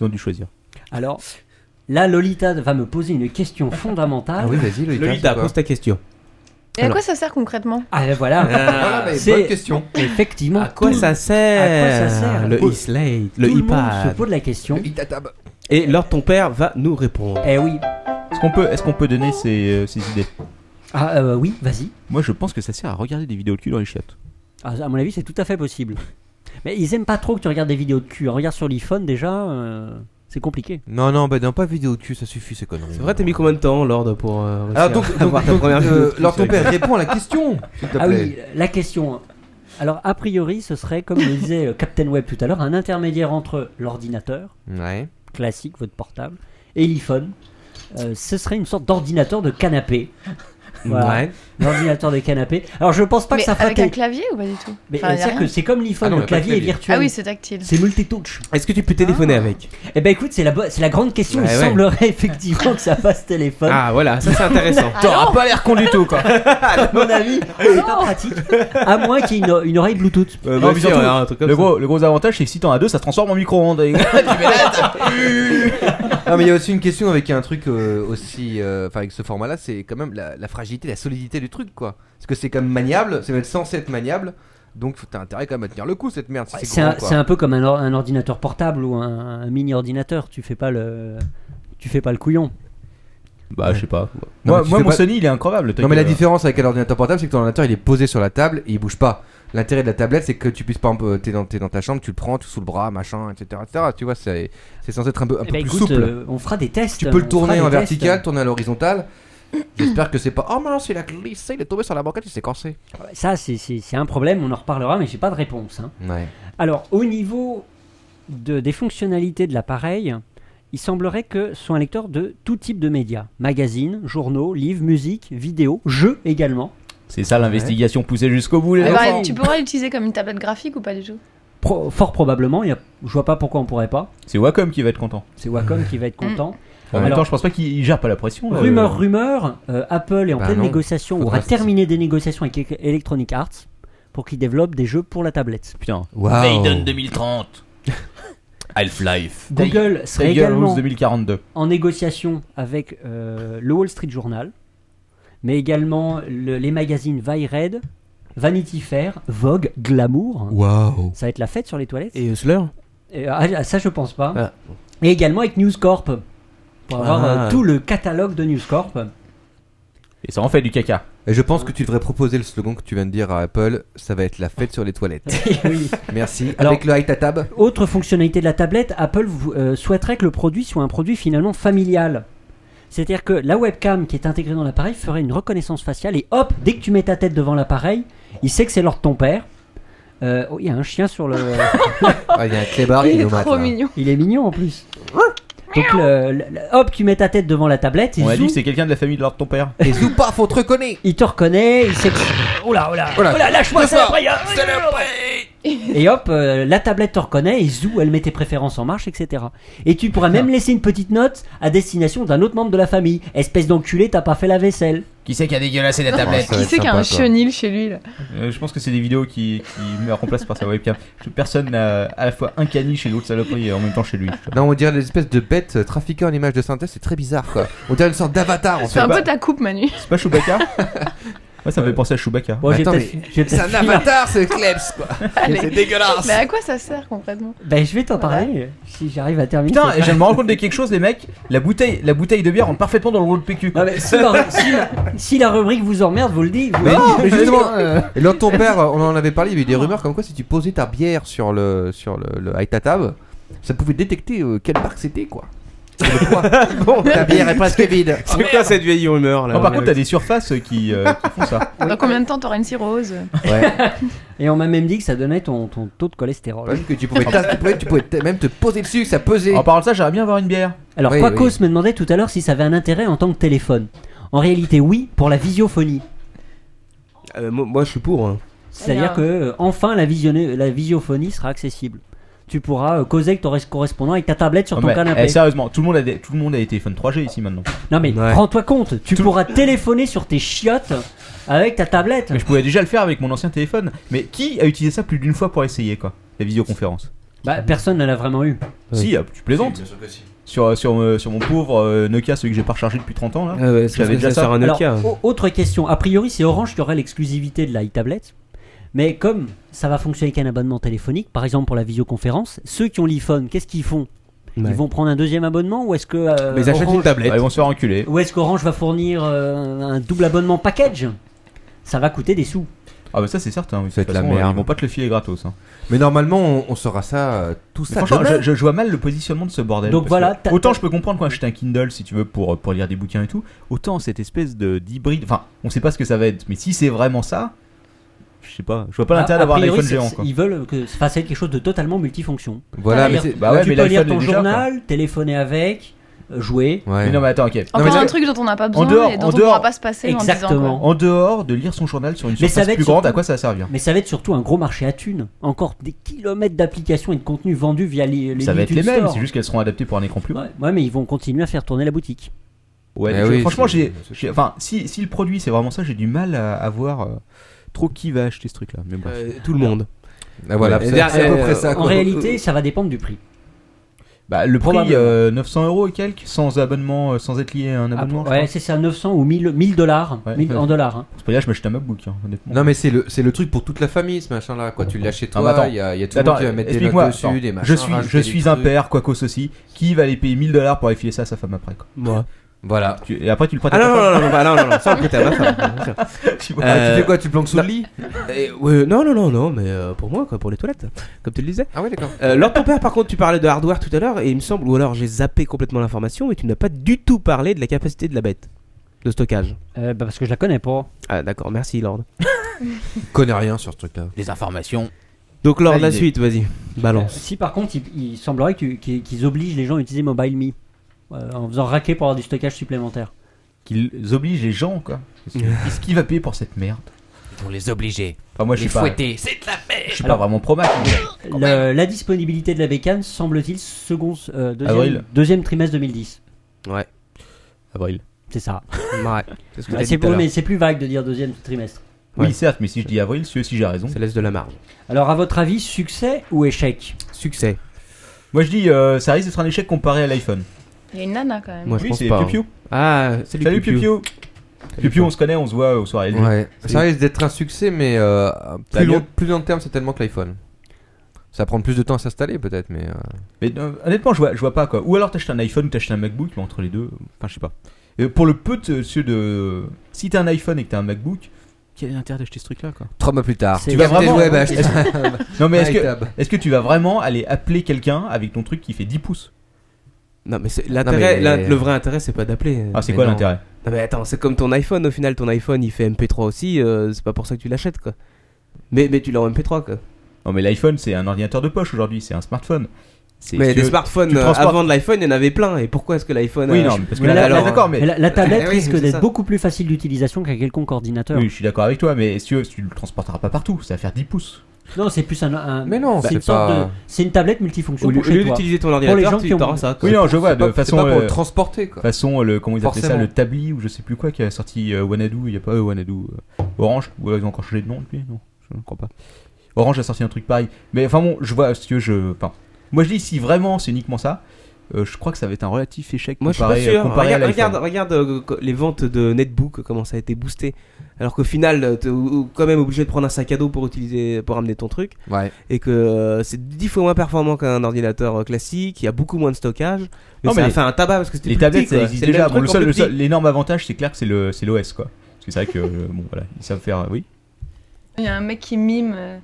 Speaker 3: ils ont dû choisir.
Speaker 4: Alors, là, Lolita va me poser une question fondamentale.
Speaker 7: Ah oui, vas-y, Lolita, Lolita, c'est quoi pose
Speaker 6: ta (laughs) question.
Speaker 5: Et à quoi ça sert concrètement
Speaker 4: Ah, ben voilà.
Speaker 6: Ah, mais
Speaker 4: C'est
Speaker 6: bonne question.
Speaker 4: Effectivement.
Speaker 6: À quoi
Speaker 4: tout-
Speaker 6: ça sert
Speaker 4: à quoi ça sert
Speaker 6: Le
Speaker 4: Tout-
Speaker 6: e-slate,
Speaker 4: tout
Speaker 6: le
Speaker 4: monde
Speaker 6: iPad.
Speaker 4: se pose la question.
Speaker 6: Et Lord ton père va nous répondre.
Speaker 4: Eh oui.
Speaker 3: Est-ce qu'on peut, est-ce qu'on peut donner ses, euh, ses idées
Speaker 4: Ah euh, oui, vas-y.
Speaker 3: Moi, je pense que ça sert à regarder des vidéos de cul dans les chiottes.
Speaker 4: Ah, à mon avis, c'est tout à fait possible. Mais ils aiment pas trop que tu regardes des vidéos de cul. Hein. Regarde sur l'iPhone déjà, euh, c'est compliqué.
Speaker 7: Non, non, bah, non, pas vidéo de cul, ça suffit, ces conneries.
Speaker 6: C'est vrai, t'as mis combien de temps, Lord, pour euh, réussir
Speaker 7: Alors, donc-
Speaker 6: à
Speaker 7: donc-
Speaker 6: avoir ta
Speaker 7: donc,
Speaker 6: première
Speaker 7: euh,
Speaker 6: vidéo de cul
Speaker 7: Lord,
Speaker 6: sur
Speaker 7: ton père,
Speaker 6: l'iPhone
Speaker 7: réponds à la question, s'il te
Speaker 4: Ah
Speaker 7: plaît.
Speaker 4: oui, la question. Alors, a priori, ce serait, comme le disait euh, Captain Web tout à l'heure, un intermédiaire entre l'ordinateur,
Speaker 7: Ouais.
Speaker 4: classique, votre portable, et l'iPhone. Euh, ce serait une sorte d'ordinateur de canapé.
Speaker 6: Ouais.
Speaker 4: L'ordinateur de canapé. Alors, je pense pas
Speaker 5: Mais
Speaker 4: que ça fera
Speaker 5: avec un
Speaker 4: tel-
Speaker 5: clavier ou pas du tout
Speaker 4: Mais euh,
Speaker 5: Enfin, y a
Speaker 4: c'est-à-dire
Speaker 5: rien.
Speaker 4: que c'est comme l'iPhone, le clavier est virtuel.
Speaker 5: Ah oui, c'est tactile.
Speaker 4: C'est multitouch.
Speaker 6: Est-ce que tu peux téléphoner avec
Speaker 4: Eh ben écoute, c'est la, bo- c'est la grande question.
Speaker 6: Ouais,
Speaker 4: Il
Speaker 6: ouais.
Speaker 4: semblerait (laughs) effectivement que ça fasse téléphone.
Speaker 6: Ah, voilà, ça, c'est intéressant.
Speaker 5: Ah,
Speaker 4: T'auras
Speaker 3: pas l'air con du tout,
Speaker 7: (laughs)
Speaker 3: quoi.
Speaker 4: à mon avis, Ah c'est pas pratique. À moins qu'il y ait une, une oreille Bluetooth.
Speaker 3: Euh, bah, surtout, le, gros, le gros avantage, c'est que si t'en as deux, ça se transforme en (laughs) micro-ondes. Et-
Speaker 7: (laughs) Non, mais il y a aussi une question avec un truc euh, aussi. euh, Enfin, avec ce format-là, c'est quand même la, la fragilité, la solidité du truc, quoi. Parce que c'est quand même maniable, ça va être censé être maniable. Donc, faut- t'as intérêt quand même à tenir le coup, cette merde. si
Speaker 4: C'est
Speaker 7: grand,
Speaker 4: un,
Speaker 7: quoi.
Speaker 4: c'est un peu comme un, or- un ordinateur portable ou un, un mini ordinateur. Tu fais pas le, tu fais pas le couillon.
Speaker 3: Bah, je sais pas.
Speaker 7: Non,
Speaker 3: moi,
Speaker 7: mais tu
Speaker 3: moi,
Speaker 7: fais
Speaker 3: mon
Speaker 7: pas-
Speaker 3: Sony, il est incroyable. le truc,
Speaker 7: Non, mais la
Speaker 3: euh,
Speaker 7: différence avec un ordinateur portable, c'est que ton ordinateur il est posé sur la table et il bouge pas. L'intérêt de la tablette, c'est que tu puisses pas. T'es dans, t'es dans ta chambre, tu le prends, tu sous le bras, machin, etc. etc. tu vois, c'est c'est censé être un peu, un
Speaker 4: Eh
Speaker 7: peu
Speaker 4: ben,
Speaker 7: plus
Speaker 4: écoute,
Speaker 7: souple.
Speaker 4: euh, on fera des tests.
Speaker 7: Tu peux le
Speaker 4: On
Speaker 7: tourner
Speaker 4: fera
Speaker 7: en
Speaker 4: des tests.
Speaker 7: vertical, tourner à l'horizontale. J'espère que c'est pas. Oh, mais non, c'est a glissé, il est tombé sur la banquette, il s'est corsé.
Speaker 4: Ça, c'est- c'est c'est un problème. On en reparlera, mais j'ai pas de réponse. hein.
Speaker 7: Ouais.
Speaker 4: Alors, au niveau de- des fonctionnalités de l'appareil, il semblerait que ce soit un lecteur de tout type de médias magazines, journaux, livres, musique, vidéos, jeux également.
Speaker 3: C'est ça l'investigation poussée jusqu'au bout, les
Speaker 5: Ah bah,
Speaker 3: enfants.
Speaker 5: tu pourrais l'utiliser comme une tablette graphique ou pas du tout
Speaker 4: Pro- fort probablement, il y a- je vois pas pourquoi on pourrait pas.
Speaker 3: C'est Wacom qui va être content.
Speaker 4: C'est Wacom qui va être content.
Speaker 3: En même
Speaker 4: Alors-
Speaker 3: temps, je pense pas qu'il il gère pas la pression. là,
Speaker 4: Rumeur,
Speaker 3: le-
Speaker 4: rumeur, euh, Apple est en
Speaker 3: Bah
Speaker 4: pleine
Speaker 3: non,
Speaker 4: négociation,
Speaker 3: faudra
Speaker 4: aura
Speaker 3: se-
Speaker 4: terminé des négociations avec E- Electronic Arts pour qu'ils développent des jeux pour la tablette.
Speaker 3: Putain.
Speaker 7: Waouh.
Speaker 3: Maiden
Speaker 7: (laughs)
Speaker 3: 2030. Half-Life.
Speaker 4: Google
Speaker 3: Tiger-
Speaker 4: serait
Speaker 3: Tiger
Speaker 4: également
Speaker 3: Woods 2042.
Speaker 4: en négociation avec euh, le Wall Street Journal, mais également le- les magazines Vired, Vanity Fair, Vogue, Glamour.
Speaker 6: Waouh.
Speaker 4: Ça va être la fête sur les toilettes.
Speaker 6: Et Hustler
Speaker 4: Et, ah, ah, ça, je pense pas.
Speaker 6: Ah.
Speaker 4: Et également avec News Corp pour avoir
Speaker 7: Ah.
Speaker 4: euh, tout le catalogue de News Corp.
Speaker 3: Et ça en fait du caca.
Speaker 7: Et je pense que tu devrais proposer le slogan que tu viens de dire à Apple ça va être la fête sur
Speaker 4: (laughs)
Speaker 7: les toilettes. Merci.
Speaker 4: Alors-
Speaker 7: Avec le high tab.
Speaker 4: Autre fonctionnalité de la tablette, Apple vou- euh, souhaiterait que le produit soit un produit finalement familial. C'est-à-dire que la webcam qui est intégrée dans l'appareil ferait une reconnaissance faciale et hop, dès que tu mets ta tête devant l'appareil, il sait que c'est l'ordre de ton père. Euh, oh, il y a un chien sur
Speaker 7: (laughs)
Speaker 4: le.
Speaker 7: Ah, il y a un clébard, il est au mat, là.
Speaker 4: Il est mignon en plus. Donc le- le- le- hop, tu mets ta tête devant la tablette.
Speaker 3: On a
Speaker 4: il
Speaker 3: dit
Speaker 4: zoome,
Speaker 3: que c'est quelqu'un de la famille de l'ordre de ton père.
Speaker 7: Et zou paf, on te reconnaît.
Speaker 4: il te reconnaît, il sait que. Oh là, oh là, oh là, lâche-moi ça, après, il y a- (laughs) Et hop, euh, la tablette te reconnaît et zou, elle met tes préférences en marche, etc. Et tu pourrais même laisser une petite note à destination d'un autre membre de la famille. Espèce d'enculé, t'as pas fait la vaisselle.
Speaker 3: Qui c'est qui a dégueulassé la
Speaker 5: tablette Qui c'est qui a un chenil chez lui là
Speaker 3: Euh, je pense que c'est des vidéos qui, qui meurent en place par sa webcam. Je- Personne n'a à la fois un caniche et l'autre saloperie en même temps chez lui.
Speaker 7: Non, Hein, on dirait des espèces de bêtes euh, trafiquées en images de synthèse, c'est très bizarre quoi. On dirait une sorte d'avatar en
Speaker 5: C'est
Speaker 3: (laughs)
Speaker 7: fait.
Speaker 5: un peu ta coupe, Manu.
Speaker 3: C'est pas Chewbacca Ouais, ça me fait penser à Chewbacca.
Speaker 4: Bon, j'ai
Speaker 3: Attends,
Speaker 4: peut-être-
Speaker 3: mais-
Speaker 4: j'ai peut-être
Speaker 7: C'est un
Speaker 4: fini.
Speaker 7: avatar, ce Klebs,
Speaker 4: (laughs)
Speaker 7: quoi.
Speaker 5: (laughs) Allez.
Speaker 7: C'est dégueulasse.
Speaker 5: Mais à quoi ça sert concrètement
Speaker 4: Ben, je vais t'en parler si j'arrive à terminer.
Speaker 3: Putain, et je me rends compte de quelque chose, les mecs. La bouteille, la bouteille de bière rentre parfaitement dans le rôle de PQ. quoi.
Speaker 4: si,
Speaker 3: (laughs)
Speaker 4: la, si la- si la rubrique vous emmerde, vous le dites. vous
Speaker 7: Mais
Speaker 4: le
Speaker 7: non,
Speaker 4: dites.
Speaker 7: mais justement,
Speaker 3: euh,
Speaker 7: et lors de ton père, euh, on en avait parlé, il y avait eu des rumeurs comme quoi si tu posais ta bière sur le, sur le, le- avec ta table, ça pouvait détecter euh, quelle marque c'était, quoi. Et le poids. bon, ta bière est presque
Speaker 4: (laughs)
Speaker 7: vide.
Speaker 6: C'est quoi cette vieille
Speaker 4: euh,
Speaker 6: rumeur
Speaker 4: Oh,
Speaker 6: là
Speaker 3: Non, oh, par contre, t'as des surfaces qui, euh, qui font ça.
Speaker 5: Dans combien de temps t'auras une cirrhose
Speaker 4: (laughs) Et on m'a même dit que ça donnait ton, ton taux de cholestérol.
Speaker 7: que
Speaker 4: (laughs)
Speaker 7: tu pouvais t'as- tu pouvais- tu pouvais t- même te poser dessus, ça pesait.
Speaker 3: En parlant de ça, j'aimerais bien avoir une bière.
Speaker 4: Alors,
Speaker 7: Oui,
Speaker 4: Quacos
Speaker 7: oui.
Speaker 4: me demandait tout à l'heure si ça avait un intérêt en tant que téléphone. En réalité, oui, pour la visiophonie.
Speaker 6: Euh, moi, moi, je suis pour. hein.
Speaker 4: C'est-à-dire que, euh, enfin, la, visionne- la visiophonie sera accessible. Tu pourras euh, causer avec ton res- correspondant avec ta tablette sur
Speaker 3: Non,
Speaker 4: ton
Speaker 3: mais,
Speaker 4: canapé.
Speaker 3: eh, sérieusement, tout le monde a des, tout le monde a des téléphones 3G ici maintenant.
Speaker 4: Non mais Rends-toi compte, tu pourras téléphoner sur tes chiottes avec ta tablette.
Speaker 3: Mais je pouvais déjà le faire avec mon ancien téléphone. Mais qui a utilisé ça plus d'une fois pour essayer quoi La visioconférence.
Speaker 4: Bah, personne ne l'a vraiment eu.
Speaker 3: Si, ah, tu plaisantes.
Speaker 4: Si, bien
Speaker 3: Sur, euh, sur, euh, sur mon pauvre euh, Nokia, celui que j'ai pas rechargé depuis 30 ans là.
Speaker 6: Ah ouais, c'est parce que ça sert à Nokia.
Speaker 4: Alors, au- autre question. A priori, c'est Orange qui aurait l'exclusivité de la e-tablette. Mais comme ça va fonctionner avec un abonnement téléphonique, par exemple pour la visioconférence, ceux qui ont l'iPhone, qu'est-ce qu'ils font
Speaker 3: Ouais.
Speaker 4: Ils vont prendre un deuxième abonnement ou est-ce que euh, Orange-
Speaker 3: Ah, ils vont se faire enculer.
Speaker 4: Ou est-ce qu'Orange va fournir euh, un double abonnement package Ça va coûter des sous.
Speaker 3: Ah bah ça c'est certain. Oui.
Speaker 7: Ça va
Speaker 3: De
Speaker 7: être
Speaker 3: toute
Speaker 7: la
Speaker 3: façon,
Speaker 7: merde.
Speaker 3: Ils vont pas te le filer gratos. hein.
Speaker 7: Mais normalement, on, on saura ça, euh, tout
Speaker 3: Mais
Speaker 7: ça.
Speaker 3: franchement,
Speaker 7: demain.
Speaker 3: je, je- je vois mal le positionnement de ce bordel.
Speaker 4: Donc
Speaker 3: parce
Speaker 4: voilà,
Speaker 3: que
Speaker 4: t'as-
Speaker 3: autant je peux comprendre quand acheter un Kindle si tu veux pour, pour lire des bouquins et tout, autant cette espèce de d'hybride. Enfin, on sait pas ce que ça va être, mais si c'est vraiment ça, je sais pas. Je vois pas
Speaker 4: A-
Speaker 3: l'intérêt
Speaker 4: Ah, a
Speaker 3: d'avoir un
Speaker 4: priori,
Speaker 3: iPhone
Speaker 4: c'est-
Speaker 3: géant.
Speaker 4: c'est-
Speaker 3: Quoi.
Speaker 4: Ils veulent que ça fasse quelque chose de totalement multifonction.
Speaker 3: Voilà,
Speaker 4: C'est-à-dire,
Speaker 3: mais c'est- bah ouais,
Speaker 4: tu
Speaker 3: mais
Speaker 4: peux
Speaker 3: l'iPhone
Speaker 4: lire
Speaker 3: est
Speaker 4: ton
Speaker 3: déjà,
Speaker 4: journal, téléphoner avec, euh, jouer.
Speaker 3: Mais non, mais attends, ok. Non,
Speaker 5: Encore
Speaker 3: mais
Speaker 5: un
Speaker 3: là-
Speaker 5: truc dont on n'a pas
Speaker 3: en
Speaker 5: besoin
Speaker 3: dehors,
Speaker 5: et dont
Speaker 3: en
Speaker 5: on
Speaker 3: dehors,
Speaker 5: pourra pas se passer dans 10 ans, quoi.
Speaker 4: Exactement.
Speaker 3: En dehors de lire son journal sur une
Speaker 4: Mais ça
Speaker 3: surface
Speaker 4: va
Speaker 3: plus
Speaker 4: être
Speaker 3: grande,
Speaker 4: surtout-
Speaker 3: à quoi ça va servir
Speaker 4: Mais ça va être surtout un gros marché à thunes. Encore des kilomètres d'applications et de contenus vendus via les, les
Speaker 3: Ça va être les
Speaker 4: YouTube
Speaker 3: mêmes,
Speaker 4: stores.
Speaker 3: c'est juste qu'elles seront adaptées pour un écran plus grand.
Speaker 4: Ouais, mais ils vont continuer à faire tourner la boutique.
Speaker 3: Ouais,
Speaker 7: Eh
Speaker 4: Ah
Speaker 3: je-
Speaker 7: oui,
Speaker 3: franchement,
Speaker 7: c'est-
Speaker 3: j'ai,
Speaker 7: c'est
Speaker 3: j'ai-
Speaker 7: sûr.
Speaker 3: enfin, si, si le produit c'est vraiment ça, j'ai du mal à, à voir euh, trop qui va acheter ce truc-là. Mais bref.
Speaker 6: Euh, tout le monde.
Speaker 7: Ah, voilà,
Speaker 3: Ouais,
Speaker 7: c'est
Speaker 3: et
Speaker 7: à peu
Speaker 3: euh,
Speaker 7: près ça.
Speaker 4: En
Speaker 7: quoi.
Speaker 4: réalité, ça va dépendre du prix.
Speaker 3: Bah, le prix
Speaker 4: Probablement.
Speaker 3: euh, 900 euros et quelques, sans abonnement, euh, sans être lié à un abonnement. je
Speaker 4: Ah, Ouais,
Speaker 3: crois.
Speaker 4: c'est ça, 900 ou 1000, 1000 dollars.
Speaker 3: Ouais.
Speaker 4: 1000 en dollars. hein.
Speaker 3: C'est pour ça que je m'achète un MacBook, hein, honnêtement.
Speaker 7: Non, mais c'est le, c'est le truc pour toute la famille, ce machin-là, quoi. Tu l'achètes
Speaker 3: Ah, mais attends.
Speaker 7: toi, il y a, il y a tout le
Speaker 3: Attends,
Speaker 7: monde qui va mettre des
Speaker 3: explique-moi,
Speaker 7: notes dessus,
Speaker 3: attends.
Speaker 7: des machins.
Speaker 3: Je suis,
Speaker 7: rajouter
Speaker 3: je
Speaker 7: des
Speaker 3: suis
Speaker 7: trucs.
Speaker 3: un père, quoi qu'au ceci. Qui va aller payer 1000 dollars pour aller filer ça à sa femme après quoi.
Speaker 6: Moi.
Speaker 7: Voilà.
Speaker 3: Tu- Et après tu le prêtes
Speaker 6: Ah
Speaker 3: à
Speaker 6: non,
Speaker 3: ta
Speaker 6: non,
Speaker 3: femme.
Speaker 6: non, non, bah non,
Speaker 3: (laughs)
Speaker 6: non, non, ça on le prête à ma femme, bien sûr.
Speaker 3: Tu vois,
Speaker 6: Euh,
Speaker 7: tu fais quoi Tu planques sous
Speaker 6: non.
Speaker 7: le lit
Speaker 6: Eh, ouais, Non, non, non, non, mais euh, pour moi, quoi, pour les toilettes, comme tu le disais.
Speaker 7: Ah ouais, d'accord.
Speaker 6: Euh, Lord ton père, par contre, tu parlais de hardware tout à l'heure, et il me semble, ou alors j'ai zappé complètement l'information, mais tu n'as pas du tout parlé de la capacité de la bête de stockage.
Speaker 4: Euh, bah, parce que je la connais pas.
Speaker 6: Ah d'accord, merci
Speaker 7: (laughs)
Speaker 6: Lord.
Speaker 7: Connais rien sur ce truc-là.
Speaker 6: Les informations. Donc Lord, la
Speaker 4: Validé.
Speaker 6: suite, vas-y,
Speaker 4: Bah
Speaker 6: balance.
Speaker 4: Si par contre, il, il semblerait que tu- qu'ils qu'ils obligent les gens à utiliser MobileMe euh, en faisant raquer pour avoir du stockage supplémentaire.
Speaker 3: Qu'ils obligent les gens quoi. Parce que, Qu'est-ce qui va payer pour cette merde
Speaker 18: Ils vont les obliger.
Speaker 3: Enfin, moi je
Speaker 18: les
Speaker 3: suis pas.
Speaker 18: fouetter. C'est de la merde.
Speaker 3: Je suis
Speaker 4: Alors-
Speaker 3: pas vraiment pro Mac. mais-
Speaker 4: Le- la disponibilité de la bécane semble-t-il second, euh,
Speaker 3: Ah, Avril.
Speaker 4: deuxième, deuxième trimestre 2010.
Speaker 6: Ouais.
Speaker 3: Avril.
Speaker 4: C'est ça.
Speaker 6: Ouais. C'est ce que
Speaker 4: Bah,
Speaker 6: t'as dit
Speaker 4: c'est
Speaker 6: tout à
Speaker 4: pour-
Speaker 6: l'heure.
Speaker 4: mais c'est plus vague de dire deuxième trimestre.
Speaker 3: Oui
Speaker 6: Ouais.
Speaker 3: certes, mais si je dis avril, c'est aussi j'ai raison.
Speaker 6: Ça laisse de la marge.
Speaker 4: Alors, à votre avis, succès ou échec
Speaker 6: Succès.
Speaker 3: Moi je dis, euh, ça risque d'être un échec comparé à l'iPhone.
Speaker 5: Il y a une nana quand même.
Speaker 3: Moi, je Oui, pense c'est pas, Piu Piu. hein.
Speaker 6: Ah, salut,
Speaker 3: Salut
Speaker 6: Piu Piu.
Speaker 3: Piu Piu Piu, on se connaît, on se voit aux soirées.
Speaker 7: Ouais. Ça risque d'être un succès, mais euh,
Speaker 3: Ça va
Speaker 7: plus, long,
Speaker 3: bien.
Speaker 7: plus long terme, c'est tellement que l'iPhone. Ça prend plus de temps à s'installer, peut-être, mais. euh,
Speaker 3: Mais euh, honnêtement, je vois, je vois pas quoi. Ou alors t'achètes un iPhone ou t'achètes un MacBook, mais entre les deux, euh, enfin je sais pas. Et pour le peu de, ceux de. Si t'as un iPhone et que t'as un MacBook, quel est l'intérêt d'acheter ce truc-là quoi
Speaker 7: Trois mois plus tard.
Speaker 3: Tu vas
Speaker 7: Captain
Speaker 3: vraiment.
Speaker 7: Web a acheté-
Speaker 3: Est-ce- (laughs) non mais est-ce que,
Speaker 7: iTab.
Speaker 3: est-ce que tu vas vraiment aller appeler quelqu'un avec ton truc qui fait 10 pouces
Speaker 6: Non mais c'est l'intérêt,
Speaker 3: mais-
Speaker 6: l'in- le vrai intérêt, c'est pas d'appeler.
Speaker 3: Ah, c'est
Speaker 6: Mais
Speaker 3: quoi
Speaker 6: non.
Speaker 3: l'intérêt
Speaker 6: Non mais attends, c'est comme ton iPhone. Au final, ton iPhone, il fait MP3 aussi. euh, c'est pas pour ça que tu l'achètes, quoi. Mais mais tu l'as en MP3, quoi.
Speaker 3: Non mais l'iPhone c'est un ordinateur de poche aujourd'hui, c'est un smartphone. C'est-
Speaker 6: Mais
Speaker 3: tu
Speaker 6: des
Speaker 3: veux-
Speaker 6: smartphones
Speaker 3: tu
Speaker 6: euh,
Speaker 3: transportes-
Speaker 6: avant de l'iPhone, il y en avait plein. Et pourquoi est-ce que l'iPhone
Speaker 3: Oui,
Speaker 6: euh,
Speaker 3: non,
Speaker 6: je-
Speaker 3: mais parce que
Speaker 6: Mais
Speaker 3: là,
Speaker 6: là,
Speaker 3: alors,
Speaker 6: là,
Speaker 3: d'accord, mais-
Speaker 4: La, la tablette
Speaker 6: Eh Oui,
Speaker 4: risque
Speaker 6: c'est
Speaker 4: d'être
Speaker 6: ça.
Speaker 4: beaucoup plus facile d'utilisation qu'un quelconque ordinateur.
Speaker 3: Oui, je suis d'accord avec toi, mais si tu veux, tu le transporteras pas partout, ça va faire 10 pouces.
Speaker 4: Non, c'est plus un. un-
Speaker 7: Mais non,
Speaker 4: c'est
Speaker 7: Bah, c'est
Speaker 4: une sorte
Speaker 7: pas-
Speaker 4: de- c'est une tablette multifonction
Speaker 6: Au lieu-
Speaker 4: pour
Speaker 6: au
Speaker 4: chez
Speaker 6: lieu
Speaker 4: toi.
Speaker 6: d'utiliser ton
Speaker 4: Pour les
Speaker 6: ordinateur,
Speaker 4: gens
Speaker 6: tu
Speaker 4: qui ont-
Speaker 6: t'auras ça, quoi.
Speaker 3: Oui, non, je vois,
Speaker 7: C'est pas-
Speaker 3: de
Speaker 7: c'est
Speaker 3: façon.
Speaker 7: pas pour
Speaker 3: euh,
Speaker 7: le transporter, quoi.
Speaker 3: Façon, euh, le, comment ils appelaient ça,
Speaker 7: Forcément.
Speaker 3: le Tabli ou je sais plus quoi qui a sorti euh, Wanadu, il y a pas euh, Wanadu, euh, Orange, ou euh, ils ont encore changé de nom depuis Non, je ne crois pas. Orange a sorti un truc pareil. Mais enfin bon, je vois, si tu veux, je. Enfin, moi je dis si vraiment c'est uniquement ça, euh, je crois que ça va être un relatif échec
Speaker 6: Moi, je suis pas
Speaker 3: comparé, euh,
Speaker 6: sûr.
Speaker 3: comparé à
Speaker 6: Regarde,
Speaker 3: l'iPhone.
Speaker 6: regarde, regarde, euh, co- les ventes de netbook, comment ça a été boosté. Alors qu'au final, euh, t'es ou- ou quand même obligé de prendre un sac à dos pour utiliser, pour ramener ton truc.
Speaker 7: Ouais.
Speaker 6: Et que euh, c'est 10 fois moins performant qu'un ordinateur euh, classique. Il y a beaucoup moins de stockage. Mais
Speaker 3: Non,
Speaker 6: ça
Speaker 3: mais
Speaker 6: a fait un tabac parce que c'était
Speaker 3: les
Speaker 6: plus
Speaker 3: tablettes,
Speaker 6: petit,
Speaker 3: ça
Speaker 6: quoi.
Speaker 3: existe
Speaker 6: C'est le
Speaker 3: déjà.
Speaker 6: même
Speaker 3: Bon, le
Speaker 6: truc en
Speaker 3: seul,
Speaker 6: plus
Speaker 3: le seul-
Speaker 6: petit.
Speaker 3: l'énorme avantage, c'est clair que c'est le, c'est l'OS quoi. Parce que c'est vrai que euh, bon voilà, ils savent faire. Oui.
Speaker 5: Il y a un mec qui mime euh,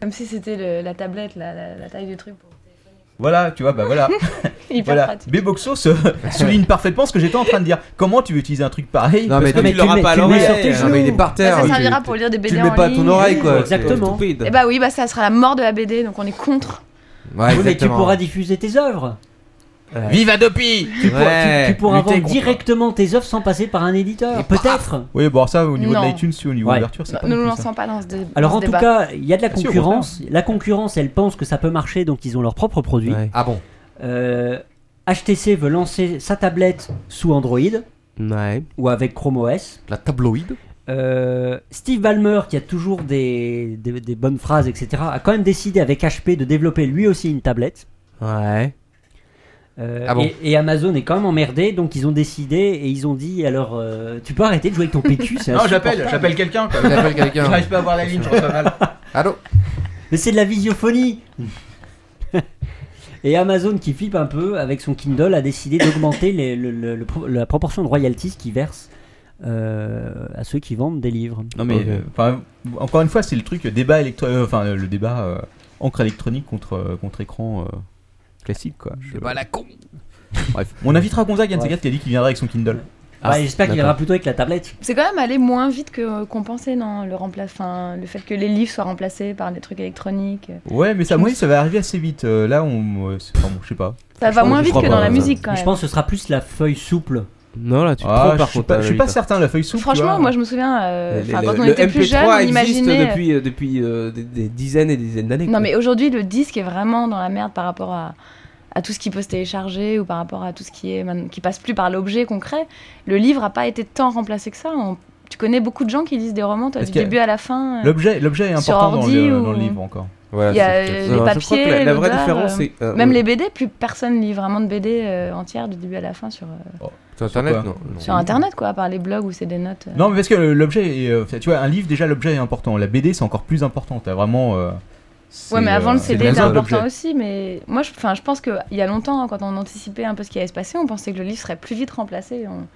Speaker 5: comme si c'était le- la tablette, la, la- la taille du truc.
Speaker 7: (laughs)
Speaker 3: Voilà, tu vois, bah
Speaker 5: (laughs)
Speaker 3: voilà.
Speaker 5: Hyper
Speaker 3: voilà.
Speaker 5: pratique.
Speaker 6: (laughs)
Speaker 3: Beboxo se- souligne parfaitement ce que j'étais en train de dire. Comment tu veux utiliser un truc pareil
Speaker 7: Non, mais
Speaker 3: Parce que
Speaker 7: tu l'auras
Speaker 3: le mets-
Speaker 7: pas à
Speaker 3: tu le mets
Speaker 7: l'oreille.
Speaker 3: sur tes
Speaker 7: Non, mais il est
Speaker 3: genoux.
Speaker 7: par terre.
Speaker 5: Ah, Ça
Speaker 7: oui.
Speaker 5: servira pour lire des BD
Speaker 7: Tu le
Speaker 5: en
Speaker 7: mets pas à ton
Speaker 5: ligne.
Speaker 7: oreille quoi.
Speaker 4: Exactement.
Speaker 7: C'est stupide.
Speaker 5: Et bah oui, bah ça sera la mort de la BD, donc on est contre.
Speaker 7: Ouais,
Speaker 4: Oui, mais tu
Speaker 7: exactement.
Speaker 4: pourras diffuser tes œuvres.
Speaker 7: Vive Adopi
Speaker 4: Tu, pourras- tu- tu pourras
Speaker 3: lutter
Speaker 4: vendre
Speaker 3: contre-
Speaker 4: directement tes œuvres sans passer par un éditeur, peut-être.
Speaker 3: Oui, bon, alors ça au niveau
Speaker 5: Non.
Speaker 3: de l'iTunes, si, au niveau
Speaker 4: Ouais.
Speaker 3: de l'ouverture, c'est
Speaker 5: Non,
Speaker 3: pas.
Speaker 5: Nous
Speaker 3: non
Speaker 5: nous
Speaker 3: plus ça.
Speaker 5: lançons pas dans ce dé-
Speaker 4: Alors
Speaker 5: dans
Speaker 4: en
Speaker 5: ce
Speaker 4: tout
Speaker 5: débat.
Speaker 4: cas, il y a de la
Speaker 3: Ah si, au
Speaker 4: concurrence. la concurrence, elle pense que ça peut marcher, donc ils ont leurs propres produits.
Speaker 7: Ah bon
Speaker 4: Euh, HTC veut lancer sa tablette sous Android
Speaker 6: Ouais.
Speaker 4: ou avec Chrome OS.
Speaker 7: La tabloïd.
Speaker 4: Euh, Steve Ballmer, qui a toujours des, des- des bonnes phrases, etc., a quand même décidé avec HP de développer lui aussi une tablette.
Speaker 6: Ouais.
Speaker 4: Euh,
Speaker 7: Ah bon
Speaker 4: et, et Amazon est quand même emmerdé, donc ils ont décidé et ils ont dit alors euh, tu peux arrêter de jouer avec ton PQ. c'est
Speaker 3: Non, j'appelle,
Speaker 4: insupportable.
Speaker 3: j'appelle quelqu'un. quoi.
Speaker 7: J'appelle quelqu'un.
Speaker 3: (laughs) J'arrive pas à voir la ligne, je reçois mal.
Speaker 7: Allô
Speaker 4: Mais c'est de la visiophonie Et Amazon, qui flippe un peu avec son Kindle, a décidé d'augmenter les- le- le- le pro- la proportion de royalties qu'il verse euh, à ceux qui vendent des livres.
Speaker 3: Non mais euh, enfin, encore une fois, c'est le truc euh, débat électro, euh, enfin le débat euh, encre électronique contre euh, contre écran euh, classique quoi. Je-
Speaker 7: Bah la con.
Speaker 3: Bref, on invitera Gonzague, un de ces
Speaker 4: Ouais.
Speaker 3: quatre qui a dit qu'il viendra avec son Kindle.
Speaker 4: Bah, J'espère qu'il
Speaker 3: d'accord.
Speaker 4: verra plutôt avec la tablette.
Speaker 5: C'est quand même allé moins vite que euh, qu'on pensait, non le, rempla... enfin, le fait que les livres soient remplacés par des trucs électroniques.
Speaker 3: Ouais, mais ça, à mon avis, ça va arriver assez vite. Euh, là, on, euh, c'est- enfin, bon, je sais pas.
Speaker 5: Ça va moins vite que dans la musique quand
Speaker 4: Mais je
Speaker 5: même.
Speaker 4: pense que ce sera plus la feuille souple.
Speaker 6: Non, là, tu te
Speaker 3: Ah,
Speaker 6: trompes par
Speaker 3: je suis
Speaker 6: contre.
Speaker 3: pas,
Speaker 6: euh,
Speaker 3: je suis pas
Speaker 6: Lolita.
Speaker 3: certain. La feuille souple. hein. tu vois.
Speaker 5: Franchement, moi je me souviens, euh,
Speaker 6: Le-
Speaker 5: enfin,
Speaker 6: le-
Speaker 5: quand on
Speaker 6: le
Speaker 5: était plus
Speaker 6: MP3
Speaker 5: jeune, on
Speaker 6: existe
Speaker 5: imaginait.
Speaker 6: depuis, euh, depuis euh, des, des dizaines et des dizaines d'années.
Speaker 5: Non
Speaker 6: quoi.
Speaker 5: mais aujourd'hui le disque est vraiment dans la merde par rapport à, à tout ce qui peut se télécharger ou par rapport à tout ce qui est man- qui passe plus par l'objet concret. Le livre a pas été tant remplacé que ça. On- tu connais beaucoup de gens qui lisent des romans toi,
Speaker 3: Parce
Speaker 5: du
Speaker 3: qu'il y a-
Speaker 5: début à la fin. euh.
Speaker 3: L'objet, l'objet est
Speaker 5: Sur
Speaker 3: important dans
Speaker 5: ordi
Speaker 3: le,
Speaker 5: ou-
Speaker 3: dans le livre encore.
Speaker 7: Ouais,
Speaker 5: Il y a
Speaker 7: c'est-
Speaker 5: euh,
Speaker 6: c'est-
Speaker 5: les
Speaker 6: Alors, je crois
Speaker 5: papiers,
Speaker 6: que la- la vraie
Speaker 5: l'odeur,
Speaker 6: différence,
Speaker 5: euh,
Speaker 6: c'est, euh,
Speaker 5: même
Speaker 6: euh,
Speaker 5: les BD, plus personne lit vraiment de BD euh, entière du début à la fin sur, euh,
Speaker 7: Sur internet
Speaker 3: quoi
Speaker 7: non. non.
Speaker 5: sur internet quoi, à part les blogs où c'est des notes. euh.
Speaker 3: Non, mais parce que euh, l'objet, est, euh, tu vois, un livre déjà l'objet est important. La BD, c'est encore plus important. T'as vraiment. euh, c'est,
Speaker 5: Ouais, mais avant
Speaker 3: euh,
Speaker 5: le
Speaker 3: c'est
Speaker 5: CD était
Speaker 3: besoin de
Speaker 5: important
Speaker 3: l'objet.
Speaker 5: aussi, mais moi je, enfin, je pense qu'il y a longtemps, hein, quand on anticipait un peu ce qui allait se passer, on pensait que le livre serait plus vite remplacé on-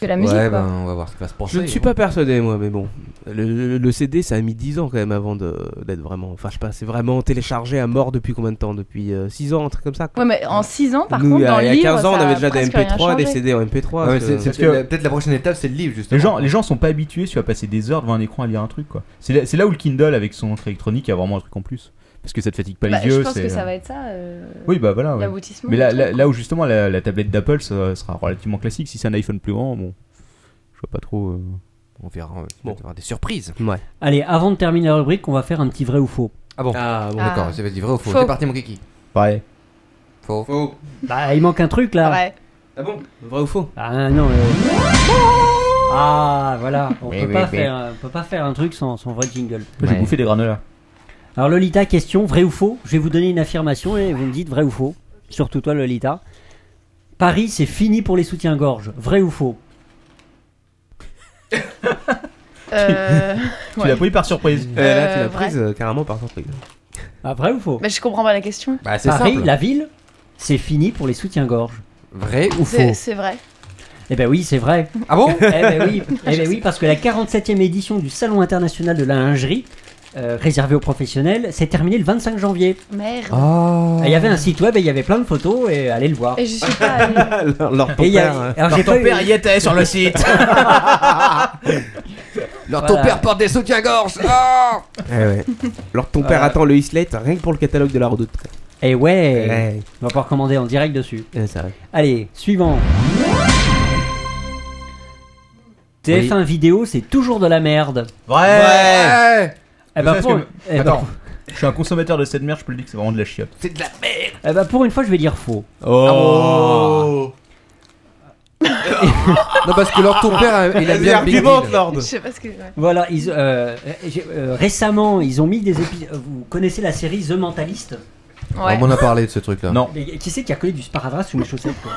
Speaker 5: que la musique.
Speaker 7: Ouais,
Speaker 5: quoi.
Speaker 7: ben, on va voir ce qui va se passer.
Speaker 6: Je ne suis pas persuadé, moi, mais bon. Le, le- le CD, ça a mis 10 ans quand même avant de- d'être vraiment. Enfin, je sais pas, c'est vraiment téléchargé à mort depuis combien de temps Depuis 6 ans, un truc comme
Speaker 3: (laughs)
Speaker 6: ça. quoi.
Speaker 5: Ouais, mais en 6 ans, par
Speaker 6: Nous,
Speaker 5: contre,
Speaker 6: il y a,
Speaker 5: dans
Speaker 6: il y
Speaker 5: le
Speaker 6: a
Speaker 5: livre,
Speaker 6: 15 ans, on
Speaker 5: ça a
Speaker 6: avait déjà des
Speaker 5: presque rien
Speaker 6: MP3, des
Speaker 5: changé.
Speaker 6: CD en MP3.
Speaker 7: Ah, mais
Speaker 6: parce
Speaker 7: c'est-
Speaker 6: que-
Speaker 7: c'est
Speaker 3: parce que-
Speaker 7: peut-être la- peut-être la prochaine étape, c'est le livre justement.
Speaker 3: Les gens, les gens sont pas habitués tu vas passer des heures devant un écran à lire un truc quoi. C'est là, c'est là où le Kindle avec son entrée électronique a vraiment un truc en plus parce que ça te fatigue pas
Speaker 5: Bah,
Speaker 3: les yeux.
Speaker 5: je pense
Speaker 3: c'est-
Speaker 5: que ça va être ça. euh,
Speaker 3: Oui bah voilà. ouais.
Speaker 5: l'aboutissement
Speaker 3: Mais
Speaker 5: du
Speaker 3: là,
Speaker 5: truc,
Speaker 3: là,
Speaker 5: quoi.
Speaker 3: là où justement la, la tablette d'Apple ça sera relativement classique. Si c'est un iPhone plus grand, bon, je vois pas trop. euh.
Speaker 7: On verra. euh, Il va y avoir des surprises.
Speaker 6: Ouais.
Speaker 4: Allez, avant de terminer la rubrique, on va faire un petit vrai ou faux.
Speaker 7: Ah bon
Speaker 6: Ah, bon.
Speaker 5: Ah.
Speaker 7: D'accord, c'est vas-y, vrai ou faux
Speaker 5: Faux.
Speaker 7: C'est parti, mon kiki.
Speaker 3: Pareil.
Speaker 7: Faux.
Speaker 6: Faux.
Speaker 4: Bah, il manque un truc là.
Speaker 5: Ouais.
Speaker 6: Ah bon Vrai ou faux
Speaker 4: Ah non. euh. Ah voilà, on
Speaker 7: Oui,
Speaker 4: peut
Speaker 7: oui,
Speaker 4: pas
Speaker 7: oui.
Speaker 4: faire, on peut pas faire un truc sans, sans vrai jingle.
Speaker 3: J'ai bouffé des granolas.
Speaker 4: Alors Lolita, question, vrai ou faux Je vais vous donner une affirmation et vous me dites vrai ou faux. Surtout toi Lolita. Paris, c'est fini pour les soutiens-gorge. Vrai ou faux
Speaker 5: Euh,
Speaker 3: Tu l'as pris par surprise.
Speaker 6: Euh, Là, tu
Speaker 5: Euh,
Speaker 6: l'as
Speaker 5: vrai.
Speaker 6: prise euh, carrément par surprise.
Speaker 4: Ah vrai ou faux
Speaker 5: bah, je comprends pas la question.
Speaker 7: Bah, c'est
Speaker 4: Paris,
Speaker 7: simple.
Speaker 4: la ville, c'est fini pour les soutiens-gorge.
Speaker 7: Vrai ou
Speaker 4: Ou
Speaker 5: C'est
Speaker 4: faux
Speaker 5: c'est vrai.
Speaker 4: Eh ben oui, c'est vrai.
Speaker 7: Ah bon
Speaker 4: Eh ben
Speaker 6: (laughs)
Speaker 4: oui, eh ben oui, parce que la 47e édition du Salon international de la lingerie, euh, réservée aux professionnels, s'est terminée le 25 janvier.
Speaker 5: Merde.
Speaker 7: Ah.
Speaker 3: Ah.
Speaker 4: Et Il y avait un site web et il y avait plein de photos et allez le voir.
Speaker 5: Et je
Speaker 4: (laughs)
Speaker 5: suis pas allée.
Speaker 6: Leur ton
Speaker 4: Et il y a-
Speaker 6: père. hein.
Speaker 4: alors j'ai pas eu-
Speaker 3: y était sur le site.
Speaker 4: (laughs)
Speaker 3: Eh
Speaker 7: Alors ton
Speaker 4: Voilà.
Speaker 7: père porte des soutiens-gorge. Ah
Speaker 6: Eh ouais. Leur
Speaker 3: Ah
Speaker 6: ton père
Speaker 4: Euh.
Speaker 6: attend le Islet rien que pour le catalogue de la redoute. quoi.
Speaker 4: Eh ouais,
Speaker 6: Ouais.
Speaker 4: on va pouvoir commander en direct dessus.
Speaker 6: Ouais, c'est vrai.
Speaker 4: Allez, suivant. TF1 vidéo, c'est toujours de la merde.
Speaker 3: Vrai.
Speaker 4: Eh ben,
Speaker 3: Parce
Speaker 4: pour,
Speaker 3: que-
Speaker 4: eh ben-
Speaker 3: Attends, je suis un consommateur de cette merde, je peux le dire que c'est vraiment de la chiotte.
Speaker 7: C'est de la merde.
Speaker 4: eh ben, pour une fois, je vais dire faux.
Speaker 7: Oh. non parce que alors ton père il a bien le Big Deal.
Speaker 5: Je sais pas ce que. ouais.
Speaker 4: Voilà, ils, euh, euh, j'ai- euh, récemment, ils ont mis des épisodes. Vous connaissez la série The Mentalist
Speaker 5: Ouais.
Speaker 7: On en a parlé de ce truc-là.
Speaker 3: Non.
Speaker 4: Mais qui c'est qui a collé du sparadrap sous mes chaussettes quoi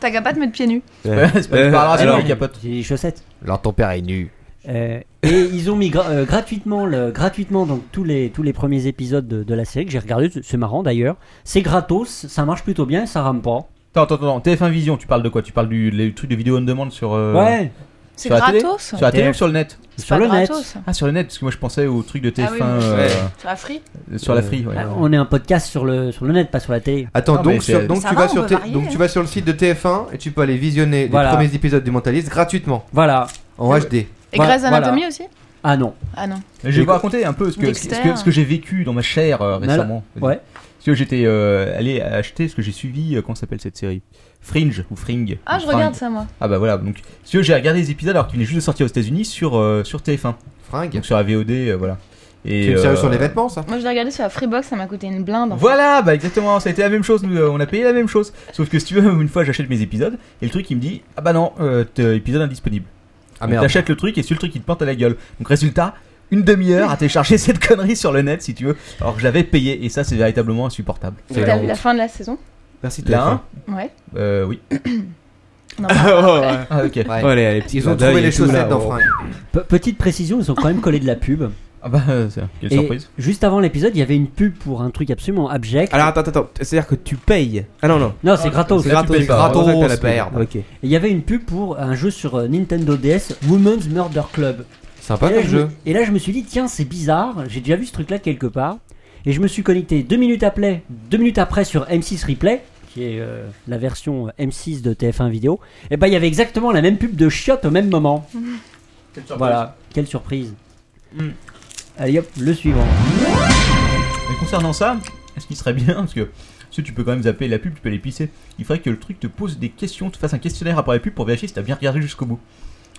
Speaker 5: T'as qu'à pas te mettre pieds nus.
Speaker 3: (laughs) C'est
Speaker 7: Euh,
Speaker 3: pas du sparadrap, c'est
Speaker 4: alors,
Speaker 3: une capote.
Speaker 4: J'ai des chaussettes.
Speaker 7: Alors ton père est nu.
Speaker 4: Euh, et ils ont mis gra- euh, gratuitement, le, gratuitement donc, tous, les, tous les premiers épisodes de, de la série que j'ai regardé. c'est- C'est marrant d'ailleurs. C'est gratos, ça marche plutôt bien, ça rame pas.
Speaker 3: Attends, attends, attends, TF1 Vision, tu parles de quoi Tu parles du les trucs de vidéo on demande sur. euh,
Speaker 4: Ouais.
Speaker 5: C'est
Speaker 3: sur la télé
Speaker 5: gratos
Speaker 3: Sur la télé ou sur le net
Speaker 4: C'est Sur pas le net.
Speaker 5: gratos.
Speaker 3: Ah, sur le net, parce que moi je pensais au truc de TF1
Speaker 5: Ah oui, oui.
Speaker 3: euh,
Speaker 5: Sur la free
Speaker 3: sur la free. ouais.
Speaker 4: Ah, On est un podcast sur le, sur le net, pas sur la télé.
Speaker 7: Euh, Attends, donc, sur- donc
Speaker 5: Ça
Speaker 7: tu
Speaker 5: va,
Speaker 7: vas
Speaker 5: on
Speaker 7: sur
Speaker 5: peut
Speaker 7: T-
Speaker 5: varier.
Speaker 7: donc tu vas sur le site de TF1 et tu peux aller visionner
Speaker 4: Voilà.
Speaker 7: les premiers épisodes du Mentaliste gratuitement.
Speaker 4: Voilà.
Speaker 7: En HD.
Speaker 5: Et
Speaker 4: Voilà,
Speaker 5: Grey's Anatomy
Speaker 4: voilà.
Speaker 5: aussi
Speaker 4: Ah non.
Speaker 5: Ah non.
Speaker 3: Je vais vous raconter un peu ce que, ce
Speaker 5: Dexter.
Speaker 3: que, ce que- ce que j'ai vécu dans ma chair euh,
Speaker 4: Voilà.
Speaker 3: récemment.
Speaker 4: Ouais.
Speaker 3: Parce que j'étais euh, allé acheter ce que j'ai suivi, euh, comment s'appelle cette série Fringe ou Fring
Speaker 5: Ah,
Speaker 3: ou
Speaker 5: je
Speaker 3: Fringe.
Speaker 5: regarde ça, moi.
Speaker 3: Ah bah voilà, donc si tu veux, j'ai regardé les épisodes alors qu'il venait juste de sortir aux États-Unis sur, euh, sur TF1.
Speaker 7: Fringue.
Speaker 3: Donc sur la VOD, euh, voilà. Et,
Speaker 7: C'est une série
Speaker 3: euh,
Speaker 7: sur les vêtements, ça
Speaker 5: Moi, je l'ai regardé sur la Freebox, ça m'a coûté une blinde. en fait.
Speaker 3: Voilà, bah exactement, ça a été la même chose, nous, euh, on a payé la même chose. Sauf que si tu veux, une fois j'achète mes épisodes, et le truc il me dit, ah bah non, euh, t'es- épisode indisponible.
Speaker 7: Ah
Speaker 3: Donc,
Speaker 7: merde.
Speaker 3: T'achètes le truc et sur le truc il te plante à la gueule. Donc résultat, une demi-heure à télécharger (laughs) cette connerie sur le net si tu veux, alors que je l'avais payé, et ça c'est véritablement insupportable.
Speaker 5: Et T'as vu la fin de la saison
Speaker 7: Merci TF1.
Speaker 3: Là,
Speaker 5: Ouais.
Speaker 3: euh, oui.
Speaker 7: (laughs)
Speaker 5: Non, bah,
Speaker 3: Ah, ok.
Speaker 7: Ouais.
Speaker 6: Oh, les- les petits
Speaker 7: Ils
Speaker 6: clins
Speaker 7: ont
Speaker 6: d'œil
Speaker 7: trouvé
Speaker 6: et
Speaker 7: les
Speaker 6: tout, là,
Speaker 7: chaussettes dans
Speaker 6: oh.
Speaker 7: Fringue.
Speaker 4: Pe- petite précision, ils ont quand même collé de la pub.
Speaker 3: Ah bah, euh, c'est- quelle
Speaker 4: Et
Speaker 3: surprise.
Speaker 4: Juste avant l'épisode, il y avait une pub pour un truc absolument abject.
Speaker 6: Alors attends, attends, attends, c'est-à-dire que tu payes. Ah non, non.
Speaker 4: non, c'est gratos.
Speaker 6: C'est
Speaker 3: là, tu
Speaker 6: gratos,
Speaker 3: payes pas.
Speaker 6: gratos, la
Speaker 7: Gratos, merde.
Speaker 6: merde. Ok.
Speaker 4: Il y avait une pub pour un jeu sur euh, Nintendo DS, Women's Murder Club.
Speaker 7: Sympa
Speaker 4: et, là,
Speaker 7: comme
Speaker 4: je me,
Speaker 7: jeu.
Speaker 4: et là, je me suis dit, tiens, c'est bizarre, j'ai déjà vu ce truc-là quelque part. Et je me suis connecté deux minutes après, deux minutes après sur M6 Replay, qui est euh, la version euh, M6 de TF1 Vidéo. Et bah, il y avait exactement la même pub de Chiotte au même moment. Voilà, quelle surprise.
Speaker 6: Hmm.
Speaker 3: Mm.
Speaker 4: Allez hop, le suivant.
Speaker 3: Mais concernant ça, ce qui serait bien, parce que si tu peux quand même zapper la pub, tu peux aller pisser, il faudrait que le truc te pose des questions, te fasse un questionnaire après la pub pour vérifier si t'as bien regardé jusqu'au bout.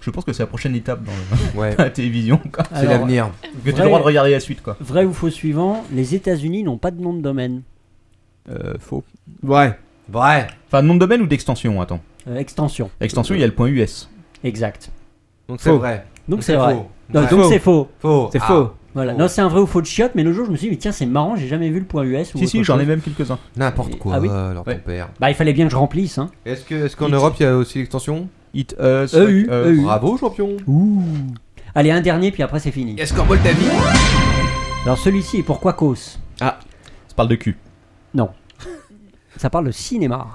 Speaker 3: Je pense que c'est la prochaine étape dans,
Speaker 7: (laughs)
Speaker 3: le-
Speaker 7: Ouais.
Speaker 3: (laughs) dans la télévision. quoi.
Speaker 7: C'est
Speaker 4: Alors,
Speaker 7: l'avenir.
Speaker 3: Que t'as
Speaker 4: Vrai-
Speaker 3: le droit de regarder la suite, quoi.
Speaker 4: Vrai ou faux suivant, les États-Unis n'ont pas de nom de domaine.
Speaker 3: Euh, faux.
Speaker 6: Ouais.
Speaker 7: Ouais.
Speaker 3: Enfin, nom de domaine ou d'extension, attends.
Speaker 4: Euh, extension,
Speaker 3: Extension, il y a le point US.
Speaker 4: exact.
Speaker 7: Donc c'est
Speaker 6: Faux.
Speaker 7: vrai.
Speaker 4: Donc
Speaker 7: Donc
Speaker 4: c'est
Speaker 7: c'est
Speaker 4: vrai.
Speaker 7: faux.
Speaker 4: Non,
Speaker 7: Ouais.
Speaker 4: donc
Speaker 6: Faux.
Speaker 4: c'est faux.
Speaker 7: Faux.
Speaker 6: C'est
Speaker 7: Ah.
Speaker 6: faux.
Speaker 4: Voilà.
Speaker 7: Faux.
Speaker 4: Non, c'est un vrai ou faux de chiottes, mais le jour je me suis dit, mais tiens, c'est marrant, j'ai jamais vu le point US. Ou
Speaker 3: Si, si,
Speaker 4: autre
Speaker 3: j'en ai
Speaker 4: chose.
Speaker 3: même quelques-uns.
Speaker 7: N'importe quoi,
Speaker 4: Ah oui
Speaker 7: alors
Speaker 3: Ouais.
Speaker 7: ton père.
Speaker 4: Bah, il fallait bien que je remplisse, hein.
Speaker 7: Est-ce que est-ce qu'en
Speaker 3: Il-
Speaker 7: Europe il y a aussi l'extension
Speaker 3: It, us,
Speaker 4: EU,
Speaker 3: euh,
Speaker 4: EU.
Speaker 7: Bravo champion.
Speaker 4: E Allez, un dernier, puis après c'est fini.
Speaker 13: Est-ce qu'en Moldavie
Speaker 7: Ah.
Speaker 4: Alors celui-ci est pour Quacos.
Speaker 17: Ah.
Speaker 3: Ah, Ça parle de cul.
Speaker 4: Non. Ça parle de cinéma.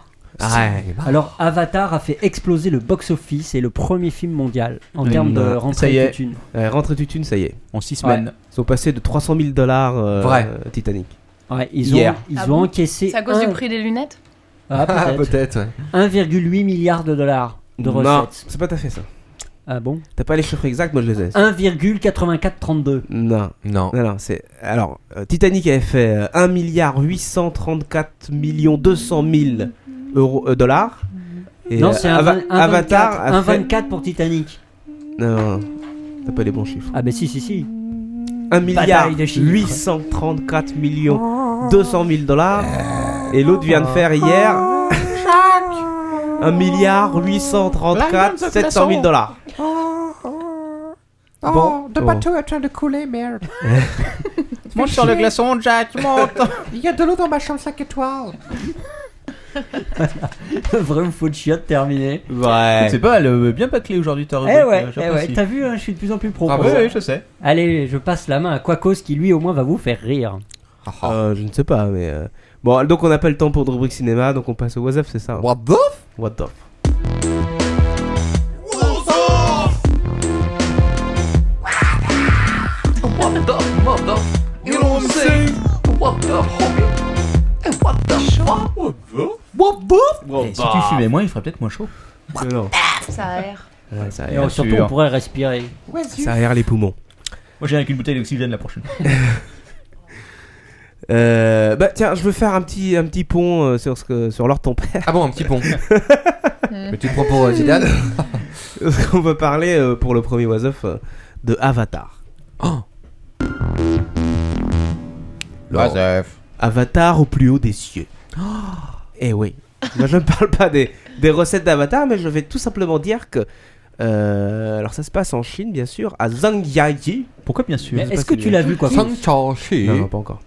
Speaker 3: Ah
Speaker 6: Ouais.
Speaker 4: Alors, Avatar a fait exploser le box-office et le premier film mondial en
Speaker 3: Mmh.
Speaker 4: termes
Speaker 6: Ah,
Speaker 4: de
Speaker 3: Ça y
Speaker 4: rentrée
Speaker 3: est.
Speaker 4: de thunes.
Speaker 6: Euh, rentrée du thune, ça y est.
Speaker 3: En 6 semaines.
Speaker 6: Ils sont passés de 300 000 dollars euh,
Speaker 7: Vrai.
Speaker 6: Titanic.
Speaker 4: Ouais, ils ont,
Speaker 6: Hier.
Speaker 4: ils
Speaker 5: Ah
Speaker 4: ont
Speaker 5: bon
Speaker 4: encaissé
Speaker 5: C'est à cause du
Speaker 4: un-
Speaker 5: prix des lunettes
Speaker 6: (laughs)
Speaker 4: Ah,
Speaker 7: Ah,
Speaker 4: peut-être.
Speaker 7: peut-être. ouais.
Speaker 4: 1,8 milliard de dollars de
Speaker 6: Non,
Speaker 4: recettes.
Speaker 6: c'est pas t'as fait ça.
Speaker 4: Ah bon
Speaker 6: T'as pas les chiffres exacts, moi je les ai.
Speaker 4: 1,8432.
Speaker 6: Non.
Speaker 7: Non.
Speaker 6: Non, non, c'est. Alors, euh, Titanic avait fait euh, 1 milliard 834 millions 200 000 euros, euh, dollars. Et
Speaker 4: non,
Speaker 6: euh,
Speaker 4: c'est un,
Speaker 6: Ava-
Speaker 4: vingt- un
Speaker 6: Avatar
Speaker 4: 24,
Speaker 6: a
Speaker 4: un
Speaker 6: fait.
Speaker 4: 24 pour Titanic. (laughs)
Speaker 6: Non, non, t'as pas les bons chiffres.
Speaker 4: Ah bah si, si, si.
Speaker 6: 1 milliard
Speaker 4: de chiffres.
Speaker 6: 834 millions 200 000 dollars. Et l'autre vient de faire hier. 1 milliard 834 700 000 dollars.
Speaker 17: Oh, le
Speaker 6: oh.
Speaker 17: bateau est en train de couler, (laughs) merde.
Speaker 3: Monte sur le glaçon, Jack, monte
Speaker 17: (laughs) Il y a de l'eau dans ma chambre 5 étoiles.
Speaker 4: Vrai ou faux de chiottes terminé.
Speaker 6: Ouais.
Speaker 3: C'est pas mal, euh, bien paclé aujourd'hui,
Speaker 4: Eh
Speaker 3: t'as rubrique,
Speaker 4: ouais,
Speaker 3: euh,
Speaker 4: eh ouais.
Speaker 3: j'apprécie.
Speaker 4: t'as vu, hein, je suis de plus en plus pro.
Speaker 7: Bravo.
Speaker 4: quoi.
Speaker 3: Ah, Ouais, ouais, je sais.
Speaker 4: Allez, je passe la main à Quacos qui lui au moins va vous faire rire.
Speaker 7: Ah, ah.
Speaker 6: Euh, je ne sais pas, mais. euh, Bon, donc on n'a pas le temps pour de rubrique cinéma, donc on passe au WhatsApp, c'est ça hein
Speaker 7: What the f-
Speaker 6: What the f-
Speaker 13: What the mother You know what I'm saying What the hobby And what the fuck
Speaker 3: Eh, Si
Speaker 7: Bah.
Speaker 3: tu fumais moins, il ferait peut-être moins chaud.
Speaker 6: Non, non.
Speaker 3: Ah,
Speaker 5: Ça a l'air.
Speaker 6: Ouais, ça
Speaker 4: Et
Speaker 6: aère,
Speaker 4: surtout,
Speaker 3: sûr.
Speaker 4: on pourrait respirer.
Speaker 6: hein. ça aère les poumons.
Speaker 3: Moi j'ai avec une bouteille d'oxygène la prochaine.
Speaker 6: Euh, bah tiens, je veux faire un petit, un petit pont euh, sur, ce que, sur l'or ton père.
Speaker 7: Ah bon, un
Speaker 6: (laughs)
Speaker 7: petit pont. Mais tu le prends pour euh, Zidane
Speaker 6: On va parler euh, pour le premier was-off de Avatar.
Speaker 7: Oh.
Speaker 2: Joseph.
Speaker 6: Avatar au plus haut des cieux.
Speaker 7: Ah.
Speaker 6: eh oui. Moi, je ne parle pas des, des recettes d'Avatar, mais je vais tout simplement dire que. euh, alors, ça se passe en Chine, bien sûr, à Zhangjiajie.
Speaker 3: Pourquoi bien sûr
Speaker 4: Mais est-ce que tu l'as vu, Quacos
Speaker 7: Shang Chang-Chi.
Speaker 6: Non, non, pas encore.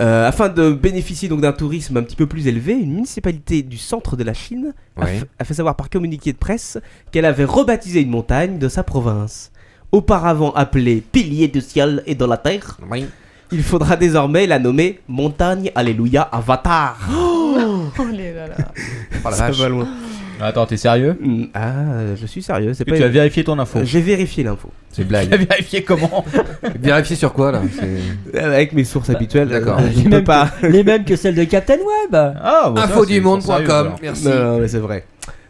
Speaker 6: Euh, afin de bénéficier donc d'un tourisme un petit peu plus élevé, une municipalité du centre de la Chine a,
Speaker 7: Ouais.
Speaker 6: f- a fait savoir par communiqué de presse qu'elle avait rebaptisé une montagne de sa province. Auparavant appelée Pilier du ciel et de la terre, il faudra désormais la nommer Montagne Alléluia Avatar.
Speaker 13: Oh, les là là.
Speaker 6: Ça va loin.
Speaker 3: Attends, t'es sérieux
Speaker 6: Ah, je suis sérieux. C'est
Speaker 3: Et
Speaker 6: pas
Speaker 3: tu
Speaker 6: une-
Speaker 3: as vérifié ton info
Speaker 6: J'ai vérifié l'info.
Speaker 3: C'est
Speaker 6: (laughs)
Speaker 3: blague. Tu as vérifié comment
Speaker 7: (laughs) Vérifier sur quoi là
Speaker 6: Euh, Avec mes sources habituelles.
Speaker 7: D'accord. bah
Speaker 6: euh, je
Speaker 4: les,
Speaker 6: peux
Speaker 4: mêmes
Speaker 6: pas.
Speaker 4: que, les mêmes que celles de Captain Web.
Speaker 3: Ah,
Speaker 7: Infodumonde.com, merci.
Speaker 6: Non, non, mais c'est vrai.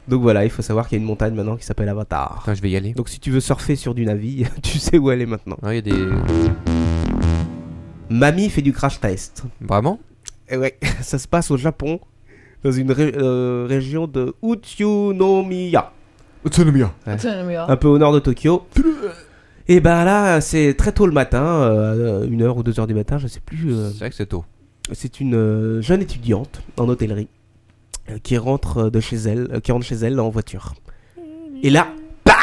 Speaker 6: Donc voilà, il faut savoir qu'il y a une montagne maintenant qui s'appelle Avatar.
Speaker 7: je vais y aller.
Speaker 6: Donc si tu veux surfer sur du navire, (laughs) tu sais où elle est maintenant.
Speaker 7: il y a des.
Speaker 6: Mamie fait du crash test.
Speaker 7: Vraiment
Speaker 6: Et ouais, (laughs) ça se passe au Japon, dans une ré- euh, région de Utsunomiya. Utsunomiya.
Speaker 5: Utsunomiya.
Speaker 6: Un peu au nord de Tokyo. Et ben là, c'est très tôt le matin, euh, une heure ou deux heures du matin, je sais plus. euh,
Speaker 7: C'est vrai que c'est tôt.
Speaker 6: c'est une euh, jeune étudiante en hôtellerie euh, qui rentre euh, de chez elle, euh, qui rentre chez elle en voiture. (laughs) Et là, BAM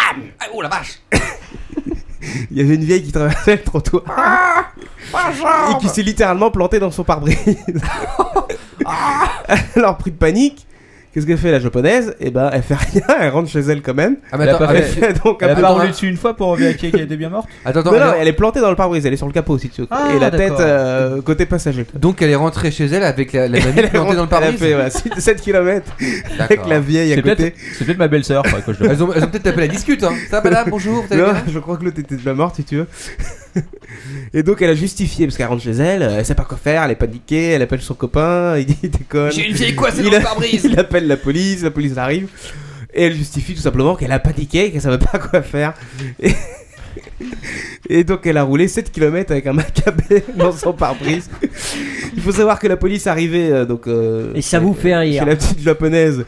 Speaker 7: oh la vache
Speaker 6: Il y avait une vieille qui traversait le trottoir et qui s'est littéralement plantée dans son pare-brise. Alors pris de panique. Qu'est-ce qu'elle fait la japonaise Eh ben, elle fait rien, (laughs) elle rentre chez elle quand même.
Speaker 7: Ah, mais Elle a attends, pas
Speaker 6: elle
Speaker 7: fait-
Speaker 6: fait (laughs) donc un
Speaker 3: Elle a
Speaker 6: peu
Speaker 3: pas
Speaker 6: de-
Speaker 3: roulé dessus une fois pour vérifier qu'elle était bien morte
Speaker 7: Attends,
Speaker 6: Non, non, elle est plantée dans le pare-brise, elle est sur le capot si tu veux.
Speaker 3: Ah,
Speaker 6: et la
Speaker 3: d'accord.
Speaker 6: tête euh, côté passager.
Speaker 7: Donc elle est rentrée chez elle avec la, la mamie
Speaker 6: Elle est
Speaker 7: plantée dans le
Speaker 6: rentrée- elle a
Speaker 7: pare-brise.
Speaker 6: fait, voilà, 7 km avec
Speaker 7: D'accord.
Speaker 6: la vieille à
Speaker 3: C'est
Speaker 6: côté.
Speaker 3: peut-être c'est peut-être ma belle-sœur. faudrait que je demande.
Speaker 7: Elles ont, elles ont peut-être tapé la discute, hein. Ça,
Speaker 6: (laughs)
Speaker 7: madame, bonjour, t'as
Speaker 6: Non,
Speaker 7: bien
Speaker 6: je crois que l'autre était déjà morte, si tu veux. (laughs) Et donc, elle a justifié parce qu'elle rentre chez elle, elle sait pas quoi faire, elle est paniquée, elle appelle son copain, il dit il déconne.
Speaker 7: J'ai une vieille coiffée
Speaker 6: Il
Speaker 7: dans le
Speaker 6: a- (laughs)
Speaker 7: pare-brise.
Speaker 6: Il appelle la police, la police arrive. Et elle justifie tout simplement qu'elle a paniqué, qu'elle savait pas quoi faire. Et, (laughs) et donc elle a roulé 7 km avec un macabé (laughs) dans son pare-brise. Il faut savoir que la police arrivée euh, donc euh,
Speaker 4: Et ça vous fait rire.
Speaker 6: chez la petite japonaise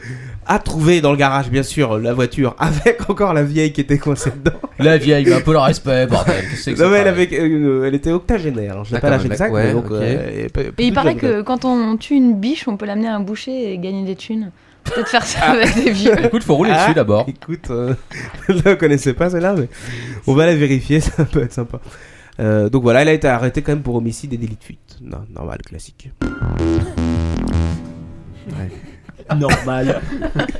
Speaker 6: a trouvé dans le garage bien sûr la voiture avec encore la vieille qui était coincée dedans.
Speaker 3: La vieille, mais un peu le respect,
Speaker 6: (laughs)
Speaker 3: bordel. tu sais que c'est
Speaker 6: Non, mais elle,
Speaker 3: pas-
Speaker 6: avait, euh, elle était octogénaire, hein. je l'ai pas lâché
Speaker 7: D'accord, mais-
Speaker 6: exact,
Speaker 7: ouais,
Speaker 6: mais donc,
Speaker 7: ok.
Speaker 6: euh, elle est pas-
Speaker 5: Et
Speaker 6: plus
Speaker 5: il paraît
Speaker 6: jeune,
Speaker 5: que quand on tue une biche, on peut l'amener à un boucher et gagner des thunes. Peut-être faire ça (laughs) avec des vieux.
Speaker 3: Ah. (laughs) Écoute, faut rouler
Speaker 6: Ah,
Speaker 3: dessus d'abord.
Speaker 6: Écoute, euh, (laughs) je la connaissais pas celle-là, mais on va la vérifier, (laughs) ça peut être sympa. Euh, donc voilà, elle a été arrêtée quand même pour homicide et délit de fuite. Non, normal, classique. (laughs)
Speaker 4: Normal.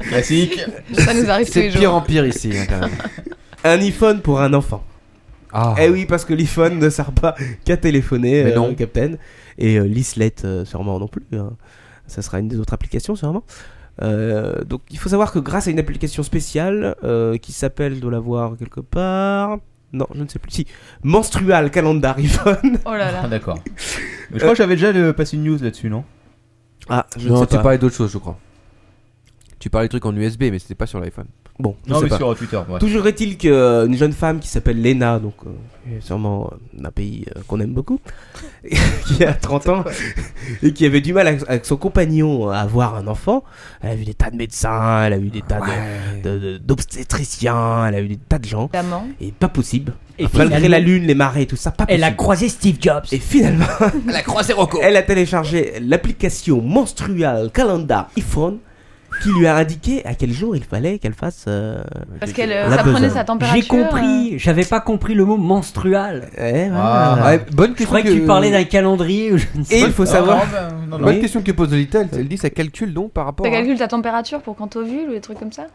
Speaker 3: Classique.
Speaker 5: Ça nous arrive tous les
Speaker 7: C'est
Speaker 5: jours.
Speaker 7: pire en pire ici, hein, quand même.
Speaker 6: (laughs) Un iPhone pour un enfant.
Speaker 7: Ah.
Speaker 6: Eh oui, parce que l'iPhone ne sert pas (laughs) qu'à téléphoner,
Speaker 7: Mais
Speaker 6: euh,
Speaker 7: non.
Speaker 6: Captain. Et euh, l'Islet, euh, sûrement non plus. hein. Ça sera une des autres applications, sûrement. Euh, donc il faut savoir que grâce à une application spéciale euh, qui s'appelle, doit la voir quelque part. Non, je ne sais plus. Si, Menstrual Calendar (laughs) iPhone.
Speaker 5: Oh là
Speaker 3: Ah,
Speaker 5: là.
Speaker 6: (laughs)
Speaker 3: D'accord. Mais Je crois que j'avais déjà euh, passé une news là-dessus, non
Speaker 6: Ah, je ne
Speaker 7: non,
Speaker 6: sais
Speaker 7: tu
Speaker 6: pas.
Speaker 7: parlais d'autre chose, je crois. Tu parlais de trucs en USB, mais c'était pas sur l'iPhone.
Speaker 6: Bon, je
Speaker 3: Non,
Speaker 6: sais
Speaker 3: mais
Speaker 6: pas.
Speaker 3: sur euh, Twitter. ouais.
Speaker 6: Toujours est-il qu'une jeune femme qui s'appelle Lena, donc euh, sûrement euh, d'un pays euh, qu'on aime beaucoup, (laughs) qui a 30 ans et qui avait du mal avec, avec son compagnon à avoir un enfant, elle a vu des tas de médecins, elle a vu des tas de- de- de- d'obstétriciens, elle a vu des tas de gens,
Speaker 5: Évidemment.
Speaker 6: et pas possible.
Speaker 4: Et
Speaker 6: Malgré
Speaker 4: finalement-
Speaker 6: la lune, les marées, tout ça, pas possible.
Speaker 4: Elle a croisé Steve Jobs.
Speaker 6: Et
Speaker 3: (laughs)
Speaker 6: finalement,
Speaker 7: Elle a croisé Rocco.
Speaker 6: elle a téléchargé l'application menstrual calendar iPhone qui lui a indiqué à quel jour il fallait qu'elle fasse. euh,
Speaker 5: Parce qu'elle euh,
Speaker 6: La
Speaker 5: ça prenait
Speaker 6: besogne.
Speaker 5: sa température. euh.
Speaker 4: J'ai compris, j'avais pas compris le mot menstrual.
Speaker 6: eh,
Speaker 3: Ah,
Speaker 6: voilà.
Speaker 7: Ouais, bonne
Speaker 4: Je
Speaker 7: question.
Speaker 4: croyais que tu parlais d'un calendrier ou je ne sais
Speaker 6: Et
Speaker 4: pas.
Speaker 6: il faut
Speaker 3: Non,
Speaker 6: savoir.
Speaker 3: ben, non, non.
Speaker 7: Bonne
Speaker 6: Oui.
Speaker 7: question que pose Lolita, elle, elle dit ça calcule donc par rapport.
Speaker 5: Ça
Speaker 7: à-
Speaker 5: calcule ta température pour quand t'ovules ou des trucs comme ça
Speaker 6: Ah.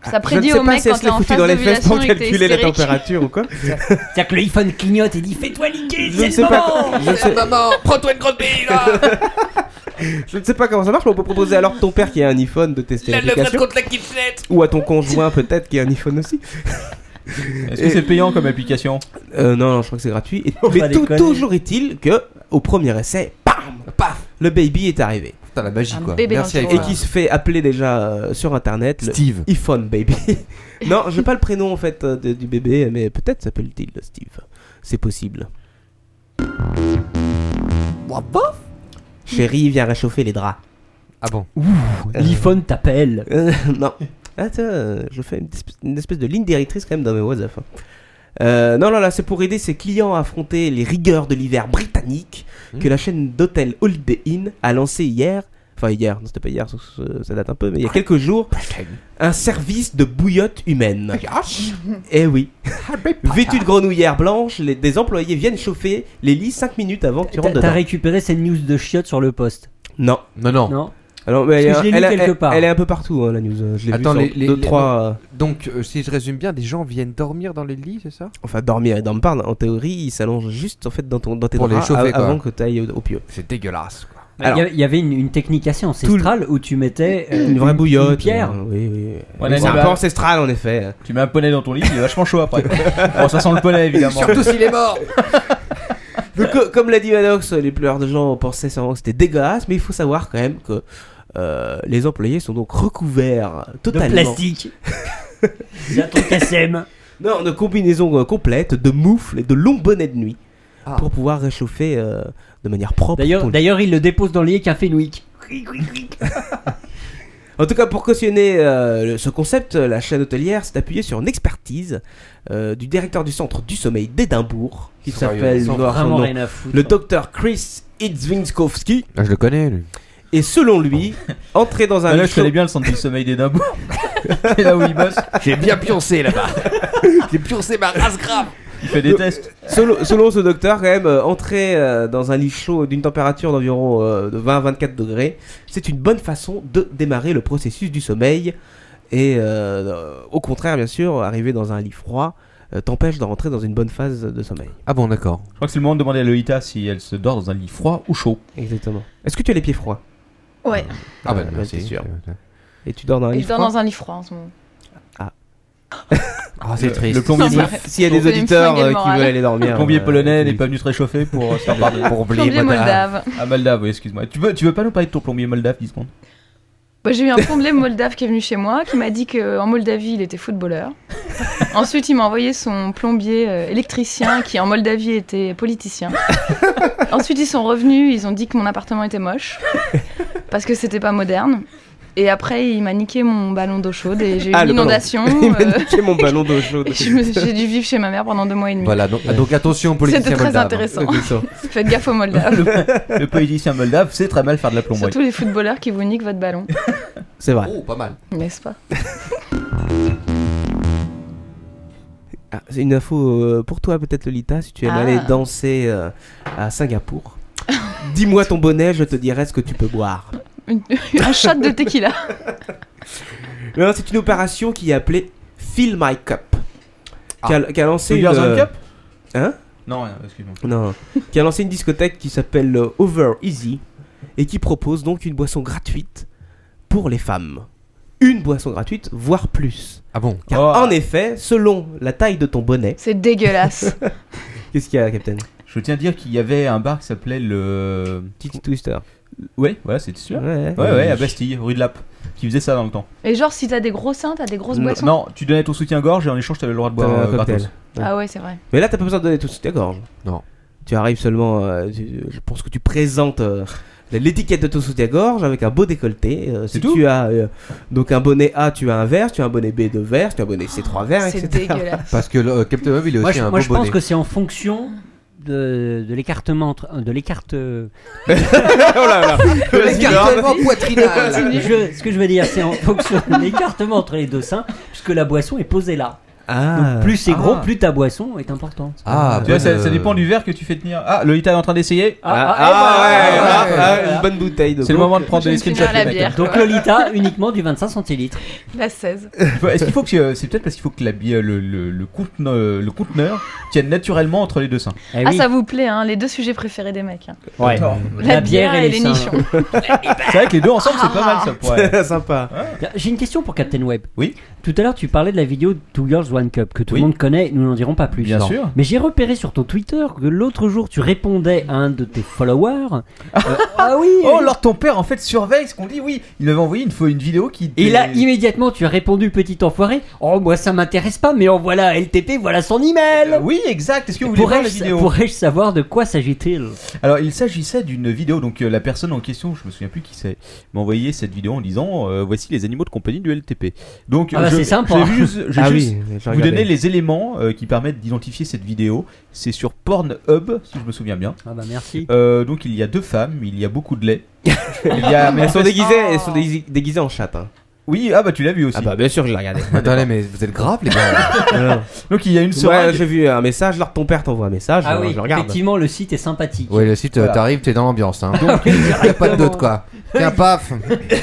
Speaker 6: Je
Speaker 5: Ça
Speaker 6: ne
Speaker 5: prédit
Speaker 6: sais
Speaker 5: au
Speaker 6: pas
Speaker 5: mec
Speaker 6: si elle
Speaker 5: quand
Speaker 6: se
Speaker 5: t'es
Speaker 6: les
Speaker 5: en
Speaker 6: foutait
Speaker 5: phase
Speaker 6: dans les fesses pour
Speaker 5: d'ovulation et que t'es
Speaker 6: calculer la
Speaker 5: hystérique.
Speaker 6: température
Speaker 5: (laughs)
Speaker 6: ou quoi
Speaker 4: C'est-à-dire que l'iPhone clignote et dit fais-toi liquide,
Speaker 6: Je ne
Speaker 4: c'est
Speaker 6: sais
Speaker 4: le
Speaker 6: pas.
Speaker 4: moment
Speaker 6: Je ne sais,
Speaker 18: Maman, prends-toi une grosse bille là
Speaker 6: je ne sais pas comment ça marche, mais on peut proposer alors à ton père qui a un iPhone de tester
Speaker 18: La levrette
Speaker 6: l'application
Speaker 18: contre la kitchenette
Speaker 6: ou à ton conjoint peut-être qui a un iPhone aussi.
Speaker 3: Est-ce que c'est payant comme application
Speaker 6: Euh, non, non, je crois que c'est gratuit. Et-
Speaker 4: On va
Speaker 6: mais tout-
Speaker 4: déconner.
Speaker 6: toujours est-il que au premier essai, bam,
Speaker 7: Paf
Speaker 6: le baby est arrivé
Speaker 7: Putain, la magie
Speaker 5: Un
Speaker 7: quoi.
Speaker 5: bébé
Speaker 7: Merci
Speaker 5: dans le
Speaker 7: iPhone.
Speaker 6: et qui se fait appeler déjà euh, sur internet le
Speaker 7: Steve.
Speaker 6: iPhone baby. (laughs) non, j'ai pas le prénom en fait euh, de- du bébé, mais peut-être s'appelle-t-il Steve. C'est possible. Chérie, viens réchauffer les draps.
Speaker 7: Ah bon
Speaker 4: L'iPhone t'appelle.
Speaker 6: Euh, non. Attends, euh, je fais une espèce, une espèce de ligne directrice quand même dans mes WhatsApp. hein. Euh, non, non, là, c'est pour aider ses clients à
Speaker 7: Mmh.
Speaker 6: affronter les rigueurs de l'hiver britannique que la chaîne d'hôtels Holiday Inn a lancé hier, enfin hier, non c'était pas hier, ça, ça- ça date un peu, mais il y a quelques jours, un service de bouillotte humaine.
Speaker 4: Ah,
Speaker 6: Eh oui. Vêtus de grenouillère blanche, les, des employés viennent chauffer les lits 5 minutes avant que tu rentres
Speaker 4: T'as t'as
Speaker 6: dedans.
Speaker 4: récupéré cette news de chiotte sur le poste
Speaker 6: Non.
Speaker 7: Non, non.
Speaker 4: Non.
Speaker 6: Alors, mais
Speaker 4: Parce que
Speaker 6: elle,
Speaker 4: je l'ai
Speaker 6: elle-
Speaker 4: lu
Speaker 6: elle-
Speaker 4: quelque part.
Speaker 6: elle est un peu partout, hein, la news. euh, Je l'ai
Speaker 7: Attends,
Speaker 6: vu
Speaker 7: les,
Speaker 6: sur
Speaker 7: les-
Speaker 6: deux,
Speaker 7: les-
Speaker 6: trois, euh,
Speaker 7: Donc, euh, si je résume bien, des gens viennent dormir dans les lits, c'est ça
Speaker 6: Enfin, dormir et dormir parle. En théorie, ils s'allongent juste en fait dans, ton, dans tes
Speaker 7: Pour les
Speaker 6: draps
Speaker 7: chauffer,
Speaker 6: av-
Speaker 7: quoi.
Speaker 6: avant que tu ailles au, au pieu.
Speaker 7: C'est dégueulasse. Quoi.
Speaker 4: Il y a- il y, avait une, une technique assez ancestrale où tu mettais euh,
Speaker 6: Une vraie bouillotte.
Speaker 4: une pierre.
Speaker 6: euh, oui, oui. oui.
Speaker 3: Ouais,
Speaker 6: c'est un
Speaker 3: bah-
Speaker 6: peu ancestral en effet. hein.
Speaker 3: Tu mets un poney dans ton lit, il est vachement
Speaker 6: (laughs)
Speaker 3: chaud après. bon, ça sent le poney évidemment.
Speaker 7: est mort
Speaker 6: Donc, co- comme l'a dit Manox, les pleurs de gens pensaient sûrement que c'était dégueulasse, mais il faut savoir quand même que euh, les employés sont donc recouverts totalement. (laughs)
Speaker 4: plastique. Il y a ton KSM.
Speaker 6: Non, de combinaisons euh, complètes, de moufles et de longs bonnets de nuit pour pouvoir réchauffer euh, de manière propre.
Speaker 4: Ah. D'ailleurs,
Speaker 6: ton lit.
Speaker 4: d'ailleurs, il le dépose dans le lit Café Week.
Speaker 6: En tout cas, pour cautionner euh, le- ce concept, euh, la chaîne hôtelière s'est appuyée sur une expertise euh, du directeur du centre du sommeil d'Édimbourg, qui
Speaker 7: Sérieux,
Speaker 6: s'appelle
Speaker 7: ils sont
Speaker 6: je dois avoir son
Speaker 4: vraiment
Speaker 6: nom,
Speaker 4: rien à foutre.
Speaker 6: le docteur Chris Idzwinkowski.
Speaker 7: Ah, je le connais, lui.
Speaker 6: Et selon
Speaker 3: (laughs)
Speaker 6: lui, entrer dans un
Speaker 3: Ah, là,
Speaker 6: lit
Speaker 3: je connais
Speaker 6: chaud-
Speaker 3: bien le centre du sommeil des Dumbo. (laughs) C'est là où il bosse.
Speaker 7: J'ai bien pioncé là-bas. J'ai pioncé ma race grave.
Speaker 3: Il fait des tests.
Speaker 6: Selon, selon ce docteur, quand même, euh, entrer euh, dans un lit chaud d'une température d'environ euh, de 20-24 degrés, c'est une bonne façon de démarrer le processus du sommeil. Et euh, au contraire, bien sûr, arriver dans un lit froid euh, t'empêche de rentrer dans une bonne phase de sommeil.
Speaker 7: Ah bon, d'accord.
Speaker 3: Je crois que c'est le moment de demander à Lolita si elle se dort dans un lit froid ou chaud.
Speaker 6: Exactement. Est-ce que tu as les pieds froids
Speaker 5: Ouais.
Speaker 7: Ah, bah,
Speaker 6: Euh,
Speaker 7: merci.
Speaker 6: c'est sûr. Et tu dors dans un
Speaker 5: Et
Speaker 6: lit
Speaker 5: je dors
Speaker 6: froid
Speaker 5: dans un lit froid en ce moment.
Speaker 7: (laughs) Ah, c'est
Speaker 3: Le-
Speaker 7: triste.
Speaker 3: le
Speaker 5: Non,
Speaker 3: plombier-
Speaker 5: mais arrête.
Speaker 6: S'il y a des
Speaker 5: Vous allez me
Speaker 6: auditeurs
Speaker 5: flinguer le
Speaker 6: euh, qui
Speaker 5: moral.
Speaker 6: veulent aller dormir.
Speaker 3: Le plombier
Speaker 6: euh,
Speaker 3: polonais n'est pas venu se réchauffer pour euh, se faire pardonner.
Speaker 7: Pour oublier,
Speaker 5: Plombier
Speaker 7: madame.
Speaker 5: moldave.
Speaker 3: Ah, Moldave, oui, excuse-moi. Tu veux, tu veux pas nous parler de ton plombier Moldave 10 secondes
Speaker 5: Bah, j'ai eu un problème moldave qui est venu chez moi, qui m'a dit qu'en Moldavie, il était
Speaker 6: (laughs)
Speaker 5: footballeur. Ensuite, il m'a envoyé son plombier euh, électricien, qui en Moldavie était
Speaker 6: (laughs)
Speaker 5: politicien. Ensuite, ils sont revenus, ils ont dit que mon appartement était moche, parce que c'était pas moderne. Et après, il m'a niqué mon ballon d'eau chaude et j'ai eu
Speaker 6: Ah,
Speaker 5: une
Speaker 6: le ballon.
Speaker 5: inondation.
Speaker 6: (laughs)
Speaker 7: (laughs)
Speaker 6: Il m'a
Speaker 5: euh,
Speaker 6: niqué mon ballon d'eau chaude.
Speaker 5: et (laughs) je me- j'ai dû vivre chez ma mère pendant deux mois et demi.
Speaker 7: Voilà, donc, donc attention, politicien
Speaker 5: C'était très
Speaker 6: hein.
Speaker 7: moldave.
Speaker 5: intéressant.
Speaker 6: (laughs) Exactement.
Speaker 5: Faites gaffe aux
Speaker 6: Ah,
Speaker 5: Moldaves.
Speaker 3: Ah, Le, le politicien Moldave sait très mal faire de la plomberie.
Speaker 5: Surtout les footballeurs qui vous niquent votre ballon,
Speaker 6: C'est vrai.
Speaker 7: Oh, pas mal.
Speaker 5: n'est-ce pas
Speaker 6: Ah, c'est une info euh, pour toi peut-être Lolita, si tu aimes
Speaker 5: Ah.
Speaker 6: aller danser euh, à Singapour. (laughs) Dis-moi ton bonnet, je te dirai ce que tu peux boire.
Speaker 5: Une- (laughs) Un shot de tequila.
Speaker 6: Non, C'est une opération qui est appelée Fill My Cup. Qui a, qui a lancé une,
Speaker 3: Soldiers and Ah. Cup
Speaker 6: Hein
Speaker 3: Non, rien, excuse-moi.
Speaker 6: Non. qui a lancé une discothèque qui s'appelle euh, Over Easy et qui propose donc une boisson gratuite pour les femmes. Une boisson gratuite, voire plus.
Speaker 7: Ah bon
Speaker 6: Car
Speaker 3: Oh.
Speaker 6: en effet, selon la taille de ton bonnet,
Speaker 5: (laughs) C'est dégueulasse.
Speaker 6: (laughs) qu'est-ce qu'il y a, Captain
Speaker 3: Je tiens à dire qu'il y avait un bar qui s'appelait le.
Speaker 6: Titi Twister.
Speaker 3: Ouais, voilà, c'est sûr.
Speaker 6: Ouais.
Speaker 3: Ouais, ouais, à Bastille, rue de Lappe, qui faisait ça dans le temps.
Speaker 5: Et genre, si t'as des gros seins, t'as des grosses boissons
Speaker 3: Non, tu donnais ton soutien-gorge et en échange, t'avais le droit de boire
Speaker 6: T'avais un
Speaker 3: euh,
Speaker 6: cocktail.
Speaker 3: gratos.
Speaker 5: Ah ouais, c'est vrai.
Speaker 6: Mais là, t'as pas besoin de donner tout de suite ta gorge.
Speaker 7: Non.
Speaker 6: Tu arrives seulement euh, tu- euh, pour ce que tu présentes. euh, L'étiquette de ton soutien-gorge avec un beau décolleté. euh, si
Speaker 3: tout
Speaker 6: tu as euh, donc un bonnet A, tu as un vert, si tu as un bonnet B, deux verts, si tu as un bonnet C, trois verts,
Speaker 5: C'est
Speaker 6: etc.
Speaker 5: dégueulasse.
Speaker 7: Parce que le euh, Captain Homme, il est
Speaker 4: Moi,
Speaker 7: aussi
Speaker 4: je,
Speaker 7: un
Speaker 4: moi,
Speaker 7: beau
Speaker 4: je pense
Speaker 7: bonnet.
Speaker 4: que c'est en fonction de, de l'écartement entre de
Speaker 7: (laughs)
Speaker 4: l'écarte. (laughs) euh,
Speaker 6: oh là là.
Speaker 7: L'écartement poitrinal.
Speaker 4: je- ce que je veux dire, c'est en fonction de l'écartement entre les deux seins, puisque la boisson est posée là.
Speaker 6: Ah.
Speaker 4: Donc plus c'est gros,
Speaker 7: Ah.
Speaker 4: plus ta boisson est importante.
Speaker 7: Ah,
Speaker 3: Tu vois, ça,
Speaker 7: bonne,
Speaker 3: ça dépend
Speaker 7: euh,
Speaker 3: du verre que tu fais tenir. Ah, Lolita est en train d'essayer.
Speaker 6: Ah,
Speaker 7: eh
Speaker 6: ouais,
Speaker 7: ben,
Speaker 6: ah,
Speaker 7: ouais,
Speaker 6: ah,
Speaker 4: voilà.
Speaker 6: une bonne bouteille de
Speaker 3: C'est le
Speaker 6: bon.
Speaker 3: moment de prendre
Speaker 5: Je
Speaker 3: des
Speaker 5: me suis mis
Speaker 3: screenshots.
Speaker 5: à la
Speaker 3: les mecs.
Speaker 5: bière.
Speaker 4: Donc Lolita uniquement du 25 centilitres.
Speaker 5: La 16.
Speaker 3: Faut- Est-ce qu'il faut que euh, c'est peut-être parce qu'il faut que la bi- euh, le, le, le conteneur, le conteneur tienne naturellement entre les deux seins.
Speaker 4: Eh
Speaker 5: Ah,
Speaker 4: oui.
Speaker 5: ça vous plaît, hein, les deux sujets préférés des mecs. hein.
Speaker 4: Ouais. La, bière et, les, seins.
Speaker 5: nichons.
Speaker 3: (laughs) C'est vrai que les deux ensemble c'est pas mal ça pourrait. (laughs)
Speaker 6: sympa.
Speaker 4: Tiens, J'ai une question pour Captain Web.
Speaker 3: Oui.
Speaker 4: Tout à l'heure, tu parlais de la vidéo Two Girls One Cup que tout le
Speaker 3: Oui.
Speaker 4: monde connaît. Nous n'en dirons pas plus.
Speaker 3: Bien sûr.
Speaker 4: Mais j'ai repéré sur ton Twitter que l'autre jour, tu répondais à un de tes
Speaker 3: (laughs)
Speaker 4: followers. Euh, ah oui.
Speaker 3: Oh, alors ton père en fait surveille ce qu'on dit, oui. Il m'avait envoyé une, fois une vidéo qui.
Speaker 4: Et là, immédiatement, tu as répondu, petit enfoiré. Oh, moi, ça m'intéresse pas, mais en voilà LTP, voilà son
Speaker 3: Euh,
Speaker 4: email.
Speaker 3: Oui, exact. Est-ce que vous voulez voir la
Speaker 4: Pourrais-je
Speaker 3: vidéo
Speaker 4: pourrais-je savoir de quoi s'agit-il
Speaker 3: Alors, il s'agissait d'une vidéo. Donc, euh, la personne en question, je me souviens plus qui c'est, m'a envoyé cette vidéo en disant euh, Voici les animaux de compagnie du LTP. Donc,
Speaker 4: Ah bah,
Speaker 3: je
Speaker 4: c'est sympa.
Speaker 3: Je vais juste, je vais
Speaker 4: Ah
Speaker 3: juste
Speaker 4: oui, j'ai
Speaker 3: vous
Speaker 4: regardé.
Speaker 3: donner les éléments euh, qui permettent d'identifier cette vidéo. C'est sur Pornhub, si je me souviens bien.
Speaker 4: Ah bah merci.
Speaker 3: Euh, donc il y a deux femmes, il y a beaucoup de
Speaker 4: (laughs)
Speaker 3: lait. il y a,
Speaker 6: Elles sont déguisées- elles
Speaker 4: Ah.
Speaker 6: sont
Speaker 3: déguisées en chatte.
Speaker 6: hein.
Speaker 3: Oui, ah bah tu l'as vu aussi. Ah bah bien sûr, je
Speaker 6: (laughs)
Speaker 3: l'ai regardé. Attendez, mais vous êtes grave
Speaker 7: (laughs)
Speaker 3: les gars. Donc il y a une
Speaker 6: Ouais,
Speaker 3: seringue.
Speaker 6: j'ai vu un message, alors ton père t'envoie un message,
Speaker 4: Ah
Speaker 6: alors
Speaker 4: oui,
Speaker 6: je regarde.
Speaker 4: effectivement, le site est sympathique.
Speaker 7: Oui, le site, euh,
Speaker 4: Voilà.
Speaker 7: t'arrives, t'es dans l'ambiance. Hein. y a pas de doute, quoi. Tiens, paf.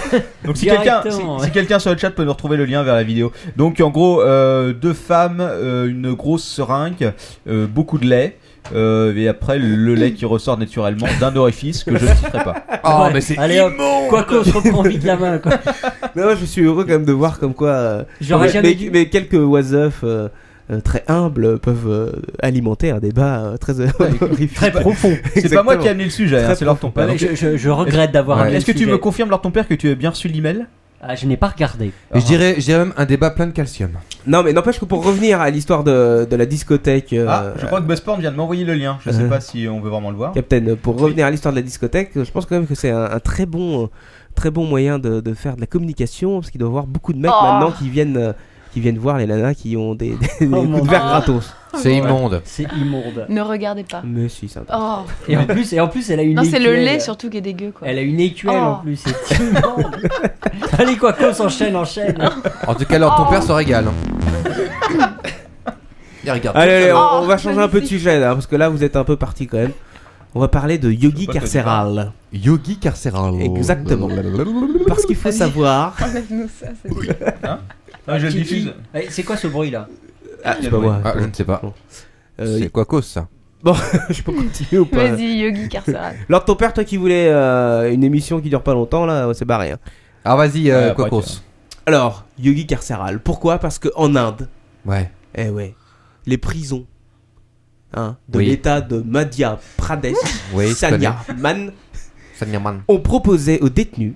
Speaker 3: (laughs) Donc si quelqu'un si,
Speaker 7: Directement,
Speaker 3: si
Speaker 7: ouais.
Speaker 3: quelqu'un sur le chat peut nous retrouver le lien vers la vidéo. Donc en gros euh, deux femmes, euh, une grosse seringue, euh, beaucoup de lait. euh, et après le lait qui ressort naturellement d'un orifice que je ne citerai pas.
Speaker 7: (laughs) Oh, mais c'est
Speaker 4: Allez hop, quoi qu'on se reprend vite la main. Quoi.
Speaker 6: (laughs) Mais moi, je suis heureux quand même de voir comme quoi. euh,
Speaker 4: J'aurais
Speaker 6: mais-
Speaker 4: jamais
Speaker 6: mais,
Speaker 4: dû.
Speaker 6: mais quelques was of, euh, euh, très humbles peuvent euh, alimenter un débat euh, très (laughs)
Speaker 3: Très profond. C'est pas moi qui ai amené le sujet, hein,
Speaker 6: Très
Speaker 3: c'est leur ton
Speaker 6: profond.
Speaker 3: père.
Speaker 6: Ouais, je-
Speaker 3: Donc,
Speaker 6: je- je
Speaker 3: est-ce-
Speaker 6: regrette d'avoir
Speaker 3: Ouais.
Speaker 6: amené
Speaker 3: Est-ce
Speaker 6: le
Speaker 3: que tu
Speaker 6: sujet.
Speaker 3: me confirmes leur ton père que tu as bien reçu l'email
Speaker 4: Ah, je n'ai pas regardé.
Speaker 7: Et
Speaker 3: Ah.
Speaker 7: je dirais, je dirais même un débat plein de calcium.
Speaker 6: Non, mais n'empêche que pour revenir à l'histoire de, de la discothèque. euh,
Speaker 3: Ah, je crois que Buzzporn vient de m'envoyer le lien. Je sais
Speaker 6: Euh.
Speaker 3: pas si on veut vraiment le voir.
Speaker 6: Captain, pour revenir à l'histoire de la discothèque, je pense quand même que c'est un, un très bon, euh, très bon moyen de, de faire de la communication, parce qu'il doit y avoir beaucoup de mecs
Speaker 7: Oh.
Speaker 6: maintenant qui viennent, euh, qui viennent voir les nanas qui ont des, des- des
Speaker 4: Oh mon
Speaker 6: coups de verre
Speaker 4: Dieu.
Speaker 6: gratos.
Speaker 7: C'est immonde.
Speaker 4: C'est immonde.
Speaker 5: Ne regardez pas.
Speaker 6: Mais si, ça.
Speaker 5: Oh.
Speaker 4: Et en plus, et en plus, elle a une.
Speaker 5: Non, c'est le
Speaker 4: écuelle.
Speaker 5: lait surtout qui est dégueu, quoi.
Speaker 4: Elle a une écuelle
Speaker 5: Oh.
Speaker 4: en plus. C'est immonde. Allez quoi qu'on s'enchaîne, enchaîne.
Speaker 7: En tout cas, alors ton père se régale. hein. Il regarde.
Speaker 6: Allez, allez, on,
Speaker 7: Oh,
Speaker 6: on va changer un peu de sujet là, parce que là vous êtes un peu parti quand même. On va parler de yogi
Speaker 7: pas te
Speaker 6: carcéral.
Speaker 7: Yogi carcéral.
Speaker 6: Exactement. Parce qu'il faut savoir.
Speaker 5: Enlève-nous ça, c'est
Speaker 3: Ah, je le
Speaker 4: Kiki.
Speaker 3: diffuse.
Speaker 4: Eh, C'est quoi ce bruit là
Speaker 6: Ah, c'est pas moi.
Speaker 7: Ah, je ne sais pas.
Speaker 6: Euh,
Speaker 7: c'est quoi cause ça
Speaker 6: Bon, (laughs) je peux continuer ou pas
Speaker 5: Vas-y, Yogi Carcéral.
Speaker 6: Lors de ton père, toi qui voulais euh, une émission qui dure pas longtemps, là, c'est barré. Hein.
Speaker 7: Alors vas-y, euh, Ouais, quoi après, qu'on tu se-
Speaker 6: Alors, yogi carcéral. Pourquoi Parce que en Inde,
Speaker 7: Ouais.
Speaker 6: eh ouais, les prisons hein, de
Speaker 7: Oui.
Speaker 6: l'État de Madhya Pradesh,
Speaker 7: Oui, je
Speaker 6: Sanya Man,
Speaker 7: Sanyaman.
Speaker 6: ont proposé aux détenus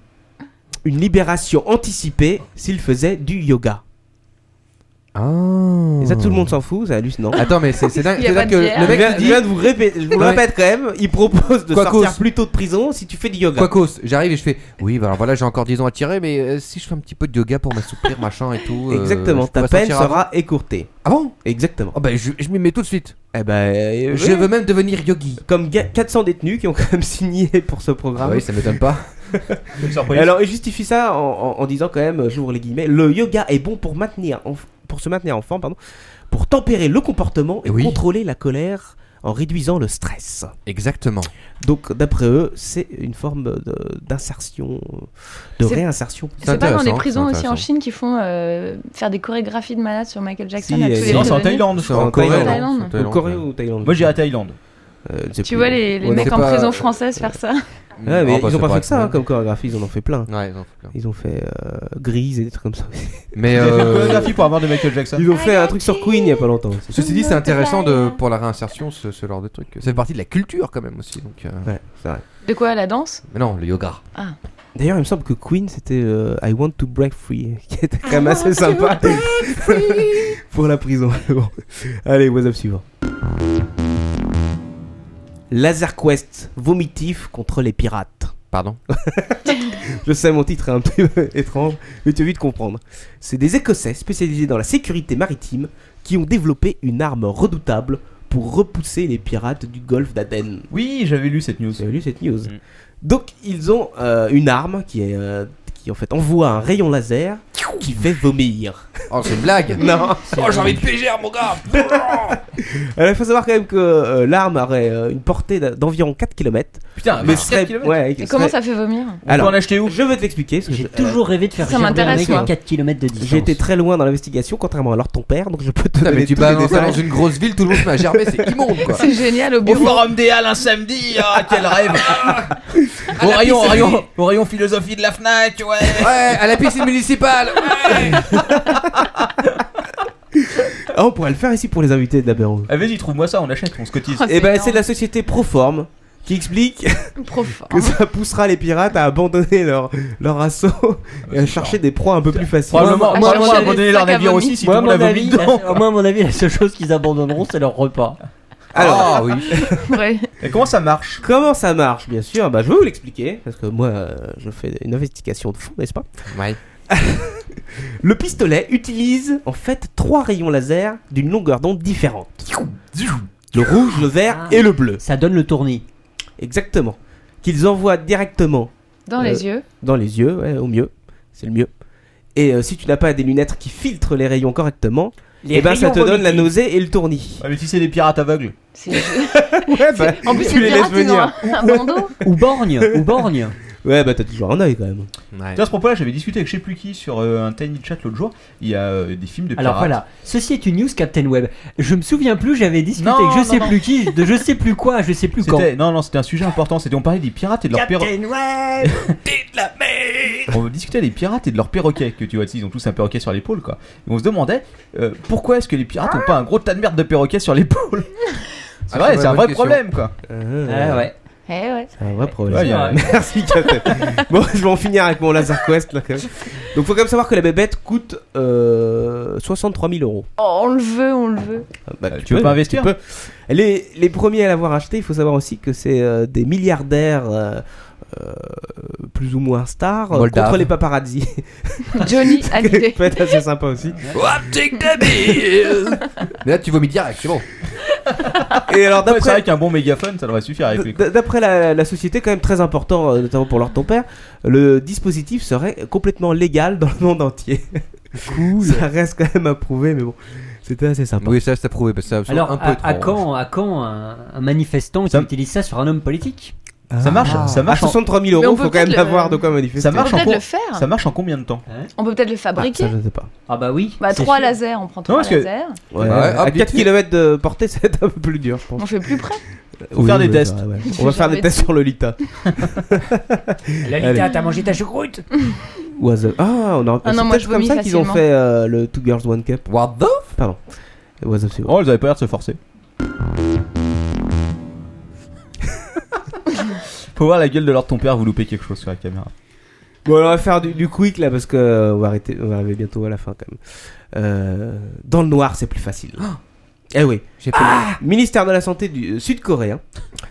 Speaker 6: une libération anticipée s'ils faisaient du yoga. Et ça, tout le monde s'en fout, c'est hallucinant.
Speaker 7: Ah. (laughs) Attends, mais c'est- c'est dingue- Il y a c'est pas dingue de que le bière. mec
Speaker 6: Je viens-
Speaker 7: qui dit-
Speaker 6: je viens de vous répé- je vous le
Speaker 7: Ouais.
Speaker 6: répète quand même, il propose de
Speaker 7: Quoi
Speaker 6: sortir
Speaker 7: cause.
Speaker 6: plus tôt de prison si tu fais du yoga.
Speaker 7: Quoi cause J'arrive et je fais Oui, bah alors voilà, j'ai encore 10 ans à tirer, mais euh, si je fais un petit peu de yoga pour m'assouplir, machin et tout. euh,
Speaker 6: Exactement,
Speaker 7: je
Speaker 6: ta
Speaker 7: pourrais
Speaker 6: peine
Speaker 7: sortir avant.
Speaker 6: sera écourtée.
Speaker 7: Ah bon
Speaker 6: Exactement.
Speaker 7: Oh bah je, je m'y mets tout de suite.
Speaker 6: Eh ben, euh,
Speaker 7: Je
Speaker 6: oui.
Speaker 7: veux même devenir yogi.
Speaker 6: Comme ga- 400 détenus qui ont quand même (laughs) signé pour ce programme.
Speaker 7: Ah oui, ça m'étonne pas.
Speaker 6: Et Alors, il justifie ça en, en- en disant quand même, euh, j'ouvre les guillemets, le yoga est bon pour maintenir, en- pour se maintenir en forme, pardon, pour tempérer le comportement et contrôler la colère en réduisant le stress.
Speaker 7: Exactement.
Speaker 6: Donc, d'après eux, c'est une forme de- d'insertion, de,
Speaker 5: C'est-
Speaker 6: réinsertion.
Speaker 5: C'est pas dans les prisons aussi en Chine qui font euh, faire des chorégraphies de malades sur Michael Jackson à tous les
Speaker 3: Non, c'est en
Speaker 5: prisonniers
Speaker 3: Thaïlande, je
Speaker 6: C'est
Speaker 3: crois.
Speaker 6: en Corée,
Speaker 5: Thaïlande.
Speaker 6: En Corée ou Thaïlande Euh,
Speaker 3: Moi j'irai à Thaïlande.
Speaker 5: Tu vois les, les mecs en prison française faire ça
Speaker 6: Ouais, mais
Speaker 7: Oh, bah,
Speaker 6: ils ont
Speaker 7: c'est
Speaker 6: pas
Speaker 7: pas
Speaker 6: fait que ça
Speaker 7: mal.
Speaker 6: hein, comme chorégraphie, ils en ont fait plein.
Speaker 7: Ouais, ils en ont fait plein.
Speaker 6: Ils ont fait euh, Grise et des trucs comme ça aussi. (laughs)
Speaker 7: Mais,
Speaker 6: Ils ont fait une
Speaker 7: euh,
Speaker 6: chorégraphie
Speaker 3: pour avoir de Michael Jackson.
Speaker 6: Ils ont fait un truc sur Queen il y a pas longtemps. aussi.
Speaker 7: Ceci dit, c'est intéressant de, pour la réinsertion, ce, ce genre de truc. C'est partie de la culture quand même aussi. Donc, euh,
Speaker 6: Ouais, c'est vrai.
Speaker 5: De quoi la danse
Speaker 7: Mais non, le yoga.
Speaker 5: Ah.
Speaker 6: D'ailleurs, il me semble que Queen c'était euh, I Want to Break Free, qui était quand même assez sympa (laughs) pour la prison. Bon. Allez, WhatsApp suivant. Laser Quest, vomitif contre les pirates.
Speaker 7: Pardon
Speaker 6: (laughs) Je sais, mon titre est un peu (laughs) étrange, mais tu vas vite comprendre. C'est des Écossais spécialisés dans la sécurité maritime qui ont développé une arme redoutable pour repousser les pirates du golfe d'Aden.
Speaker 3: Oui, j'avais lu cette news.
Speaker 6: J'avais lu cette news.
Speaker 7: Mm.
Speaker 6: Donc, ils ont euh, une arme qui est. euh, qui en fait envoie un rayon laser qui fait vomir.
Speaker 7: Oh, c'est une
Speaker 6: (laughs)
Speaker 7: blague
Speaker 6: Non
Speaker 18: Oh, j'ai envie de PGR, mon gars
Speaker 6: Alors, il faut savoir quand même que euh, l'arme aurait euh, une portée d'a- d'environ 4 km.
Speaker 3: Putain,
Speaker 6: mais
Speaker 3: 4
Speaker 6: serait...
Speaker 3: kilomètres
Speaker 6: ouais,
Speaker 5: Et
Speaker 6: serait- Ah
Speaker 5: comment ça fait vomir
Speaker 6: Alors,
Speaker 3: en acheter où
Speaker 6: Je vais te l'expliquer. parce que je-
Speaker 4: Toujours rêvé de faire
Speaker 5: Ça
Speaker 4: gerber un
Speaker 5: m'intéresse,
Speaker 4: mec
Speaker 5: moi.
Speaker 4: à 4 km de distance.
Speaker 6: J'ai été très loin dans l'investigation, contrairement à alors ton père, donc je peux te
Speaker 7: Putain,
Speaker 6: donner
Speaker 7: mais tu
Speaker 6: tous les
Speaker 7: balances ça
Speaker 6: détails.
Speaker 7: dans une grosse ville, tout le monde se met à gerber, c'est immonde quoi.
Speaker 5: (laughs) C'est génial au
Speaker 3: Au
Speaker 5: bureau.
Speaker 3: Forum des Halles un samedi,
Speaker 13: oh,
Speaker 3: ah
Speaker 7: (laughs)
Speaker 3: quel rêve Au
Speaker 7: la
Speaker 3: rayon, au
Speaker 7: pizzerie.
Speaker 3: rayon,
Speaker 5: (laughs)
Speaker 3: au rayon philosophie de la FNAC, ouais
Speaker 7: Ouais, à la piscine municipale
Speaker 6: (laughs) Ah, on pourrait le faire ici pour les invités de l'apéro.
Speaker 3: Ah, vas-y, trouve-moi ça, on achète, on se
Speaker 4: Oh,
Speaker 3: cotise.
Speaker 6: Et ben c'est de la société Proform
Speaker 4: (laughs)
Speaker 6: qui explique que ça poussera les pirates à abandonner leur, leur assaut
Speaker 3: Ah,
Speaker 6: et à chercher des proies un peu plus faciles.
Speaker 3: Probablement,
Speaker 4: Ah,
Speaker 3: probablement
Speaker 4: chercher
Speaker 3: abandonner
Speaker 4: les
Speaker 3: leur
Speaker 4: sacs à
Speaker 3: navire
Speaker 4: vomi.
Speaker 3: aussi si
Speaker 4: Moi,
Speaker 3: tout le monde
Speaker 4: à
Speaker 3: a
Speaker 4: mon
Speaker 3: vomi
Speaker 4: avis, (laughs)
Speaker 3: dedans.
Speaker 4: la- Moi, à mon avis, la seule chose qu'ils abandonneront, c'est leur repas.
Speaker 7: Ah oui
Speaker 5: (laughs) Ouais.
Speaker 3: Et comment ça marche
Speaker 6: Comment ça marche, bien sûr Bah, je vais vous l'expliquer, parce que moi, euh, je fais une investigation de fond, n'est-ce pas
Speaker 7: Ouais.
Speaker 6: (laughs) Le pistolet utilise en fait trois rayons laser d'une longueur d'onde différente. Le rouge,
Speaker 5: Ah.
Speaker 6: le vert et le bleu.
Speaker 4: Ça donne le tournis.
Speaker 6: Exactement. Qu'ils envoient directement euh,
Speaker 5: Dans les yeux.
Speaker 6: Dans les yeux, ouais, au mieux. C'est le mieux. Et euh, si tu n'as pas des lunettes qui filtrent les rayons correctement,
Speaker 5: Les
Speaker 6: eh ben, ça
Speaker 5: rayons
Speaker 6: te donne la
Speaker 5: vomitifs.
Speaker 6: nausée et le tournis.
Speaker 3: Ah, mais tu sais, les pirates aveugles. (laughs)
Speaker 6: ouais, bah,
Speaker 5: En plus, les pirates, ils ont un- un
Speaker 3: (laughs)
Speaker 5: bandeau.
Speaker 4: Ou borgne, ou borgne.
Speaker 6: Ouais, bah t'as toujours un œil quand même.
Speaker 3: Tu vois, à ce propos-là, j'avais discuté avec je sais plus qui sur euh, un tiny chat l'autre jour. Il y a euh, des films de pirates.
Speaker 4: Alors voilà, ceci est une news Captain Web. Je me souviens plus, j'avais discuté
Speaker 3: Non,
Speaker 4: avec je
Speaker 3: non,
Speaker 4: sais
Speaker 3: non.
Speaker 4: plus qui, de je sais plus quoi, je sais plus quand.
Speaker 3: C'était- Non, non, c'était un sujet important. C'était on parlait des pirates et de leurs perroquets.
Speaker 4: Web
Speaker 3: On discutait des pirates et de leurs perroquets. Que tu vois, tu sais, ils ont tous un perroquet sur l'épaule, quoi. Et on se demandait euh, pourquoi est-ce que les pirates ont pas un gros tas de merde de perroquets sur l'épaule. C'est
Speaker 6: Ah,
Speaker 3: vrai,
Speaker 6: c'est
Speaker 3: c'est un
Speaker 6: une
Speaker 3: vrai
Speaker 6: bonne
Speaker 3: problème,
Speaker 6: question.
Speaker 3: quoi.
Speaker 6: Euh,
Speaker 4: Ah ouais.
Speaker 5: Eh ouais.
Speaker 6: C'est un vrai problème.
Speaker 3: Ouais, il y
Speaker 6: (laughs)
Speaker 3: a-
Speaker 6: Merci, Captain. bon, je vais en finir avec mon laser quest là, quand même. Donc, faut quand même savoir que la bébête coûte euh, 63 000 euros.
Speaker 5: Oh, on le veut, on le veut.
Speaker 6: Ah, bah,
Speaker 3: Euh, tu veux pas investir
Speaker 6: peux. Les, les premiers à l'avoir acheté, il faut savoir aussi que c'est euh, des milliardaires euh, euh, plus ou moins stars euh,
Speaker 7: Moldaves.
Speaker 6: contre les paparazzi. (laughs)
Speaker 5: Johnny
Speaker 6: Ça
Speaker 5: Hallyday.
Speaker 6: peut être assez sympa aussi.
Speaker 7: Mais là, tu vomis direct, (laughs) c'est bon.
Speaker 6: Et alors,
Speaker 3: Ouais, c'est
Speaker 6: d'après
Speaker 3: vrai qu'un bon mégaphone, ça devrait suffire avec les
Speaker 6: D- D'après la, la société, quand même très important, euh, notamment pour leur ton père, le dispositif serait complètement légal dans le monde entier. Cool. (laughs) Ça reste quand même à prouver, mais bon, c'était assez sympa.
Speaker 7: Oui, ça, c'est prouvé, parce que c'est absolument
Speaker 4: Alors,
Speaker 7: un peu
Speaker 4: à, à
Speaker 7: trop.
Speaker 4: quand, à quand un, un manifestant qui utilise ça sur un homme politique
Speaker 3: Ça marche, ça marche.
Speaker 6: Ah. À 63 000
Speaker 5: Mais on
Speaker 6: euros,
Speaker 5: peut
Speaker 6: faut quand même
Speaker 5: peut-être le-
Speaker 6: avoir de quoi manifester.
Speaker 3: Ça marche,
Speaker 5: peut
Speaker 3: en
Speaker 5: peut-être
Speaker 3: com-
Speaker 5: le faire.
Speaker 3: ça marche en combien de temps
Speaker 5: On peut peut-être le fabriquer.
Speaker 6: Ça, je sais pas.
Speaker 4: Ah bah oui.
Speaker 5: bah,
Speaker 4: c'est
Speaker 5: trois
Speaker 4: sûr.
Speaker 5: lasers, on prend trois
Speaker 3: parce que-
Speaker 5: lasers.
Speaker 6: Ouais,
Speaker 7: Ouais,
Speaker 3: Euh,
Speaker 6: à 4
Speaker 7: hop, vite.
Speaker 6: km de portée, (laughs) c'est un peu plus dur, je pense.
Speaker 5: On fait plus près.
Speaker 3: Faut faire
Speaker 6: (laughs)
Speaker 3: des
Speaker 6: oui,
Speaker 3: tests.
Speaker 6: ça va, ouais.
Speaker 5: (laughs) Tu
Speaker 6: On va
Speaker 5: fais
Speaker 6: faire des
Speaker 5: jamais
Speaker 6: tests
Speaker 5: dessus. (laughs)
Speaker 6: sur Lolita. Allez.
Speaker 4: Lolita, t'as
Speaker 6: (laughs)
Speaker 4: mangé ta choucroute
Speaker 6: Ou à The- Ah, on a
Speaker 5: Ah non,
Speaker 6: c'est
Speaker 5: moi,
Speaker 6: peut-être
Speaker 5: je
Speaker 6: comme
Speaker 5: vomis
Speaker 6: ça qu'ils ont
Speaker 5: facilement.
Speaker 6: fait euh, le Two Girls One Cup.
Speaker 7: What the f-
Speaker 6: Pardon. Was of, c'est bon.
Speaker 3: Oh, ils avaient pas l'air de se forcer. Faut voir la gueule de leur ton père, vous loupez quelque chose sur la caméra.
Speaker 6: Bon, alors on va faire du, du quick là parce que euh, on va arrêter, on va arriver bientôt à la fin quand même. Euh, dans le noir, c'est plus facile.
Speaker 4: Ah
Speaker 6: eh oui.
Speaker 7: J'ai pas
Speaker 6: Ministère de la Santé du euh, Sud-Coréen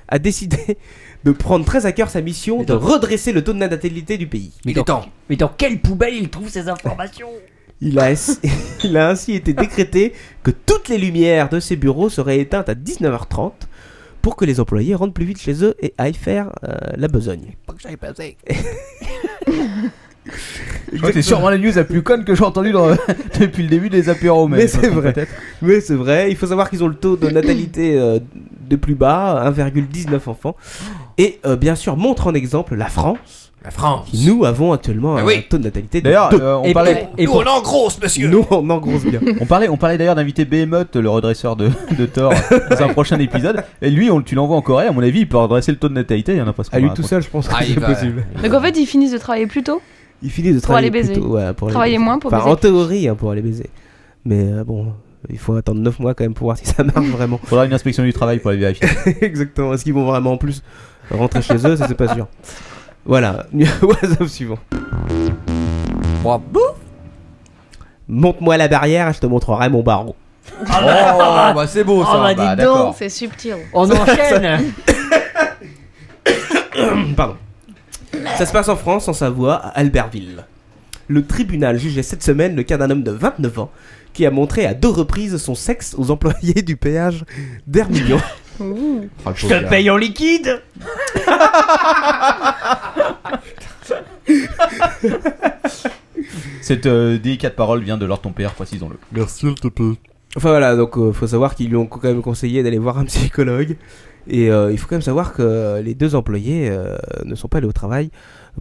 Speaker 6: a décidé (laughs) de prendre très à cœur sa mission de
Speaker 4: donc-
Speaker 6: redresser le taux de natalité du pays.
Speaker 4: Mais
Speaker 7: Il est
Speaker 4: dans,
Speaker 7: temps.
Speaker 4: mais dans quelle poubelle il trouve ces informations
Speaker 6: Il a, ess- il a ainsi (laughs) été décrété que toutes les lumières de ses bureaux seraient éteintes à 19h30 pour que les employés rentrent plus vite chez eux et aillent faire euh, la besogne.
Speaker 7: Pas que j'aille passer.
Speaker 3: Je crois que C'est sûrement la news la plus conne que j'ai entendue dans- (laughs) depuis le début des apéros, mais,
Speaker 6: Mais c'est vrai.
Speaker 3: peut-être.
Speaker 6: Oui, c'est vrai. Il faut savoir qu'ils ont le taux de natalité euh, de plus bas, 1,19 enfants. Et euh, bien sûr, montre en exemple la France.
Speaker 7: La France.
Speaker 6: qui, Nous avons actuellement
Speaker 7: Ah
Speaker 6: un
Speaker 7: oui.
Speaker 6: taux de natalité de
Speaker 3: D'ailleurs,
Speaker 6: 2.
Speaker 3: euh, on
Speaker 4: Et-
Speaker 6: bah,
Speaker 3: parlait,
Speaker 4: et
Speaker 18: Nous,
Speaker 4: pour-
Speaker 18: on en grosse, monsieur.
Speaker 6: Nous, on en grosse bien.
Speaker 3: on parlait, on parlait d'ailleurs d'inviter Behemoth, le redresseur de, de Thor, dans un prochain épisode. Et lui, on, tu l'envoies en Corée, à mon avis, il peut redresser le taux de natalité, il y en a pas ce qu'on
Speaker 6: À lui
Speaker 3: va
Speaker 6: tout
Speaker 3: raconter.
Speaker 6: seul, je pense que
Speaker 7: Ah, il
Speaker 6: c'est
Speaker 7: va-
Speaker 6: possible.
Speaker 5: Donc en fait, ils finissent de travailler plus tôt.
Speaker 6: Il finit de
Speaker 5: Pour aller
Speaker 6: travailler
Speaker 5: baiser.
Speaker 6: plutôt, ouais, pour aller
Speaker 5: Travailler
Speaker 6: baiser.
Speaker 5: moins pour
Speaker 6: Enfin,
Speaker 5: baiser
Speaker 6: en théorie, hein, pour aller baiser. Mais euh, bon, il faut attendre 9 mois quand même pour voir si ça marche vraiment.
Speaker 3: Faudra une inspection du travail pour aller vérifier.
Speaker 6: (laughs) Exactement. Est-ce qu'ils vont vraiment en plus rentrer chez eux Ça, c'est pas sûr. Voilà. (laughs) WhatsApp suivant.
Speaker 7: What the f-
Speaker 6: Monte-moi la barrière et je te montrerai mon barreau.
Speaker 3: Ah,
Speaker 7: Oh, bah c'est beau ça.
Speaker 4: bah,
Speaker 7: Bah,
Speaker 4: dis donc.
Speaker 7: d'accord.
Speaker 5: C'est subtil.
Speaker 4: On
Speaker 6: (laughs)
Speaker 4: enchaîne
Speaker 6: (coughs) Pardon. Ça se passe en France, en Savoie, à Albertville. Le tribunal jugeait cette semaine le cas d'un homme de 29 ans qui a montré à deux reprises son sexe aux employés du péage d'Hermignon.
Speaker 7: Oh, le
Speaker 4: Je
Speaker 7: pauvre
Speaker 4: te
Speaker 7: gars.
Speaker 4: paye en liquide
Speaker 3: Cette euh, délicate parole vient de leur ton père, précisons-le.
Speaker 6: Enfin voilà, donc euh, faut savoir qu'ils lui ont quand même conseillé d'aller voir un psychologue. Et euh, il faut quand même savoir que les deux employés euh, ne sont pas allés au travail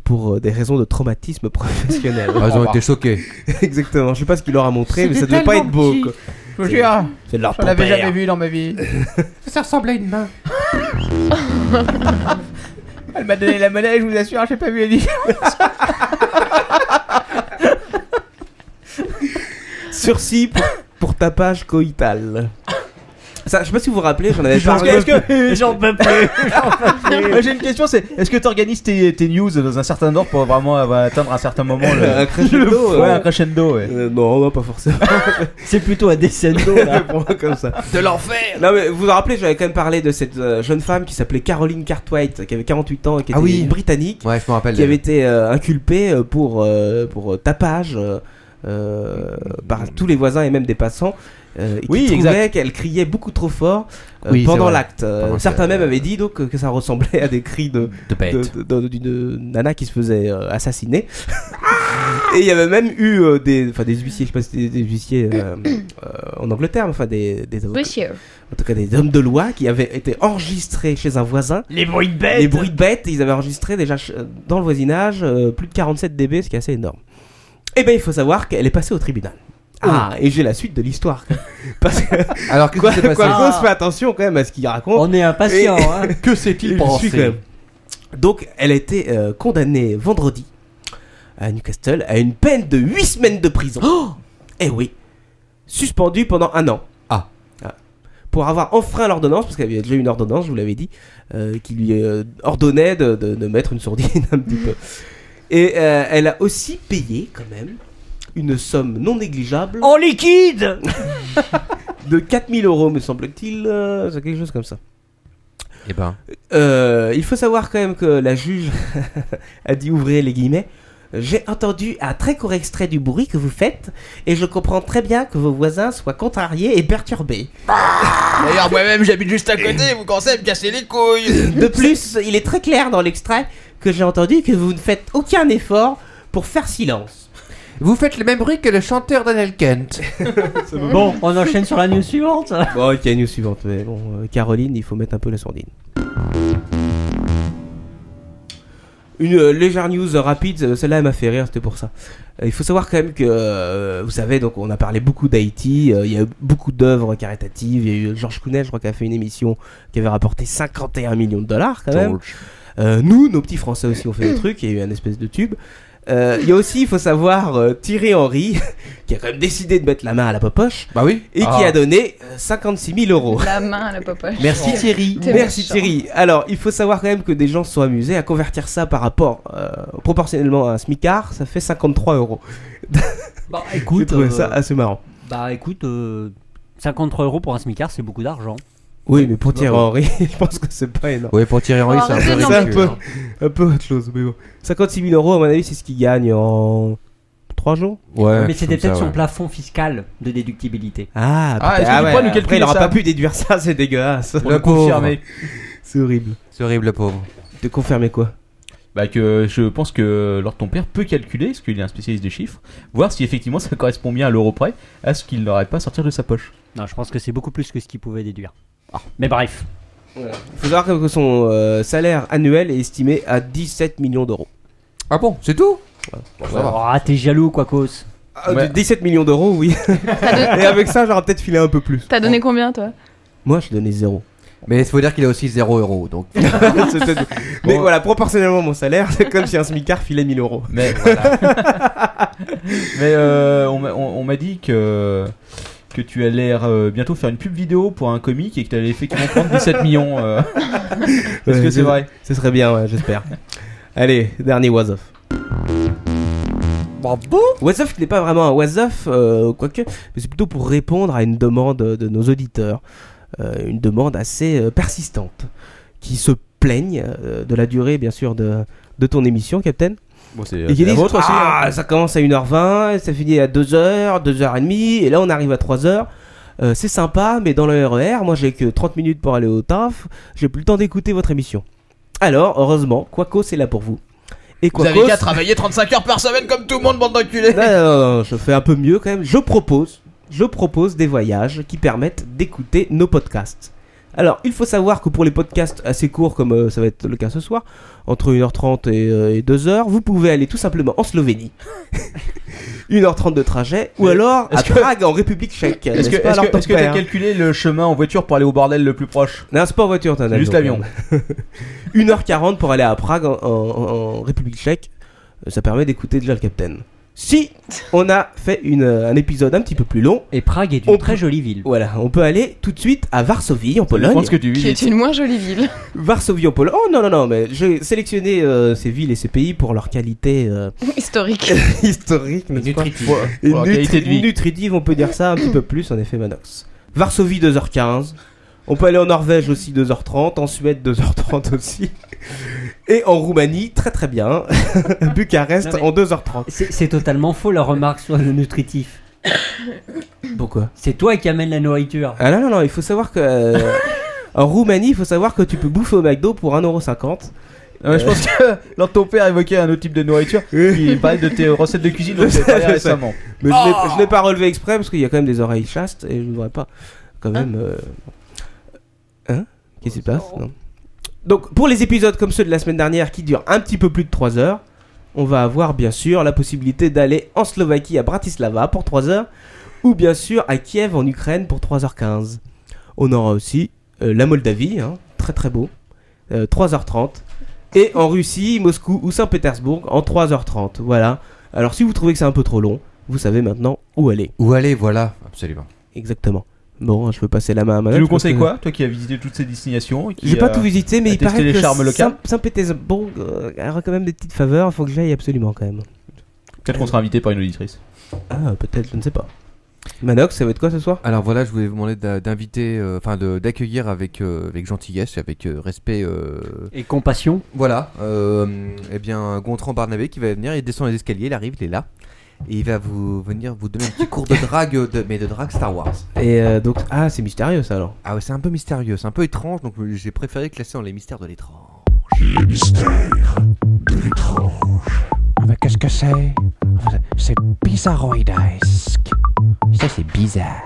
Speaker 6: pour euh, des raisons de traumatisme (laughs) professionnel.
Speaker 7: Ah, ils ont été choqués.
Speaker 6: (laughs) Exactement, je sais pas ce qu'il leur a montré, mais ça devait pas être beau. quoi.
Speaker 2: Je vous jure,
Speaker 6: C'est de leur
Speaker 2: je
Speaker 6: ton
Speaker 2: l'avais
Speaker 6: père. (laughs)
Speaker 2: jamais vu dans ma vie.
Speaker 17: Ça ressemble à une main.
Speaker 2: Elle m'a donné la monnaie, je vous assure, j'ai pas vu la différence.
Speaker 6: Sursis pour, pour tapage coïtal. Ça, je sais pas si vous vous rappelez, j'en avais
Speaker 3: Parce que-
Speaker 6: parlé.
Speaker 3: est-ce que-
Speaker 4: J'en peux plus.
Speaker 3: Moi, J'ai une question, c'est est-ce que tu organises tes, tes news dans un certain ordre pour vraiment avoir- atteindre un certain moment le,
Speaker 6: Un crescendo,
Speaker 3: (laughs) le- ouais,
Speaker 6: euh.
Speaker 3: un crescendo, ouais.
Speaker 6: non, non, pas forcément. (laughs)
Speaker 4: C'est plutôt un descendo
Speaker 3: (laughs)
Speaker 4: là.
Speaker 6: Pour moi, comme ça.
Speaker 18: De l'enfer
Speaker 6: Non mais vous vous rappelez, j'avais quand même parlé de cette euh, jeune femme qui s'appelait Caroline Cartwright, qui avait 48 ans et qui était
Speaker 7: Ah oui.
Speaker 6: une britannique,
Speaker 7: Ouais, je me rappelle.
Speaker 6: qui avait été euh, inculpée euh, pour euh, pour euh, tapage euh, euh,
Speaker 18: Hmm.
Speaker 6: par tous les voisins et même des passants. euh, et qui
Speaker 3: Oui,
Speaker 6: trouvaient
Speaker 3: exact.
Speaker 6: qu'elle criait beaucoup trop fort euh,
Speaker 7: Oui, c'est
Speaker 6: pendant
Speaker 7: vrai.
Speaker 6: l'acte. Euh,
Speaker 7: Pendant que-
Speaker 6: certains même avaient dit donc que que ça ressemblait à des cris de
Speaker 7: De bête.
Speaker 6: de- de- de- d'une nana qui se faisait euh, assassiner. Et il y avait même eu euh, des, enfin des huissiers, je sais pas si c'était des huissiers euh, euh, en Angleterre, mais enfin des, des avocats-
Speaker 5: Monsieur.
Speaker 6: en tout cas des hommes de loi qui avaient été enregistrés chez un voisin.
Speaker 2: Les bruits de bêtes.
Speaker 6: Les bruits de bêtes, ils avaient enregistré déjà ch- dans le voisinage euh, plus de 47 dB, ce qui est assez énorme. Et ben il faut savoir qu'elle est passée au tribunal. Ah, et j'ai la suite de l'histoire. (laughs) Parce que
Speaker 7: Alors, qu'est-ce
Speaker 6: quoi
Speaker 7: qui s'est passé
Speaker 6: quoi qu'on
Speaker 7: Ah.
Speaker 6: se fait attention quand même à ce qu'il raconte.
Speaker 4: On est impatient,
Speaker 6: Et-
Speaker 4: hein.
Speaker 7: Que s'est-il
Speaker 6: Et je
Speaker 7: passé
Speaker 6: suis quand même. Donc elle a été euh, condamnée vendredi à Newcastle à une peine de 8 semaines de prison. eh oui. Suspendue pendant un an.
Speaker 7: Ah.
Speaker 6: Pour avoir enfreint l'ordonnance, parce qu'il y avait déjà une ordonnance, je vous l'avais dit, euh, qui lui euh, ordonnait de, de- de mettre une sourdine (laughs) un petit peu. Et euh, elle a aussi payé, quand même, une somme non négligeable
Speaker 4: En liquide
Speaker 6: (laughs) de 4000 euros, me semble-t-il, euh, c'est quelque chose comme ça.
Speaker 7: Eh ben.
Speaker 6: Euh, il faut savoir quand même que la juge (laughs) a dit ouvrez les guillemets. J'ai entendu un très court extrait du bruit que vous faites et je comprends très bien que vos voisins soient contrariés et perturbés.
Speaker 13: Ah.
Speaker 18: D'ailleurs, moi-même, j'habite juste à côté, vous commencez à me casser les couilles
Speaker 6: (laughs) De plus, il est très clair dans l'extrait que j'ai entendu que vous ne faites aucun effort pour faire silence.
Speaker 7: Vous faites le même bruit que le chanteur Daniel Kent.
Speaker 4: Bon, on enchaîne sur la news suivante.
Speaker 6: Bon, ok, news suivante. Mais bon, euh, Caroline, il faut mettre un peu la sourdine. Une euh, légère news euh, rapide, euh, celle-là elle m'a fait rire, c'était pour ça. Euh, Il faut savoir quand même que, euh, vous savez, donc on a parlé beaucoup d'Haïti, euh, il y a eu beaucoup d'œuvres caritatives, il y a eu Georges Clooney, je crois, qui a fait une émission qui avait rapporté 51 millions de dollars quand même.
Speaker 7: Georges.
Speaker 6: Euh, nous, nos petits Français aussi, on fait des trucs, il y a eu un espèce de tube. Euh, Il y a aussi, il faut savoir, euh, Thierry Henry, (laughs) qui a quand même décidé de mettre la main à la popoche.
Speaker 7: Bah oui.
Speaker 6: Et qui
Speaker 7: Ah.
Speaker 6: a donné euh, 56 000 euros.
Speaker 5: La main à la popoche.
Speaker 6: (laughs) Merci Thierry.
Speaker 5: T'es
Speaker 6: Merci
Speaker 5: méchant.
Speaker 6: Thierry. Alors, il faut savoir quand même que des gens se sont amusés à convertir ça par rapport euh, proportionnellement à un smicard, ça fait 53 euros.
Speaker 4: Bah
Speaker 6: (laughs) J'ai
Speaker 4: écoute,
Speaker 6: trouvé
Speaker 4: euh,
Speaker 6: ça assez marrant.
Speaker 4: bah écoute, euh, 53 euros pour un smicard, c'est beaucoup d'argent.
Speaker 6: Oui, mais pour Thierry
Speaker 4: Non,
Speaker 6: Henry, (laughs) je pense que c'est pas énorme.
Speaker 7: Oui, pour Thierry Henry, c'est un peu
Speaker 6: C'est un
Speaker 7: ridicule.
Speaker 6: peu,
Speaker 7: hein.
Speaker 6: un peu autre chose, mais bon. 56 000 euros, à mon avis, c'est ce qu'il gagne en 3 jours
Speaker 7: Ouais.
Speaker 4: mais c'était
Speaker 7: comme ça,
Speaker 4: peut-être son
Speaker 7: ouais.
Speaker 4: plafond fiscal de déductibilité.
Speaker 6: Ah,
Speaker 3: Ah,
Speaker 6: peut-être.
Speaker 3: est-ce que tu pourrais nous
Speaker 6: après,
Speaker 3: calculer
Speaker 6: il n'aura
Speaker 3: ça
Speaker 6: pas pu déduire ça, c'est dégueulasse.
Speaker 3: Pour le
Speaker 6: pauvre.
Speaker 3: confirmer.
Speaker 6: C'est horrible.
Speaker 7: C'est horrible, le pauvre.
Speaker 6: De confirmer quoi
Speaker 3: Bah que je pense que Lord ton père peut calculer, parce qu'il est un spécialiste des chiffres, voir si effectivement (laughs) ça correspond bien à l'euro près à ce qu'il n'aurait pas à sortir de sa poche.
Speaker 4: Non, je pense que c'est beaucoup plus que ce qu'il pouvait déduire. Ah, Mais bref,
Speaker 6: Il faut savoir quand même que son euh, salaire annuel est estimé à 17 millions d'euros.
Speaker 7: Ah bon, c'est tout
Speaker 4: ah t'es jaloux quoi cause.
Speaker 6: Ah, de 17 millions d'euros,
Speaker 4: (laughs)
Speaker 6: oui.
Speaker 5: T'as
Speaker 6: Et avec ça, j'aurais peut-être filé un peu plus.
Speaker 5: T'as donné combien, toi
Speaker 6: Moi, je donnais zéro.
Speaker 7: Mais il faut dire qu'il a aussi 0 euros, donc.
Speaker 6: C'était- Mais voilà, proportionnellement à mon salaire, (laughs) c'est comme si un smicard filait 1000 euros.
Speaker 3: Mais voilà.
Speaker 6: (laughs)
Speaker 3: Mais euh, on m'a- on on m'a dit que que tu allais euh, bientôt faire une pub vidéo pour un comique et que tu allais effectivement prendre 17
Speaker 6: (laughs)
Speaker 3: millions. euh. Est-ce
Speaker 6: Ouais,
Speaker 3: que c'est vrai
Speaker 6: Ce serait bien, ouais, j'espère. Allez, dernier was off.
Speaker 7: Bravo
Speaker 6: Was off, qui n'est pas vraiment un was off, euh, quoique, mais c'est plutôt pour répondre à une demande de nos auditeurs. Euh, une demande assez euh, persistante, qui se plaignent euh, de la durée, bien sûr, de, de ton émission, Captain.
Speaker 3: Bon, c'est
Speaker 6: Et qui
Speaker 3: c'est la
Speaker 6: disent,
Speaker 3: vôtre aussi,
Speaker 6: ah,
Speaker 3: hein.
Speaker 6: ça commence à 1h20, ça finit à 2h, 2h30, et là on arrive à 3h. Euh, c'est sympa, mais dans le RER, moi j'ai que 30 minutes pour aller au taf, j'ai plus le temps d'écouter votre émission. Alors, heureusement, Quaco c'est là pour vous. Et
Speaker 18: Vous
Speaker 6: Quacos-
Speaker 18: avez qu'à travailler 35 heures par semaine comme tout le monde, bande d'enculés
Speaker 6: non, non, non, non, je fais un peu mieux quand même. Je propose, je propose des voyages qui permettent d'écouter nos podcasts. Alors, il faut savoir que pour les podcasts assez courts, comme euh, ça va être le cas ce soir, entre 1h30 et, euh, et 2h, vous pouvez aller tout simplement en Slovénie. (laughs) 1h30 de trajet, ou alors à
Speaker 3: est-ce que-
Speaker 6: Prague, en République tchèque.
Speaker 3: Est-ce
Speaker 6: n'est-ce
Speaker 3: que
Speaker 6: pas,
Speaker 3: est-ce
Speaker 6: alors,
Speaker 3: que-
Speaker 6: ton
Speaker 3: est-ce que t'as
Speaker 6: père hein
Speaker 3: calculé le chemin en voiture pour aller au bordel le plus proche
Speaker 6: Non, c'est pas en voiture, t'as un
Speaker 3: C'est juste
Speaker 6: avion.
Speaker 3: l'avion. (laughs)
Speaker 6: 1h40 pour aller à Prague, en, en- en République tchèque, euh, ça permet euh, d'écouter déjà le capitaine. Si on a fait une, euh, un épisode un petit peu plus long.
Speaker 4: Et Prague est
Speaker 6: une très jolie ville. Voilà, on peut aller tout de suite à Varsovie en Pologne.
Speaker 3: dépend ce que tu
Speaker 5: Qui est une moins jolie ville.
Speaker 6: Varsovie en Pologne. Oh non, non, non, mais j'ai sélectionné euh, ces villes et ces pays pour leur qualité euh,
Speaker 5: Historique.
Speaker 6: (laughs) historique, n'est-ce pas
Speaker 5: nutritive.
Speaker 6: Pour-
Speaker 5: euh, Pour leur
Speaker 6: nutri-
Speaker 5: qualité de vie.
Speaker 6: Nutritive, on peut dire ça un petit peu plus, en effet, Manox. Varsovie, 2h15. On peut aller en Norvège aussi, 2h30. En Suède, 2h30 aussi. Et en Roumanie, très très bien. (laughs) Bucarest,
Speaker 4: Non, mais-
Speaker 6: en 2h30.
Speaker 4: C'est c'est totalement faux la remarque sur le nutritif.
Speaker 6: Pourquoi
Speaker 4: C'est toi qui amène la
Speaker 7: (laughs)
Speaker 4: nourriture.
Speaker 6: Ah non, non, non, il faut savoir que. euh, en Roumanie, il faut savoir que tu peux bouffer au McDo pour 1,50€.
Speaker 3: Non,
Speaker 6: Euh.
Speaker 3: mais Ah, je pense que (laughs) lors de ton père évoquait un autre type de nourriture, il parlait de tes recettes de
Speaker 6: (laughs)
Speaker 3: cuisine dont tu avais parlé récemment.
Speaker 6: Mais je l'ai-
Speaker 3: Oh
Speaker 6: je ne l'ai pas relevé exprès parce qu'il y a quand même des oreilles chastes et je ne voudrais pas quand même. euh, Hein Qu'est-ce qui se passe Non. Donc pour les épisodes comme ceux de la semaine dernière qui durent un petit peu plus de 3 heures, on va avoir bien sûr la possibilité d'aller en Slovaquie à Bratislava pour 3 heures ou bien sûr à Kiev en Ukraine pour 3h15. On aura aussi euh, la Moldavie, hein, très très beau, euh, 3h30. Et en Russie, Moscou ou Saint-Pétersbourg en 3h30. Voilà. Alors si vous trouvez que c'est un peu trop long, vous savez maintenant où aller.
Speaker 7: Où aller, voilà, absolument.
Speaker 6: Exactement. Bon, je peux passer la main à Manon.
Speaker 3: Tu nous
Speaker 6: je pense
Speaker 3: conseilles
Speaker 6: que-
Speaker 3: quoi, toi qui as visité toutes ces destinations et qui
Speaker 6: J'ai pas
Speaker 3: a-
Speaker 6: tout visité,
Speaker 3: a
Speaker 6: mais il
Speaker 3: testé
Speaker 6: paraît
Speaker 3: les
Speaker 6: que
Speaker 3: charmes locaux.
Speaker 6: Saint- Saint-Pétersbourg euh, aura quand même des petites faveurs. Faut que j'aille absolument quand même.
Speaker 3: Peut-être qu'on sera invité par une auditrice.
Speaker 6: Ah, peut-être, je ne sais pas. Manox, ça va être quoi ce soir
Speaker 7: Alors voilà, je voulais vous demander d'a- d'inviter, euh, enfin de- d'accueillir avec, euh, avec gentillesse, et avec euh, respect. euh,
Speaker 4: Et compassion.
Speaker 7: Voilà, euh, eh bien Gontran Barnabé qui va venir, il descend les escaliers, il arrive, il est là. Et il va vous venir vous donner un petit cours de drague, euh, de, mais de drague Star Wars.
Speaker 6: Et euh, donc, ah, c'est mystérieux ça alors.
Speaker 7: Ah ouais, c'est un peu mystérieux, c'est un peu étrange, donc euh, j'ai préféré classer dans les mystères de l'étrange.
Speaker 13: Les mystères de l'étrange. Mais qu'est-ce que c'est C'est bizarroidesque. Ça, c'est
Speaker 4: (laughs)
Speaker 13: bizarre.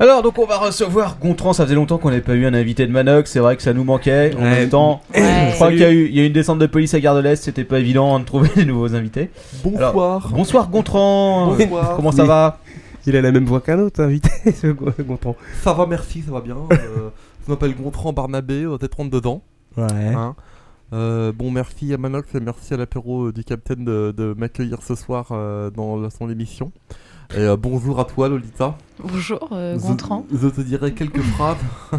Speaker 3: Alors donc on va recevoir Gontran, ça faisait longtemps qu'on n'avait pas eu un invité de Manox, c'est vrai que ça nous manquait. En
Speaker 6: Ouais.
Speaker 3: même temps,
Speaker 6: Ouais.
Speaker 3: je crois
Speaker 6: Salut.
Speaker 3: qu'il y, a eu- il y a eu une descente de police à Gare de l'Est, c'était pas évident de trouver (laughs) des nouveaux invités. Alors, bonsoir Gontran.
Speaker 6: Bonsoir.
Speaker 3: Comment ça
Speaker 6: Oui.
Speaker 3: va
Speaker 6: Il a la même voix qu'un autre invité, (laughs) ce go- Gontran.
Speaker 7: Ça va, merci, ça va bien. Euh, je m'appelle Gontran Barnabé, euh, peut-être 32 ans.
Speaker 6: Ouais.
Speaker 7: Hein. Euh, bon, merci à Manox et merci à l'apéro euh, du capitaine de, de m'accueillir ce soir euh, dans la- son émission. Et euh, bonjour à toi, Lolita.
Speaker 5: Bonjour, euh,
Speaker 7: Je-
Speaker 5: Gontran.
Speaker 7: Je, te dirai
Speaker 5: (laughs)
Speaker 7: quelques phrases. (laughs)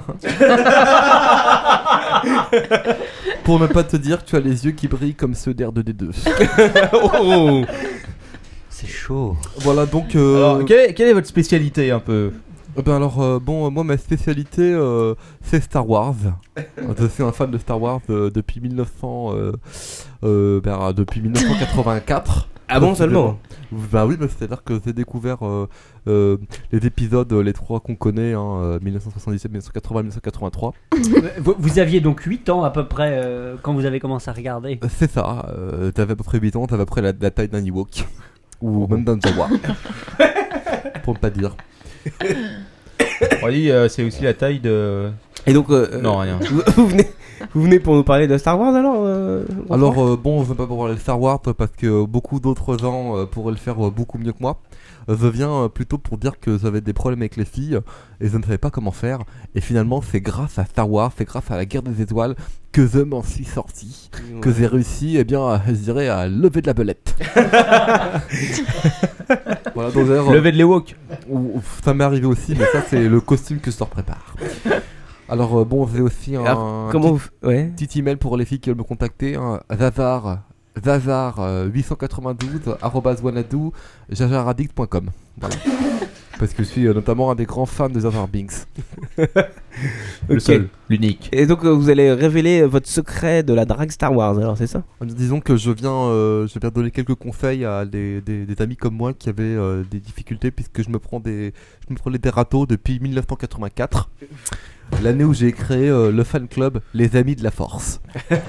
Speaker 7: Pour ne pas te dire que tu as les yeux qui brillent comme ceux
Speaker 3: (laughs)
Speaker 7: d'R2D2.
Speaker 4: Oh. C'est chaud.
Speaker 7: Voilà donc. euh,
Speaker 3: Alors, quelle, est, quelle est votre spécialité un peu
Speaker 7: Eh ben alors, euh, bon, euh, moi, ma spécialité, euh, c'est Star
Speaker 3: (laughs)
Speaker 7: Wars. Je suis un fan de Star Wars euh, depuis 1900, euh, euh, ben, euh, depuis 1984.
Speaker 6: Ah bon, seulement
Speaker 7: Bah oui, mais c'est-à-dire que j'ai découvert euh, euh, les épisodes, euh, les trois qu'on connaît, hein, euh, 1977, 1980, 1983.
Speaker 4: vous, vous aviez donc 8 ans à peu près euh, quand vous avez commencé à regarder.
Speaker 7: Euh, C'est ça, euh, t'avais à peu près 8 ans, t'avais à peu près la, la taille d'un Ewok. Ou même d'un Jaguar. (laughs) Pour ne pas dire.
Speaker 3: On dit euh, c'est aussi la taille de.
Speaker 6: Et donc. euh,
Speaker 3: Non, rien.
Speaker 6: Vous, (laughs) vous venez, vous venez pour nous parler de Star Wars alors euh, Gontran
Speaker 7: Alors euh, bon, je vais pas parler de Star Wars euh, parce que euh, beaucoup d'autres gens euh, pourraient le faire euh, beaucoup mieux que moi. Euh, Je viens euh, plutôt pour dire que j'avais des problèmes avec les filles euh, et je ne savais pas comment faire. Et finalement, c'est grâce à Star Wars, c'est grâce à la guerre des étoiles que je m'en suis sorti, que
Speaker 6: Ouais.
Speaker 7: j'ai réussi, eh bien, à- je dirais, à lever de
Speaker 6: (laughs)
Speaker 7: la belette. voilà, donc, d'ailleurs, euh,
Speaker 3: Lever de l'Ewok.
Speaker 7: ou- ou- Ça m'est arrivé aussi, mais ça, c'est le costume que je leur prépare. Alors, euh, bon, j'ai aussi un
Speaker 6: Alors, comment
Speaker 7: petit,
Speaker 6: vous- ouais.
Speaker 7: petit email pour les filles qui veulent me contacter. Hein, Zazar, Zazar, euh, 892, arrobas wanadoo, jajaradict.com. Voilà. Parce que je suis euh, notamment un des grands fans de Zazar Binks.
Speaker 6: Le seul,
Speaker 3: l'unique.
Speaker 6: Et donc euh, vous allez révéler votre secret de la drague Star Wars alors, c'est ça
Speaker 7: Disons que je viens, euh, je viens donner quelques conseils à des, des- des amis comme moi qui avaient euh, des difficultés puisque je me prends des, je me prenais des râteaux depuis 1984, l'année où j'ai créé euh, le fan club Les Amis de la Force.
Speaker 6: (laughs)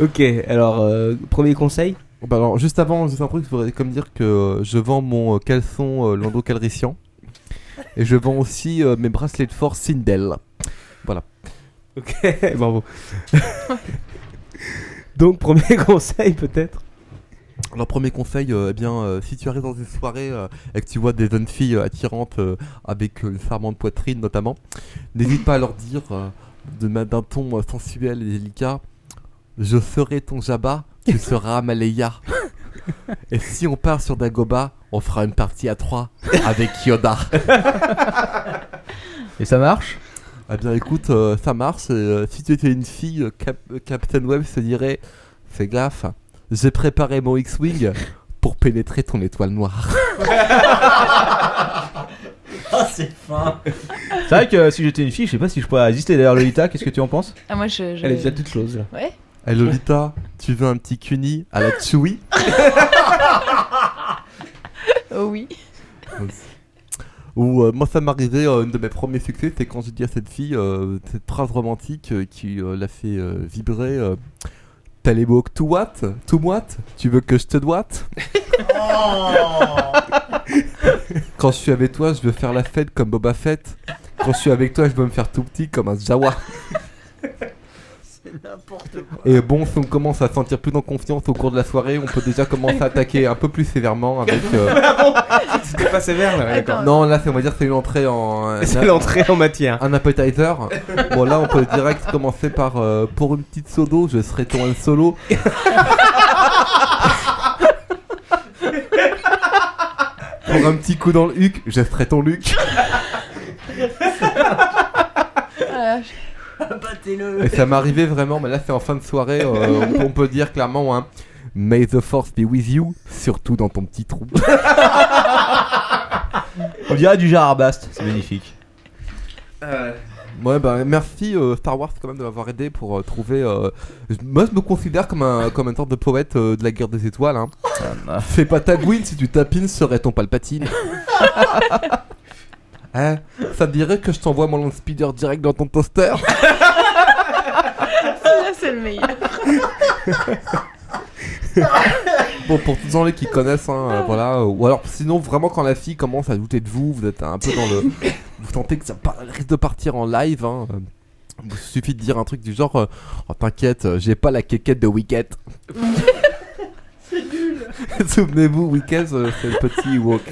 Speaker 6: Ok, alors euh, premier conseil
Speaker 7: Bah alors, juste avant, juste un truc, je voudrais comme dire que euh, je vends mon euh, caleçon euh, Lando Calrissian et je vends aussi euh, mes bracelets de force Sindel. Voilà.
Speaker 6: Ok, (laughs) bravo. donc premier (laughs) conseil peut-être
Speaker 7: Alors premier conseil, euh, eh bien, euh, si tu arrives dans une soirée euh, et que tu vois des jeunes filles euh, attirantes euh, avec euh, une charmante poitrine notamment, n'hésite pas à leur dire euh, de ma- d'un ton euh,
Speaker 6: (laughs)
Speaker 7: sensuel et délicat, je ferai ton jabba, tu seras Malaya. Et si on part sur Dagoba, on fera une partie à 3 avec
Speaker 6: (laughs)
Speaker 7: Yoda.
Speaker 3: Et ça marche
Speaker 7: Eh bien écoute, euh, ça marche. euh, si tu étais une fille, euh, Cap- euh, Captain Web se dirait Fais gaffe, j'ai préparé mon X-Wing pour pénétrer ton étoile noire. (laughs)
Speaker 4: Ah, c'est fin.
Speaker 3: C'est vrai que euh, si j'étais une fille, je sais pas si je pourrais résister. D'ailleurs, Lolita, qu'est-ce que tu en penses
Speaker 5: Ah, moi, je. je-
Speaker 3: choses.
Speaker 5: Ouais.
Speaker 7: Eh Lolita, tu veux un petit cuni à la Chewie
Speaker 5: Oh oui.
Speaker 7: Ou euh, moi ça m'est arrivé, euh, une de mes premiers succès, c'est quand j'ai dit à cette fille euh, cette phrase romantique euh, qui euh, l'a fait euh, vibrer. euh, T'as les mots que tout what, tout moite, tu veux que je te doite Quand je suis avec toi, je veux faire la fête comme Boba Fett. Quand je suis avec toi, je veux me faire tout petit comme un Jawa.
Speaker 13: C'est n'importe quoi.
Speaker 7: Et bon, si on commence à se sentir plus en confiance au cours de la soirée, on peut déjà commencer à attaquer un peu plus sévèrement avec. euh,
Speaker 6: C'était pas sévère là, d'accord.
Speaker 7: Non, là, c'est- on va dire que c'est une entrée
Speaker 6: (laughs)
Speaker 7: en.
Speaker 6: C'est l'entrée
Speaker 7: en matière. Un appetizer. bon, là, on peut direct commencer par euh, pour une petite sodo, je serai ton
Speaker 6: (laughs)
Speaker 7: un solo. pour un petit coup dans le huc, je serai ton Luc.
Speaker 4: Ah, bah,
Speaker 13: Battez-le.
Speaker 7: Et ça m'est arrivé vraiment, mais là, c'est en fin de soirée, euh, on, on peut dire clairement, hein. May the force be with you, surtout dans ton petit trou.
Speaker 3: On dirait du Jarabast, c'est magnifique.
Speaker 7: Ouais, bah merci euh, Star Wars quand même de m'avoir aidé pour euh, trouver. euh, je- Moi je me considère comme un, comme un sorte de poète euh, de la guerre des étoiles. Hein.
Speaker 3: Ah,
Speaker 7: Fais pas ta Gwyn si tu tapines, serait ton
Speaker 3: (laughs)
Speaker 7: palpatine. hein Ça te dirait que je t'envoie mon long speeder direct dans ton toaster
Speaker 5: Celui-là, c'est le meilleur.
Speaker 7: Bon, pour tous les qui connaissent, hein, euh, voilà. euh, Ou alors, sinon, vraiment, quand la fille commence à douter de vous, vous êtes un peu dans le. Vous sentez que ça par- risque de partir en live, hein. euh, Vous suffit de dire un truc du genre euh, Oh, T'inquiète, euh, j'ai pas la quéquette de Wicked.
Speaker 13: (laughs) C'est nul.
Speaker 7: (laughs) Souvenez-vous, Wicked, euh, c'est le petit Walk.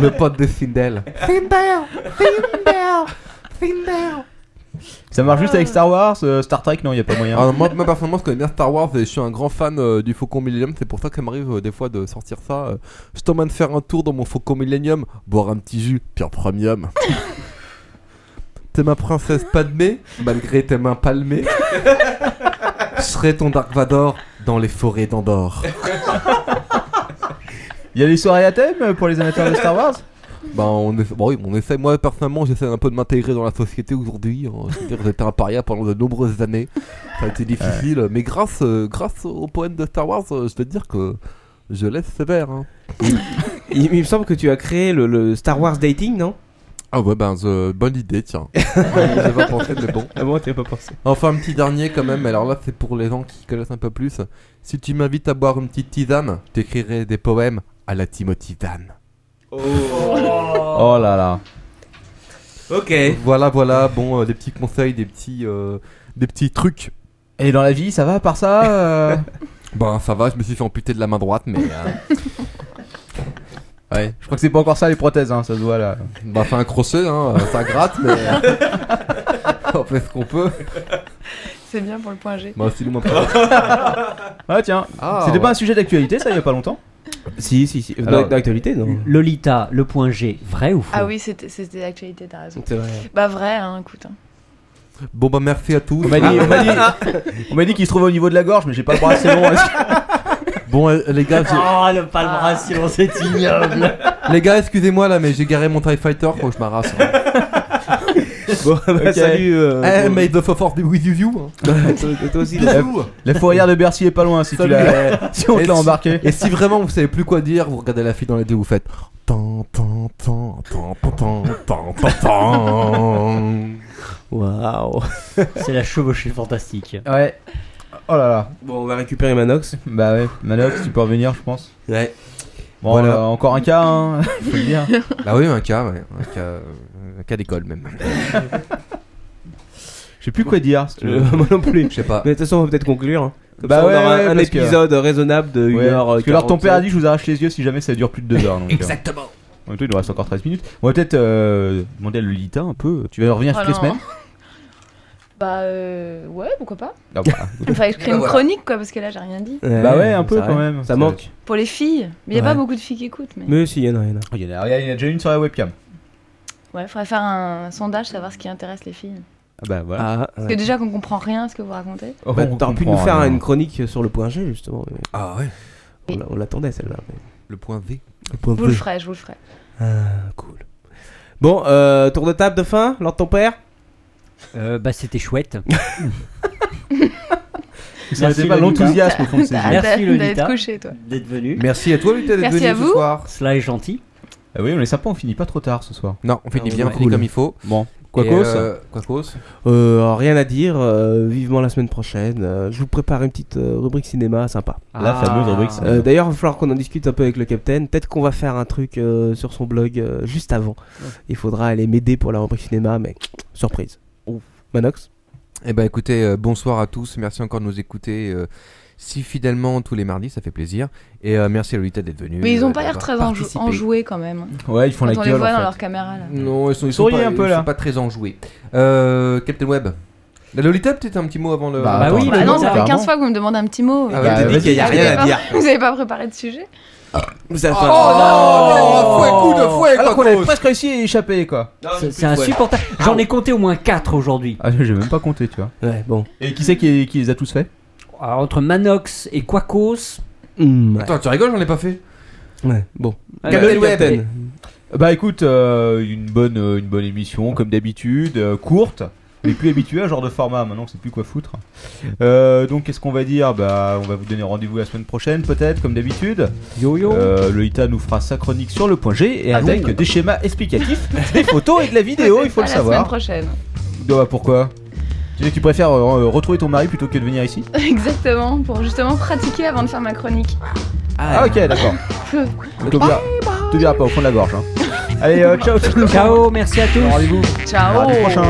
Speaker 7: Le pote de Findel.
Speaker 13: Finder, Finder, Finder.
Speaker 3: Ça marche juste avec Star Wars, euh, Star Trek, non, y a pas moyen.
Speaker 7: Alors, Ah, moi, moi, personnellement, je connais bien Star Wars et je suis un grand fan euh, du Faucon Millennium. C'est pour ça que ça m'arrive euh, des fois de sortir ça. euh, je suis en train de faire un tour dans mon Faucon Millennium, boire un petit jus, pure
Speaker 3: (laughs)
Speaker 7: premium. T'es ma princesse Padmé, malgré tes mains
Speaker 3: (laughs)
Speaker 7: palmées. Je serai ton Dark Vador dans les forêts d'Andorre.
Speaker 3: Il y a des soirées à thème euh, pour les amateurs de Star Wars
Speaker 7: Bah, on essa- bah oui, on essaie. Moi, personnellement, j'essaie un peu de m'intégrer dans la société aujourd'hui. hein. C'est-à-dire que j'étais un paria pendant de nombreuses années. Ça a été difficile. Mais grâce, euh, grâce au poème de Star Wars, euh, je peux te dire que je laisse sévère. hein.
Speaker 6: Il, il me semble que tu as créé le, le Star Wars Dating, non
Speaker 7: Ah ouais, ben, euh, bonne
Speaker 6: (laughs)
Speaker 7: idée, tiens. J'avais pas pensé, mais bon.
Speaker 6: Ah bon, t'avais pas pensé.
Speaker 7: Enfin, un petit dernier quand même. Alors là, c'est pour les gens qui connaissent un peu plus. Si tu m'invites à boire une petite tisane, je t'écrirai des poèmes à la Timothy Van.
Speaker 3: Oh là là.
Speaker 6: Ok.
Speaker 7: Voilà, voilà. Bon, euh, des petits conseils, des petits, euh, des petits trucs.
Speaker 3: Et dans la vie, ça va à part ça euh,
Speaker 7: (laughs) Ben, ça va, je me suis fait amputer de la main droite, mais. euh, Ouais.
Speaker 3: Je crois que c'est pas encore ça les prothèses, hein, ça se voit là.
Speaker 7: Bah, fait un crochet, hein, ça gratte,
Speaker 3: (laughs)
Speaker 7: mais. on fait ce qu'on peut.
Speaker 5: C'est bien pour le point G.
Speaker 7: Bah,
Speaker 5: (laughs)
Speaker 7: sinon,
Speaker 3: Ah tiens,
Speaker 7: Ah,
Speaker 3: c'était
Speaker 7: ouais.
Speaker 3: pas un sujet d'actualité ça il y a pas longtemps
Speaker 6: Si, si, si.
Speaker 3: Alors,
Speaker 6: D'actualité, non
Speaker 4: Lolita, le point G, vrai ou faux
Speaker 5: Ah oui, c'était c'était d'actualité, t'as raison.
Speaker 6: C'est vrai.
Speaker 5: Bah vrai, hein, écoute. hein.
Speaker 7: Bon, bah, merci à tous.
Speaker 3: On m'a dit, on
Speaker 7: (laughs)
Speaker 3: m'a dit- on m'a dit qu'il se trouvait au niveau de la gorge, mais j'ai pas le bras assez long. est-ce que-
Speaker 7: Bon, euh, les
Speaker 3: (laughs)
Speaker 7: gars, j'ai-
Speaker 4: Oh, le
Speaker 3: Ah.
Speaker 4: palbration, c'est ignoble.
Speaker 7: les gars, excusez-moi là, mais j'ai garé mon TIE Fighter, faut que je m'arrasse. hein.
Speaker 6: (laughs) Bon, bah,
Speaker 3: Ok.
Speaker 6: salut. euh,
Speaker 7: Eh,
Speaker 6: bon-
Speaker 7: may
Speaker 9: (laughs)
Speaker 7: the force be with you. hein.
Speaker 6: (laughs) toi, toi aussi,
Speaker 3: La,
Speaker 6: là.
Speaker 3: la fourrière de Bercy est pas loin si, tu
Speaker 7: Salut.
Speaker 3: l'as- (laughs) si on te
Speaker 7: Et
Speaker 3: l'a
Speaker 7: si-
Speaker 3: embarqué.
Speaker 7: Et si vraiment vous savez plus quoi dire, vous regardez la fille dans les deux, vous faites. Tan, tan, tan, tan, tan, tan, tan, tan, tan. (laughs)
Speaker 6: Waouh.
Speaker 4: C'est la chevauchée fantastique.
Speaker 3: Ouais. Oh là là.
Speaker 6: Bon, on va récupérer Manox.
Speaker 3: Bah ouais, Manox, tu peux revenir, je pense.
Speaker 6: Ouais.
Speaker 3: Bon,
Speaker 7: Voilà.
Speaker 3: euh, encore un cas, hein, (laughs) faut le dire.
Speaker 7: Bah oui, un cas, ouais. un cas, euh, un cas d'école même.
Speaker 3: (laughs) Je sais plus quoi dire. si tu veux.
Speaker 6: Euh, Moi non
Speaker 3: (laughs)
Speaker 6: plus.
Speaker 7: Je sais pas.
Speaker 6: Mais de toute façon, on va peut-être conclure. hein. Comme
Speaker 3: Bah
Speaker 6: ça,
Speaker 3: ouais,
Speaker 6: on aura
Speaker 3: ouais,
Speaker 6: un
Speaker 3: parce que-
Speaker 6: épisode raisonnable de 1
Speaker 3: Ouais,
Speaker 6: heure.
Speaker 3: parce que alors ton père a dit je vous arrache les yeux si jamais ça dure plus de 2 heures. donc, euh,
Speaker 18: Exactement.
Speaker 3: en même temps, il nous reste encore 13 minutes. On va peut-être euh, demander à Lolita un peu. Tu vas revenir
Speaker 5: Oh
Speaker 3: toutes les
Speaker 5: non.
Speaker 3: semaines
Speaker 5: Bah, euh, ouais, pourquoi pas
Speaker 3: Ah bah.
Speaker 5: Il faudrait que je crée
Speaker 3: Bah
Speaker 5: une
Speaker 3: voilà.
Speaker 5: chronique, quoi, parce que là, j'ai rien dit.
Speaker 3: Bah ouais, un peu
Speaker 6: c'est vrai.
Speaker 3: quand même.
Speaker 6: Euh, Ça manque.
Speaker 5: Pour les filles. Mais il n'y a
Speaker 3: Ouais.
Speaker 5: pas beaucoup de filles qui écoutent. Mais...
Speaker 6: Mais si, il y en a, il y en a.
Speaker 3: Oh, Il y en a, il y en a déjà une sur la webcam.
Speaker 5: Ouais, faudrait faire un sondage, savoir ce qui intéresse les filles.
Speaker 3: Ah bah voilà.
Speaker 5: Parce que déjà qu'on comprend rien à ce que vous racontez.
Speaker 3: Oh,
Speaker 6: Bah,
Speaker 3: on
Speaker 6: T'aurais pu
Speaker 3: comprend,
Speaker 6: nous faire
Speaker 3: hein.
Speaker 6: une chronique sur le point G, justement.
Speaker 7: Ah ouais.
Speaker 6: On l'a- On l'attendait, celle-là. mais-
Speaker 7: Le point V.
Speaker 6: Le point
Speaker 5: Je vous
Speaker 6: V.
Speaker 5: le ferai, je vous le ferai.
Speaker 6: Ah, cool. Bon, euh, tour de table de fin, lors de ton père
Speaker 4: Euh, Bah, c'était
Speaker 6: (laughs)
Speaker 4: chouette.
Speaker 3: Ça n'était pas l'enthousiasme au fond de ses yeux.
Speaker 4: Merci
Speaker 5: T'as- t'as
Speaker 4: Lolita.
Speaker 5: été couché, toi.
Speaker 4: D'être venu.
Speaker 3: Merci à toi, Luther,
Speaker 5: d'être Merci venu à ce vous. soir.
Speaker 4: Cela est gentil.
Speaker 3: Ah oui, on est sympa, on finit pas trop tard ce soir.
Speaker 7: Non, on finit
Speaker 3: Ah,
Speaker 7: bien, on
Speaker 3: ouais.
Speaker 7: finit
Speaker 3: Cool.
Speaker 7: comme il faut.
Speaker 3: Bon, quoi
Speaker 7: Et,
Speaker 3: qu'au-
Speaker 7: euh, quoi qu'au-
Speaker 6: Euh, alors, Rien à dire, euh, vivement la semaine prochaine. Euh, je vous prépare une petite euh, rubrique cinéma sympa.
Speaker 3: La Ah. fameuse rubrique cinéma.
Speaker 6: Euh, D'ailleurs, il va falloir qu'on en discute un peu avec le capitaine. Peut-être qu'on va faire un truc euh, sur son blog euh, juste avant. Il faudra aller m'aider pour la rubrique cinéma, mais surprise. Manox
Speaker 7: Eh ben écoutez, euh, bonsoir à tous, merci encore de nous écouter euh, si fidèlement tous les mardis, ça fait plaisir. Et euh, merci à Lolita d'être venue.
Speaker 5: Mais ils
Speaker 7: euh,
Speaker 5: ont pas l'air
Speaker 7: d'avoir
Speaker 5: très enjou-
Speaker 7: participé.
Speaker 5: enjoués quand même.
Speaker 3: Ouais, ils font
Speaker 5: Quand
Speaker 3: la
Speaker 5: on
Speaker 3: gueule.
Speaker 5: les voit
Speaker 3: en
Speaker 5: dans
Speaker 3: fait.
Speaker 5: leur caméra là.
Speaker 7: Non, ils sont, ils sont
Speaker 3: Souriez
Speaker 7: pas,
Speaker 3: un peu,
Speaker 7: ils
Speaker 3: là.
Speaker 7: sont pas très enjoués. Euh, Captain Web. La Lolita, peut-être un petit mot avant le.
Speaker 3: Bah, Bah oui, attends,
Speaker 5: Bah non, ça fait 15 fois que vous me demandez un petit mot.
Speaker 7: Ah ouais, t'as dit
Speaker 5: Vous
Speaker 7: qu'il y a
Speaker 5: avez
Speaker 7: rien à
Speaker 5: pas-
Speaker 7: dire.
Speaker 5: Vous avez pas préparé de sujet
Speaker 6: Oh,
Speaker 3: Oh,
Speaker 7: non, non, fouet, coup de fouet, quoi
Speaker 3: Alors qu'on avait
Speaker 7: cause.
Speaker 3: presque réussi à y échapper, quoi.
Speaker 4: C'est- C'est insupportable. J'en ai compté au moins 4 aujourd'hui.
Speaker 3: Ah, j'ai même pas compté, tu vois.
Speaker 6: Ouais, bon.
Speaker 3: Et qui c'est qui, qui les a tous faits
Speaker 4: Alors, Ah, entre Manox et Quacos.
Speaker 7: Attends, tu rigoles, j'en ai pas fait.
Speaker 6: Ouais, bon.
Speaker 4: Allez,
Speaker 3: Captain
Speaker 4: allez,
Speaker 3: Web.
Speaker 4: Captain.
Speaker 3: Bah écoute, euh, une, bonne, euh, une bonne émission, comme d'habitude, euh, courte. On est plus habitué à ce genre de format, maintenant on sait plus quoi foutre. Euh, donc qu'est-ce qu'on va dire Bah on va vous donner rendez-vous la semaine prochaine peut-être, comme d'habitude.
Speaker 4: Yo yo
Speaker 3: Lolita nous fera sa chronique sur le point G et
Speaker 4: Ah
Speaker 3: avec
Speaker 4: bon
Speaker 3: des schémas explicatifs, des photos et de la vidéo, il faut
Speaker 5: À
Speaker 3: le
Speaker 5: la semaine
Speaker 3: savoir.
Speaker 5: prochaine. (laughs)
Speaker 3: Doha, pourquoi tu, dis que tu préfères euh, euh, retrouver ton mari plutôt que de venir ici
Speaker 5: Exactement, pour justement pratiquer avant de faire ma chronique.
Speaker 3: Ah,
Speaker 5: (laughs)
Speaker 3: ok, d'accord. On t'oubliera t'oubliera pas au fond de la gorge. hein. Allez, euh, ciao tout le monde.
Speaker 4: Ciao, merci à tous.
Speaker 3: Rendez-vous.
Speaker 5: Ciao.
Speaker 3: Mardi prochain.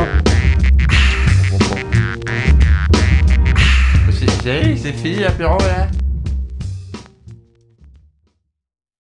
Speaker 13: C'est c'est fini l'apéro là